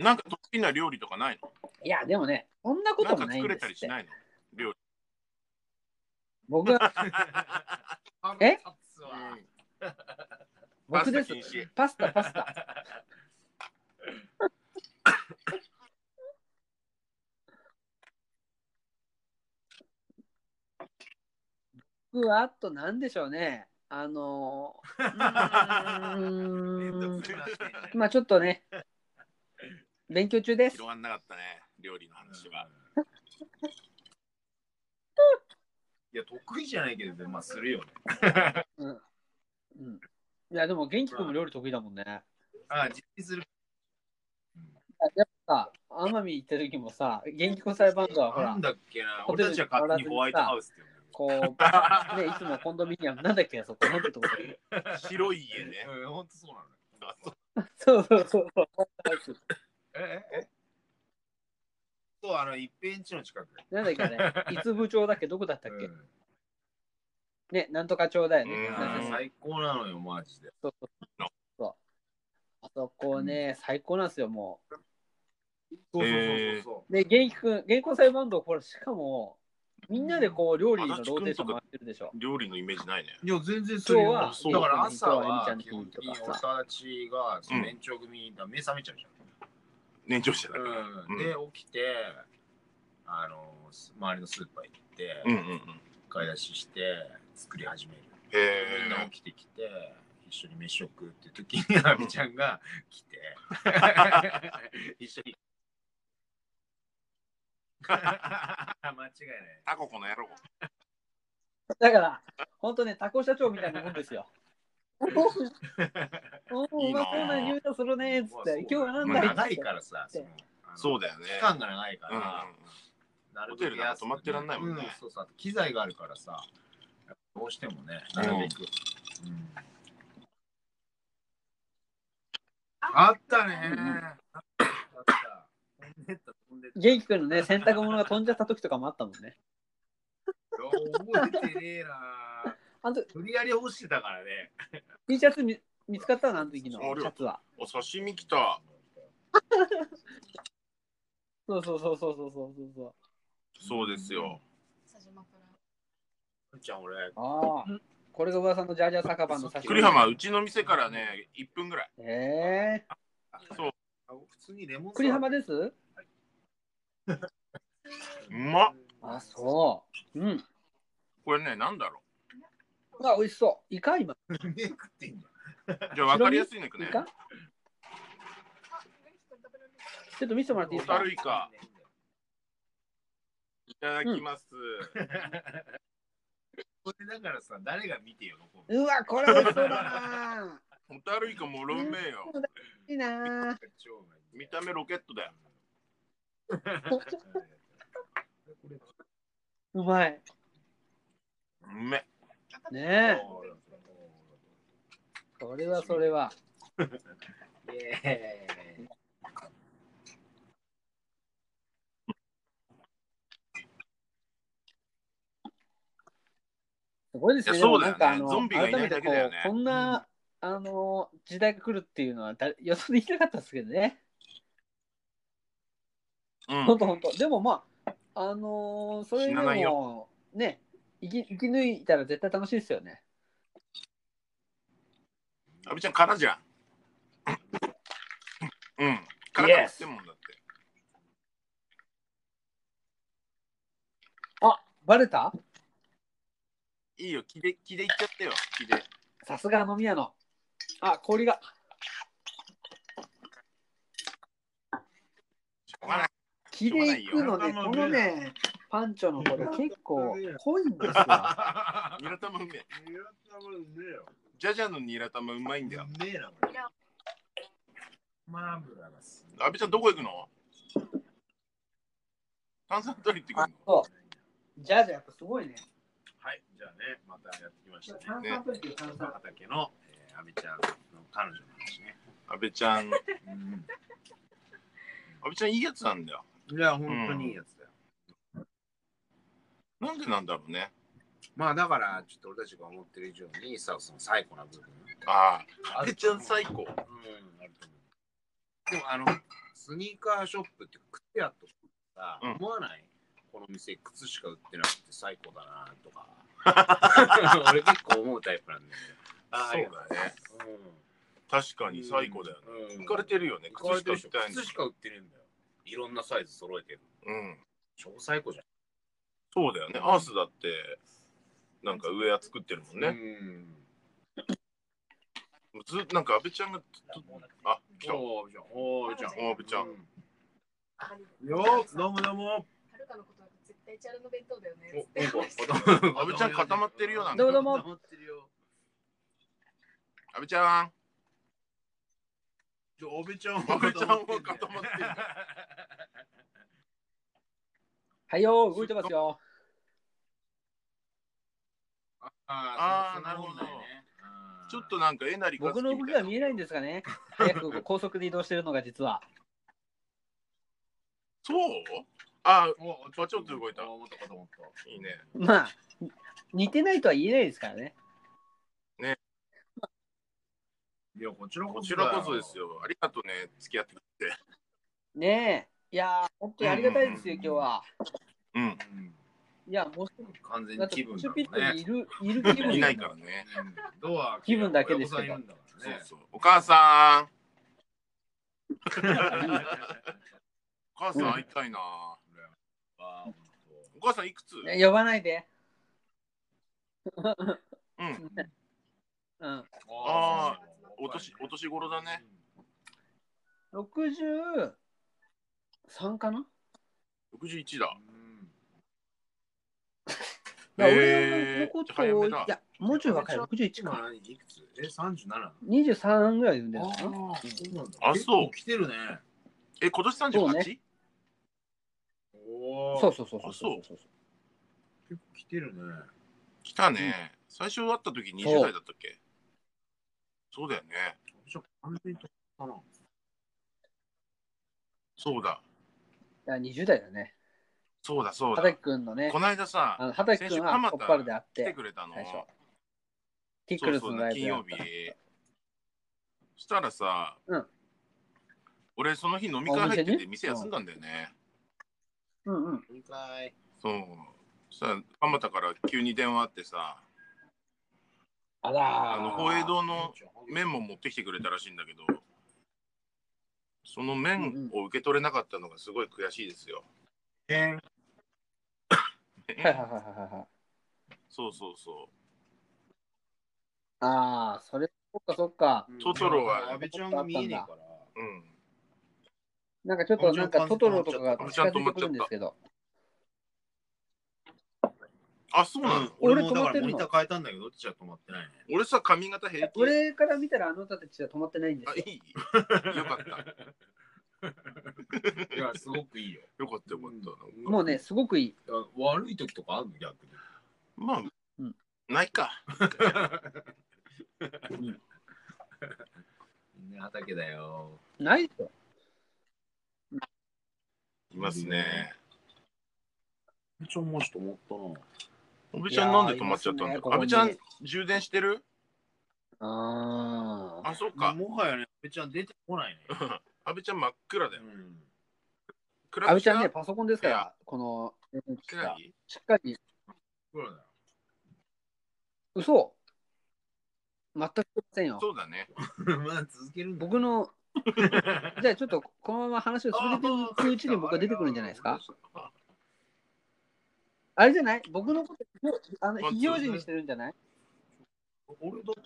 D: え
E: なんか得意な料理とかないの？
C: 当いや、でもね、そんなことも
E: なんか
C: ないん
E: 作
C: で
E: れ
C: す
E: た
C: っ。
E: りしてないの？料理。
C: 僕は、え
D: 腹立つわ
E: パ
C: 僕
E: スタ
C: です
E: 禁。止。
C: パスタ、パスタ。僕はあと何でしょうね。あの ー、う
D: めん
C: ー
D: ど
C: ん
D: く。さいな
C: まあちょっとね、勉強中です。
E: 広がんなかったね料理の話は。
D: いや、得意じゃないけど、でもまあ、するよね。
C: うん。うん。いや、でも元気君も料理得意だもんね。や
D: ああ、実践する。
C: っぱさ、奄美行った時もさ、元気君裁判所はほ
D: な
C: ら
D: ん、だっけな、
C: ホテル
D: 俺た
C: に
D: ちは勝手にホワイトハウスって呼んでる
C: こう、ね、いつもコンドミニアム、なんだっけ、そこ、なんてとこだっけ
E: 白い家ね。
D: うん、ほんとそうなのよ。
E: あそう
C: そうそうそうそう。
D: えええそう、あの、一平んちの近く。
C: なんだっけ、あれ。いつ部長だっけ、どこだったっけ。
D: うん
C: ね、なんとか町だよね。
E: うん
C: なんか
D: あー
C: さ
D: 最高なのよ、マジで。
C: そうそうそうあそこね、最高なんですよ、も
D: そうそう
E: えー
D: そ
C: う。
D: う
C: で、元気くん、元気裁判所、これ、しかも、みんなでこう、料理のローテーション回ってるでしょ。
E: 料理のイメージないね。
D: そう。いや、全然
C: するよ今日
D: だ
C: は
D: から朝は、
C: 今
D: 基
C: 日は
D: 本
C: エミちゃん
D: 的に
C: の日と
D: 俺
C: かさ
D: たちが、その延長組だ、目覚めちゃうじゃん。
E: 年長者だから。
D: うん、で、起きて、あの、周りのスーパー行って、
E: うんうんうん。
D: 買い出しして、作り始める。
E: へえ
D: みん。な起きてきて、一緒に飯を食うって時に、あみちゃんが来 て、一緒に。 間違いない。
E: タコこの野郎。
C: だから、本当ね、タコ社長みたいなもんです よ。おお、
E: いいうな
C: ま
E: あ
C: そうな匂いがするねっつって、今日はなん
D: まあ
C: だ
D: 長いからさ、そのあの
E: そうだよね。
D: 期間が長いか
E: うんうんうん
D: ら、なるべく
E: ホテルなんか泊まってらんないもんね
D: うそうそう、あと機材があるからさ、どうしてもね、なるべく。うんあったね。あった。飛んでった、飛んでった。
C: 元気くんのね、洗濯物が飛んじゃった時とかもあったもんね。
D: 覚えてねえなぁ。
C: あと、
D: 無理やり干してたからね。
C: T シャツ見見つかったのあの時のシャツは。
E: お刺身来た。
C: そうそうそうそうそうそうそうそう。
E: そうですよ。
F: 佐島から。
D: ちゃん、俺、
C: ああ、これが噂のジャージャー酒場の
E: 栗浜うちの店からね1分ぐらい。
C: ええ
E: そう。
D: あ普通にレモンサワー
C: 栗浜です
E: うまっ。
C: あ、そう。うん。
E: これねなんだろ
C: うわ、美味しそう。イカ今。
D: ね食ってんじ
E: う。じゃあ分かりやすいのいく
C: イ
E: ね。
C: カ
F: あ、元気くん食べられる
C: ちょっと見せてもらっていいで
E: ホ
C: す
E: タ
C: か
E: ルイカいただきます。
D: これだからさ、誰が見てよ、これ
C: うわ、これ美味しそうだな
E: ホタルイカもろめえよ。
C: いいな
D: 超うまい
E: 見た目ロケットだよ。
D: これ
C: うまい。
E: うめ。
C: ねえ。それはそれは。
D: イエーイ。
C: すごいですね。
E: いやそうだよね
C: でもなんかあの
E: ゾンビがいないだけだ
C: 改め
E: よね
C: てこうこんな、あの時代が来るっていうのは誰予想できなかったですけどね。
E: うん
C: 本当本当。でもまあ、あのーそれ
E: 死なない
C: でも、ね、生き生き抜いたら絶対楽しいですよね。
E: 阿部ちゃん空じゃん。うん。空からってんもんだって。
C: バレた
E: いいよ、気で、気でいっちゃってよ、気で。
C: さすが飲み屋の。あ、氷が。
E: まあ、
C: 木でいくのね、
E: しょう
C: こ
E: が
C: の
E: ない
C: ね、パンチョのこれ結構濃いんですよ。
E: ニラ玉うめえ。
G: ニラ玉うめえよ。
E: ジャジャのニラ玉うまいんだよ。
G: うめえな、これ。
F: ニラ
G: マーブラがす
E: 阿部ちゃんどこ行くの炭酸取りってくるの
C: そう。ジャジャやっぱすごいね。
G: はい、じゃあね、またやってきましたね。
C: 炭酸という炭酸。
G: 畑の、えー、阿部ちゃんの彼女の話ね。
E: 阿部ちゃん、阿部ちゃんいいやつなんだよ。
G: いや、本当にいいやつだよ。
E: なんでなんだろうね。
D: まあだから、ちょっと俺たちが思ってる以上に、さ、その最後の部分。
E: ああ、阿部ちゃん最高。
D: うん、あると思う。でも、あの、スニーカーショップって靴やとさ、
E: うん
D: 思わないこの店、靴しか売ってなくて最高だなとか。 俺結構思うタイプなんだよ。あ
E: そう
D: ー
E: だね。
D: う
E: 確か
D: ん
E: に最高だよね。
D: うん
E: 浮かれてるよね。
D: 浮かれてるでし
E: 靴下
D: ょ
E: みたいに
D: 靴しか売ってねえんだよ。いろんなサイズ揃えてる。
E: うん。
D: 超最高じ
E: そうだよね。アースだって、なんかウェア作ってるもん
D: ゃん。
E: ね。
D: うん。
E: ずなんか阿部ちゃんがずっと、あ、来た。
D: おー、じゃん。おー、じゃん。
E: お阿部ちゃん。
G: よー、どうもどうも。
F: はるかのことなんか絶対チャルの弁当だよね
D: お
F: つって
D: お
F: 話してた
E: 阿部ちゃん固まってるよなんか
C: どうもどうも
G: 固まってるよ。
E: 阿部ちゃん。
G: じゃあ、阿部ちゃんは
E: 阿部ちゃんは固まって
G: 固まってん
E: る
G: だよ。
C: はいよ、動いてますよ。
D: そ
E: あー
D: う
E: なるほ
D: そ
E: ど
D: うなんだよねうん
E: ちょっとなんかえなりか
C: 僕の動きは見えないんですがね。早く高速で移動してるのが実は。
E: そうあ
G: お
E: ちょっと動いた
G: おもっともっともっと
E: いいね。
C: まあ、に似てないとは言えないですからね。
G: いや、こちらこそ。
E: こちらこそです。よ。ありがとうね。付き合ってくれて。
C: ねえ。いやー、本当にありがたいですよ、
E: うん
C: 今日は。
E: うん。
G: うん、
C: いや、もう
G: 完全
C: だ
G: に
C: って
G: 気
C: コ
G: 分
C: ッ
G: だ
C: ク
G: もん
C: ピット
G: ね
C: に。いる、いる気分
E: いないからね。
G: うんドア
C: 気分だけですけど
G: 親御さんいるんだから
E: そう
G: ね
E: そう。お母さん。お母さん会いたいな。
G: わあ本
E: お母さんいくつ
C: ね呼ばないで。
E: うん。
C: うん。
G: 当
E: あお年、お年頃だね。。
C: 63かな
E: 61だ。
G: うん
C: だから俺のこと
E: えー
C: を、
E: 早め
C: い
E: だ
C: や、もうちょい若い、61
G: 今
C: か。
G: 何いくつえ、37なの
C: 23ぐらいで産んでるのかな
G: あーそうなんだ
E: あ
G: 結
E: そう
G: 構来てるね。
E: え、今年 38?
C: そうね
G: おお。
C: そうそうそうそう
E: あそう
C: そう。
G: 結構来てるね。
E: 来たね。最初会った時20代だったっけそうだよね。
G: ちょ完全に取ったな。
E: そうだ。
C: だから20代だね。
E: そうだ、そうだ
C: 畑。君のね
E: こ、の間さ、
C: あの畑
E: 先
C: 君
E: 週
C: は
E: 蒲田
C: コッパルで会っ
E: 来て
C: て、
E: くれたの。
C: 最初ティックルスのライブで会った
E: そうそう金曜日そしたらさ、
C: うん
E: 俺その日飲み会入って
C: お店
E: て店休んだんだよね、
C: うんうん。
D: 二回。
E: そうそしたら蒲田から急に電話あってさ
C: あら
E: あ
C: ー
E: の宝永堂の麺も持ってきてくれたらしいんだけどその麺を受け取れなかったのがすごい悔しいですよ、
G: え
C: はいはいはいはいはい。
E: そうそうそ
C: ああ、それ、そっかそっか。
E: トトロは
G: 安倍ちゃんが見えねえから。
E: ううん
C: なんかちょっとなんかトトロとかが近づいてくるんですけど。
E: あそうなの、
G: 俺もだか
C: 俺止まっ
G: ら
C: てるの
G: モニター変えたんだけど、どっちは止まってないね。
E: 俺さ髪型平気
C: 俺から見たらあの人たちは止まってないんで
E: あ
C: す
E: い
C: よ。
E: い よかった
G: いや、すごくいいよ。
E: よかったよかった、なんか
C: もうね、すごくいい。
G: いや悪い時とかあるの逆に。
E: まあ、
C: うん
E: ないか
D: ね、畑だよ。
C: ないと。
E: いますね。
D: めっちゃ面白いと思っ
E: 安倍ちゃんなんで止まっちゃったんだ
C: いやーいますね
E: よ。
C: ここ
E: 安
C: に
E: 倍ちゃん充電してる
C: ああ。
E: あ、そった
D: な。
E: か。
D: もはやね、べちゃん出てこないね。
E: 安倍ちゃん真っ暗だよ。暗
C: 阿
E: く
C: 部ちゃんね、
E: した
C: パソコンですか
E: い
C: ら
E: や、
C: この、
E: 暗い
C: しっかり、
D: そうだよ。
C: 嘘全くしてませんよ。
E: そうだね。
D: まだ続けるんだ。
C: 僕の、じゃあちょっとこのまま話を進めていくうちに僕は出てくるんじゃないですか。あれじゃない僕のこと、あの、
E: まあ
C: 非常時にしてるんじゃない
D: 俺だって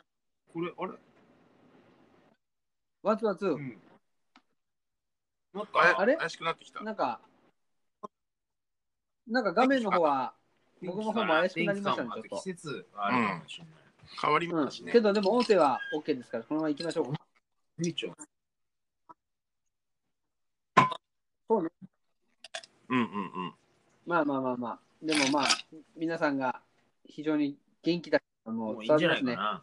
D: これ、あれ
C: ワンツーワンツー
D: う。ん。なん
E: あ
D: か、
C: あれ
E: れ怪しくなってきた。
C: なんか、なんか画面の方は、僕の方も怪しくなりましたね、ちょっ
D: 季
C: と。
D: 節はあるかもしれない。
E: 変わり
C: う
E: ま
C: ん
E: すね。
C: けど、でも音声は OK ですから、このまま行きましょうか。
D: みーちゃん、
E: うんうんうん。
C: まあまあまあまあ、でもまあ、皆さんが非常に元気だからも
D: もう
C: う
D: い
C: 伝
D: いん
C: わ
D: じ
C: ります
D: ゃないか
C: ね。
D: な。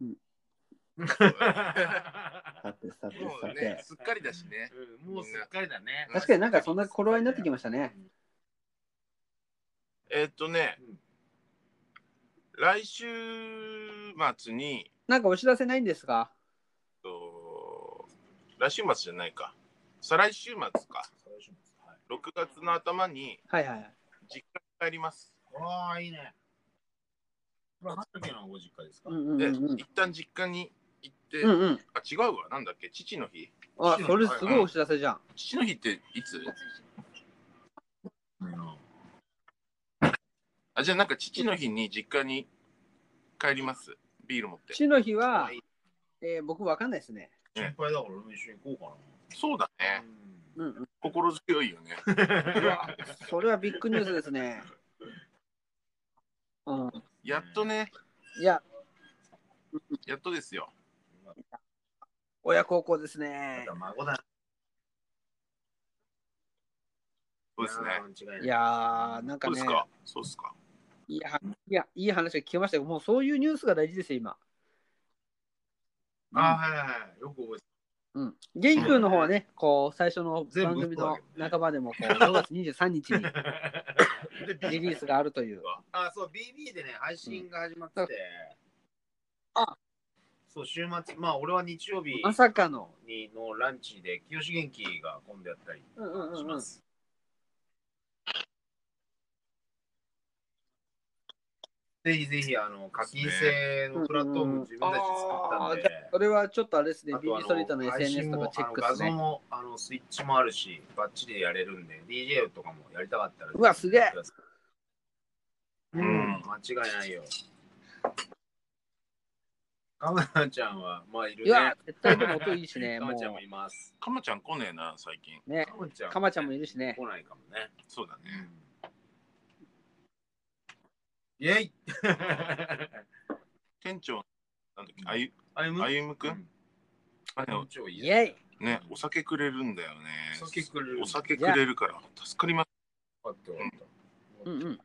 C: うんさてさて
E: も
C: さ
E: う
C: て、
E: ね、すっかりだしね。
D: うん もうすっかりだね。
C: 確かになんかそんな頃合いになってきましたね。
E: えーっとね
D: うん、
E: 来週末に、
C: なんかお知らせないんですか
E: と来週末じゃないか。再来週末か。6月の頭に
C: はいはいはい。
E: 実家に帰ります。
D: わあ、いいね。これ、畑のご実家ですか
C: うんうん
E: で、
C: うん。
E: 一旦実家に行って、
C: うんうん。
E: あ、違うわ。なんだっけ父の日
C: あ、それすごいお知らせじゃん。
E: 父の日っていつ
D: うん
E: あ、じゃあなんか父の日に実家に帰ります。ビール持って。
C: 父の日は、えー僕わかんないですね。
D: 心配だから俺も一緒に行こ
E: そうだ
D: うかな
E: ね。。
C: うんうん。
E: 心強いよね。
C: それはビッグニュースですね。うん。
E: やっとね、
C: いや、
E: やっとですよ。
C: 親孝行です
D: ま
C: ね
D: た。孫だ。
E: そうですね。
D: ね
C: いやー、なんか
E: そうで
C: ね
E: す、か。そうですか。
C: いや、いや、いい話が聞けましたよ。もうそういうニュースが大事ですよ、今。
D: あ、はいはいはい。よく覚えて
C: うん、ゲイ君の方はね、こう最初の
D: 全部
C: 番組
D: 嘘だ
C: の
D: けどね
C: 半ばでもこう5月23日 に
D: た。
C: リリースがあると いう。
D: あ、そう、BB でね、配信が始まってて。
C: あ
D: そう、週末、まあ、俺は日曜日
C: まさかの。
D: にのランチで、清元気が今度やったり
C: うんうん
D: し
C: うんうん
D: ま、す。ぜひぜひ、あの、課金制のプラットフォーム自分たちで作ったんで。
C: それはちょっとあれですね、
D: あ
C: ビビ
D: とあ
C: ーストリートの
D: 配
C: SNS
D: 信
C: と
D: も
C: かチェックです
D: あの画像
C: ね。
D: もあのスイッチもあるし、バッチリやれるんで、DJ とかもやりたかったら。
C: うわすげえ
D: うん、間違いないよ。カメラちゃんは、まあいる
C: いや
D: ね。、
C: 絶対でも音いいしね、
D: カ
C: も
D: メちゃんも
C: う。
D: います。
E: かまちゃん来ねえな、最近。
C: ね、
D: カメちゃん。
C: かまちゃんもいるしね。
D: 来ないかもね。
E: そうだね。
D: イェイ
E: 店長、なんだっけ、あゆ
D: あゆむ
E: あゆむく、
D: うん
E: あれ
D: 店長いい
C: イ
D: や
C: ェイ
E: ね、お酒くれるんだよね。
D: お酒くれる
E: お酒くれるから、助かります。
D: あって終わった
C: うんうん。
E: う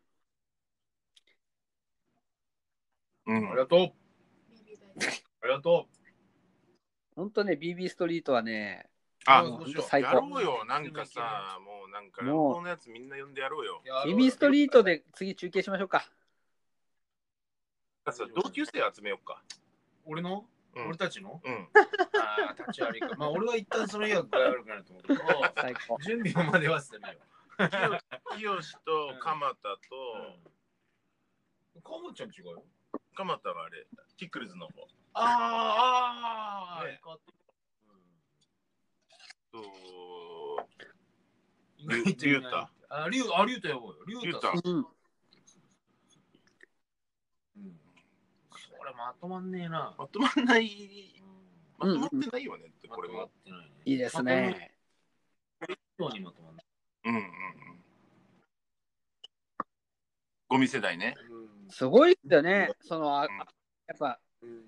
D: あり
E: ん。
D: がとうありがとう
C: ほんとね、BB ストリートはね、
E: あ、
C: もう
D: ど
C: ほ
D: うんし
C: と
D: よう
C: 最
E: やろ
C: 高。
E: うよ、なんかさ、もうなんか、
C: もう
E: このやつみんな呼んでやろうよ。
D: やろうよ
C: BB ストリートで次中継しましょうか。
E: なんかさ同級生集めようか。
D: 俺の、
E: うん
D: 俺たちの
E: うん。
D: ああ、立ち歩いか。まあ、俺は一旦その予約があるかなと思うけど、
C: 最高。
D: 準備をまではしてみよ
E: きよしと鎌田と、
D: う。カモちゃん違うよ。
E: 鎌田はあれ、ピクルズの方。
D: あ
E: あー
D: ね
E: と、
D: 意外とい
E: りゅ
D: な
E: う
D: い
E: た。
D: あ、リュウ、あ、リュウタやばいよ。リュウタさん。
C: うん。
D: うん。それまとまんねえな。
E: まとまんない、ま
C: うん
E: とまってないよねって、これ
D: まとまっ
E: も。
D: てないね。
C: いいですね。
D: まとまるようにまとまんない。
E: うんうんうん。ゴミ世代ね。
C: すごいっすよね。その、あ
E: うん
C: やっぱ
D: うん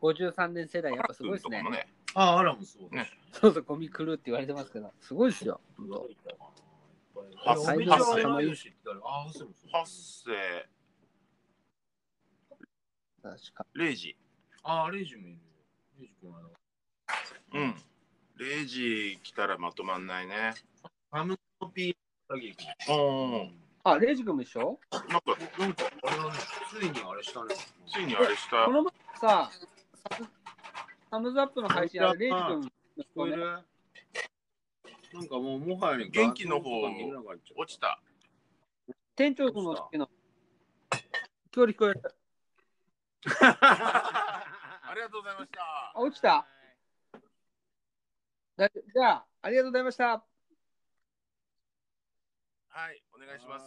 C: 53年世代、やっぱすごいですね
E: とか。もね。
D: あ、アラもそうだし。
C: そうそう、ゴミ狂うって言われてますけど、すごいですよ。
D: う
C: 本
D: わ
C: 当
D: いっぱい
E: ハ
D: あ
E: ッ
D: る
E: セ
D: あめちゃんは同い年って誰あ、ハッセンもそう
E: ハッセ、
C: 確か。
E: レイジ。
D: あ、レイジもいるよ。ミュージックもあの
E: うん。0時来たらまとまんないね。
D: サムコピー詐欺
E: うん。
C: あ、レイジ君も一緒
E: なんか、
D: なんかあれだね、ついにあれしたね。
E: ついにあれした
C: こ。の前さ、サムサムズアップの配信、あれレイジ君の
D: 聞こえ
C: ね
D: るなんかもうもはや
E: 元気の方
D: 落
E: 落ちた。
C: 店長君の好きな。距離聞こえる。
E: ありがとうございました。
C: あ落ちただじゃあ、ありがとうございました。
E: はい、お願いします。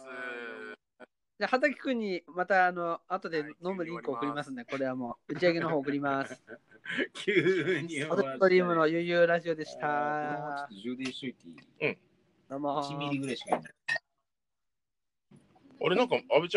C: じゃあ、畑君にまた、あの、後で
E: はい
C: 飲むリンク送りますね。これはもう、打ち上げの方送ります。
D: 急に
C: ソダストリームのゆうゆうラジオでし
D: あ
C: た
D: ー。充電しといていい
C: どうもー
D: 1ミリぐらいしかいない。
E: あれ、なんか、安倍ちゃん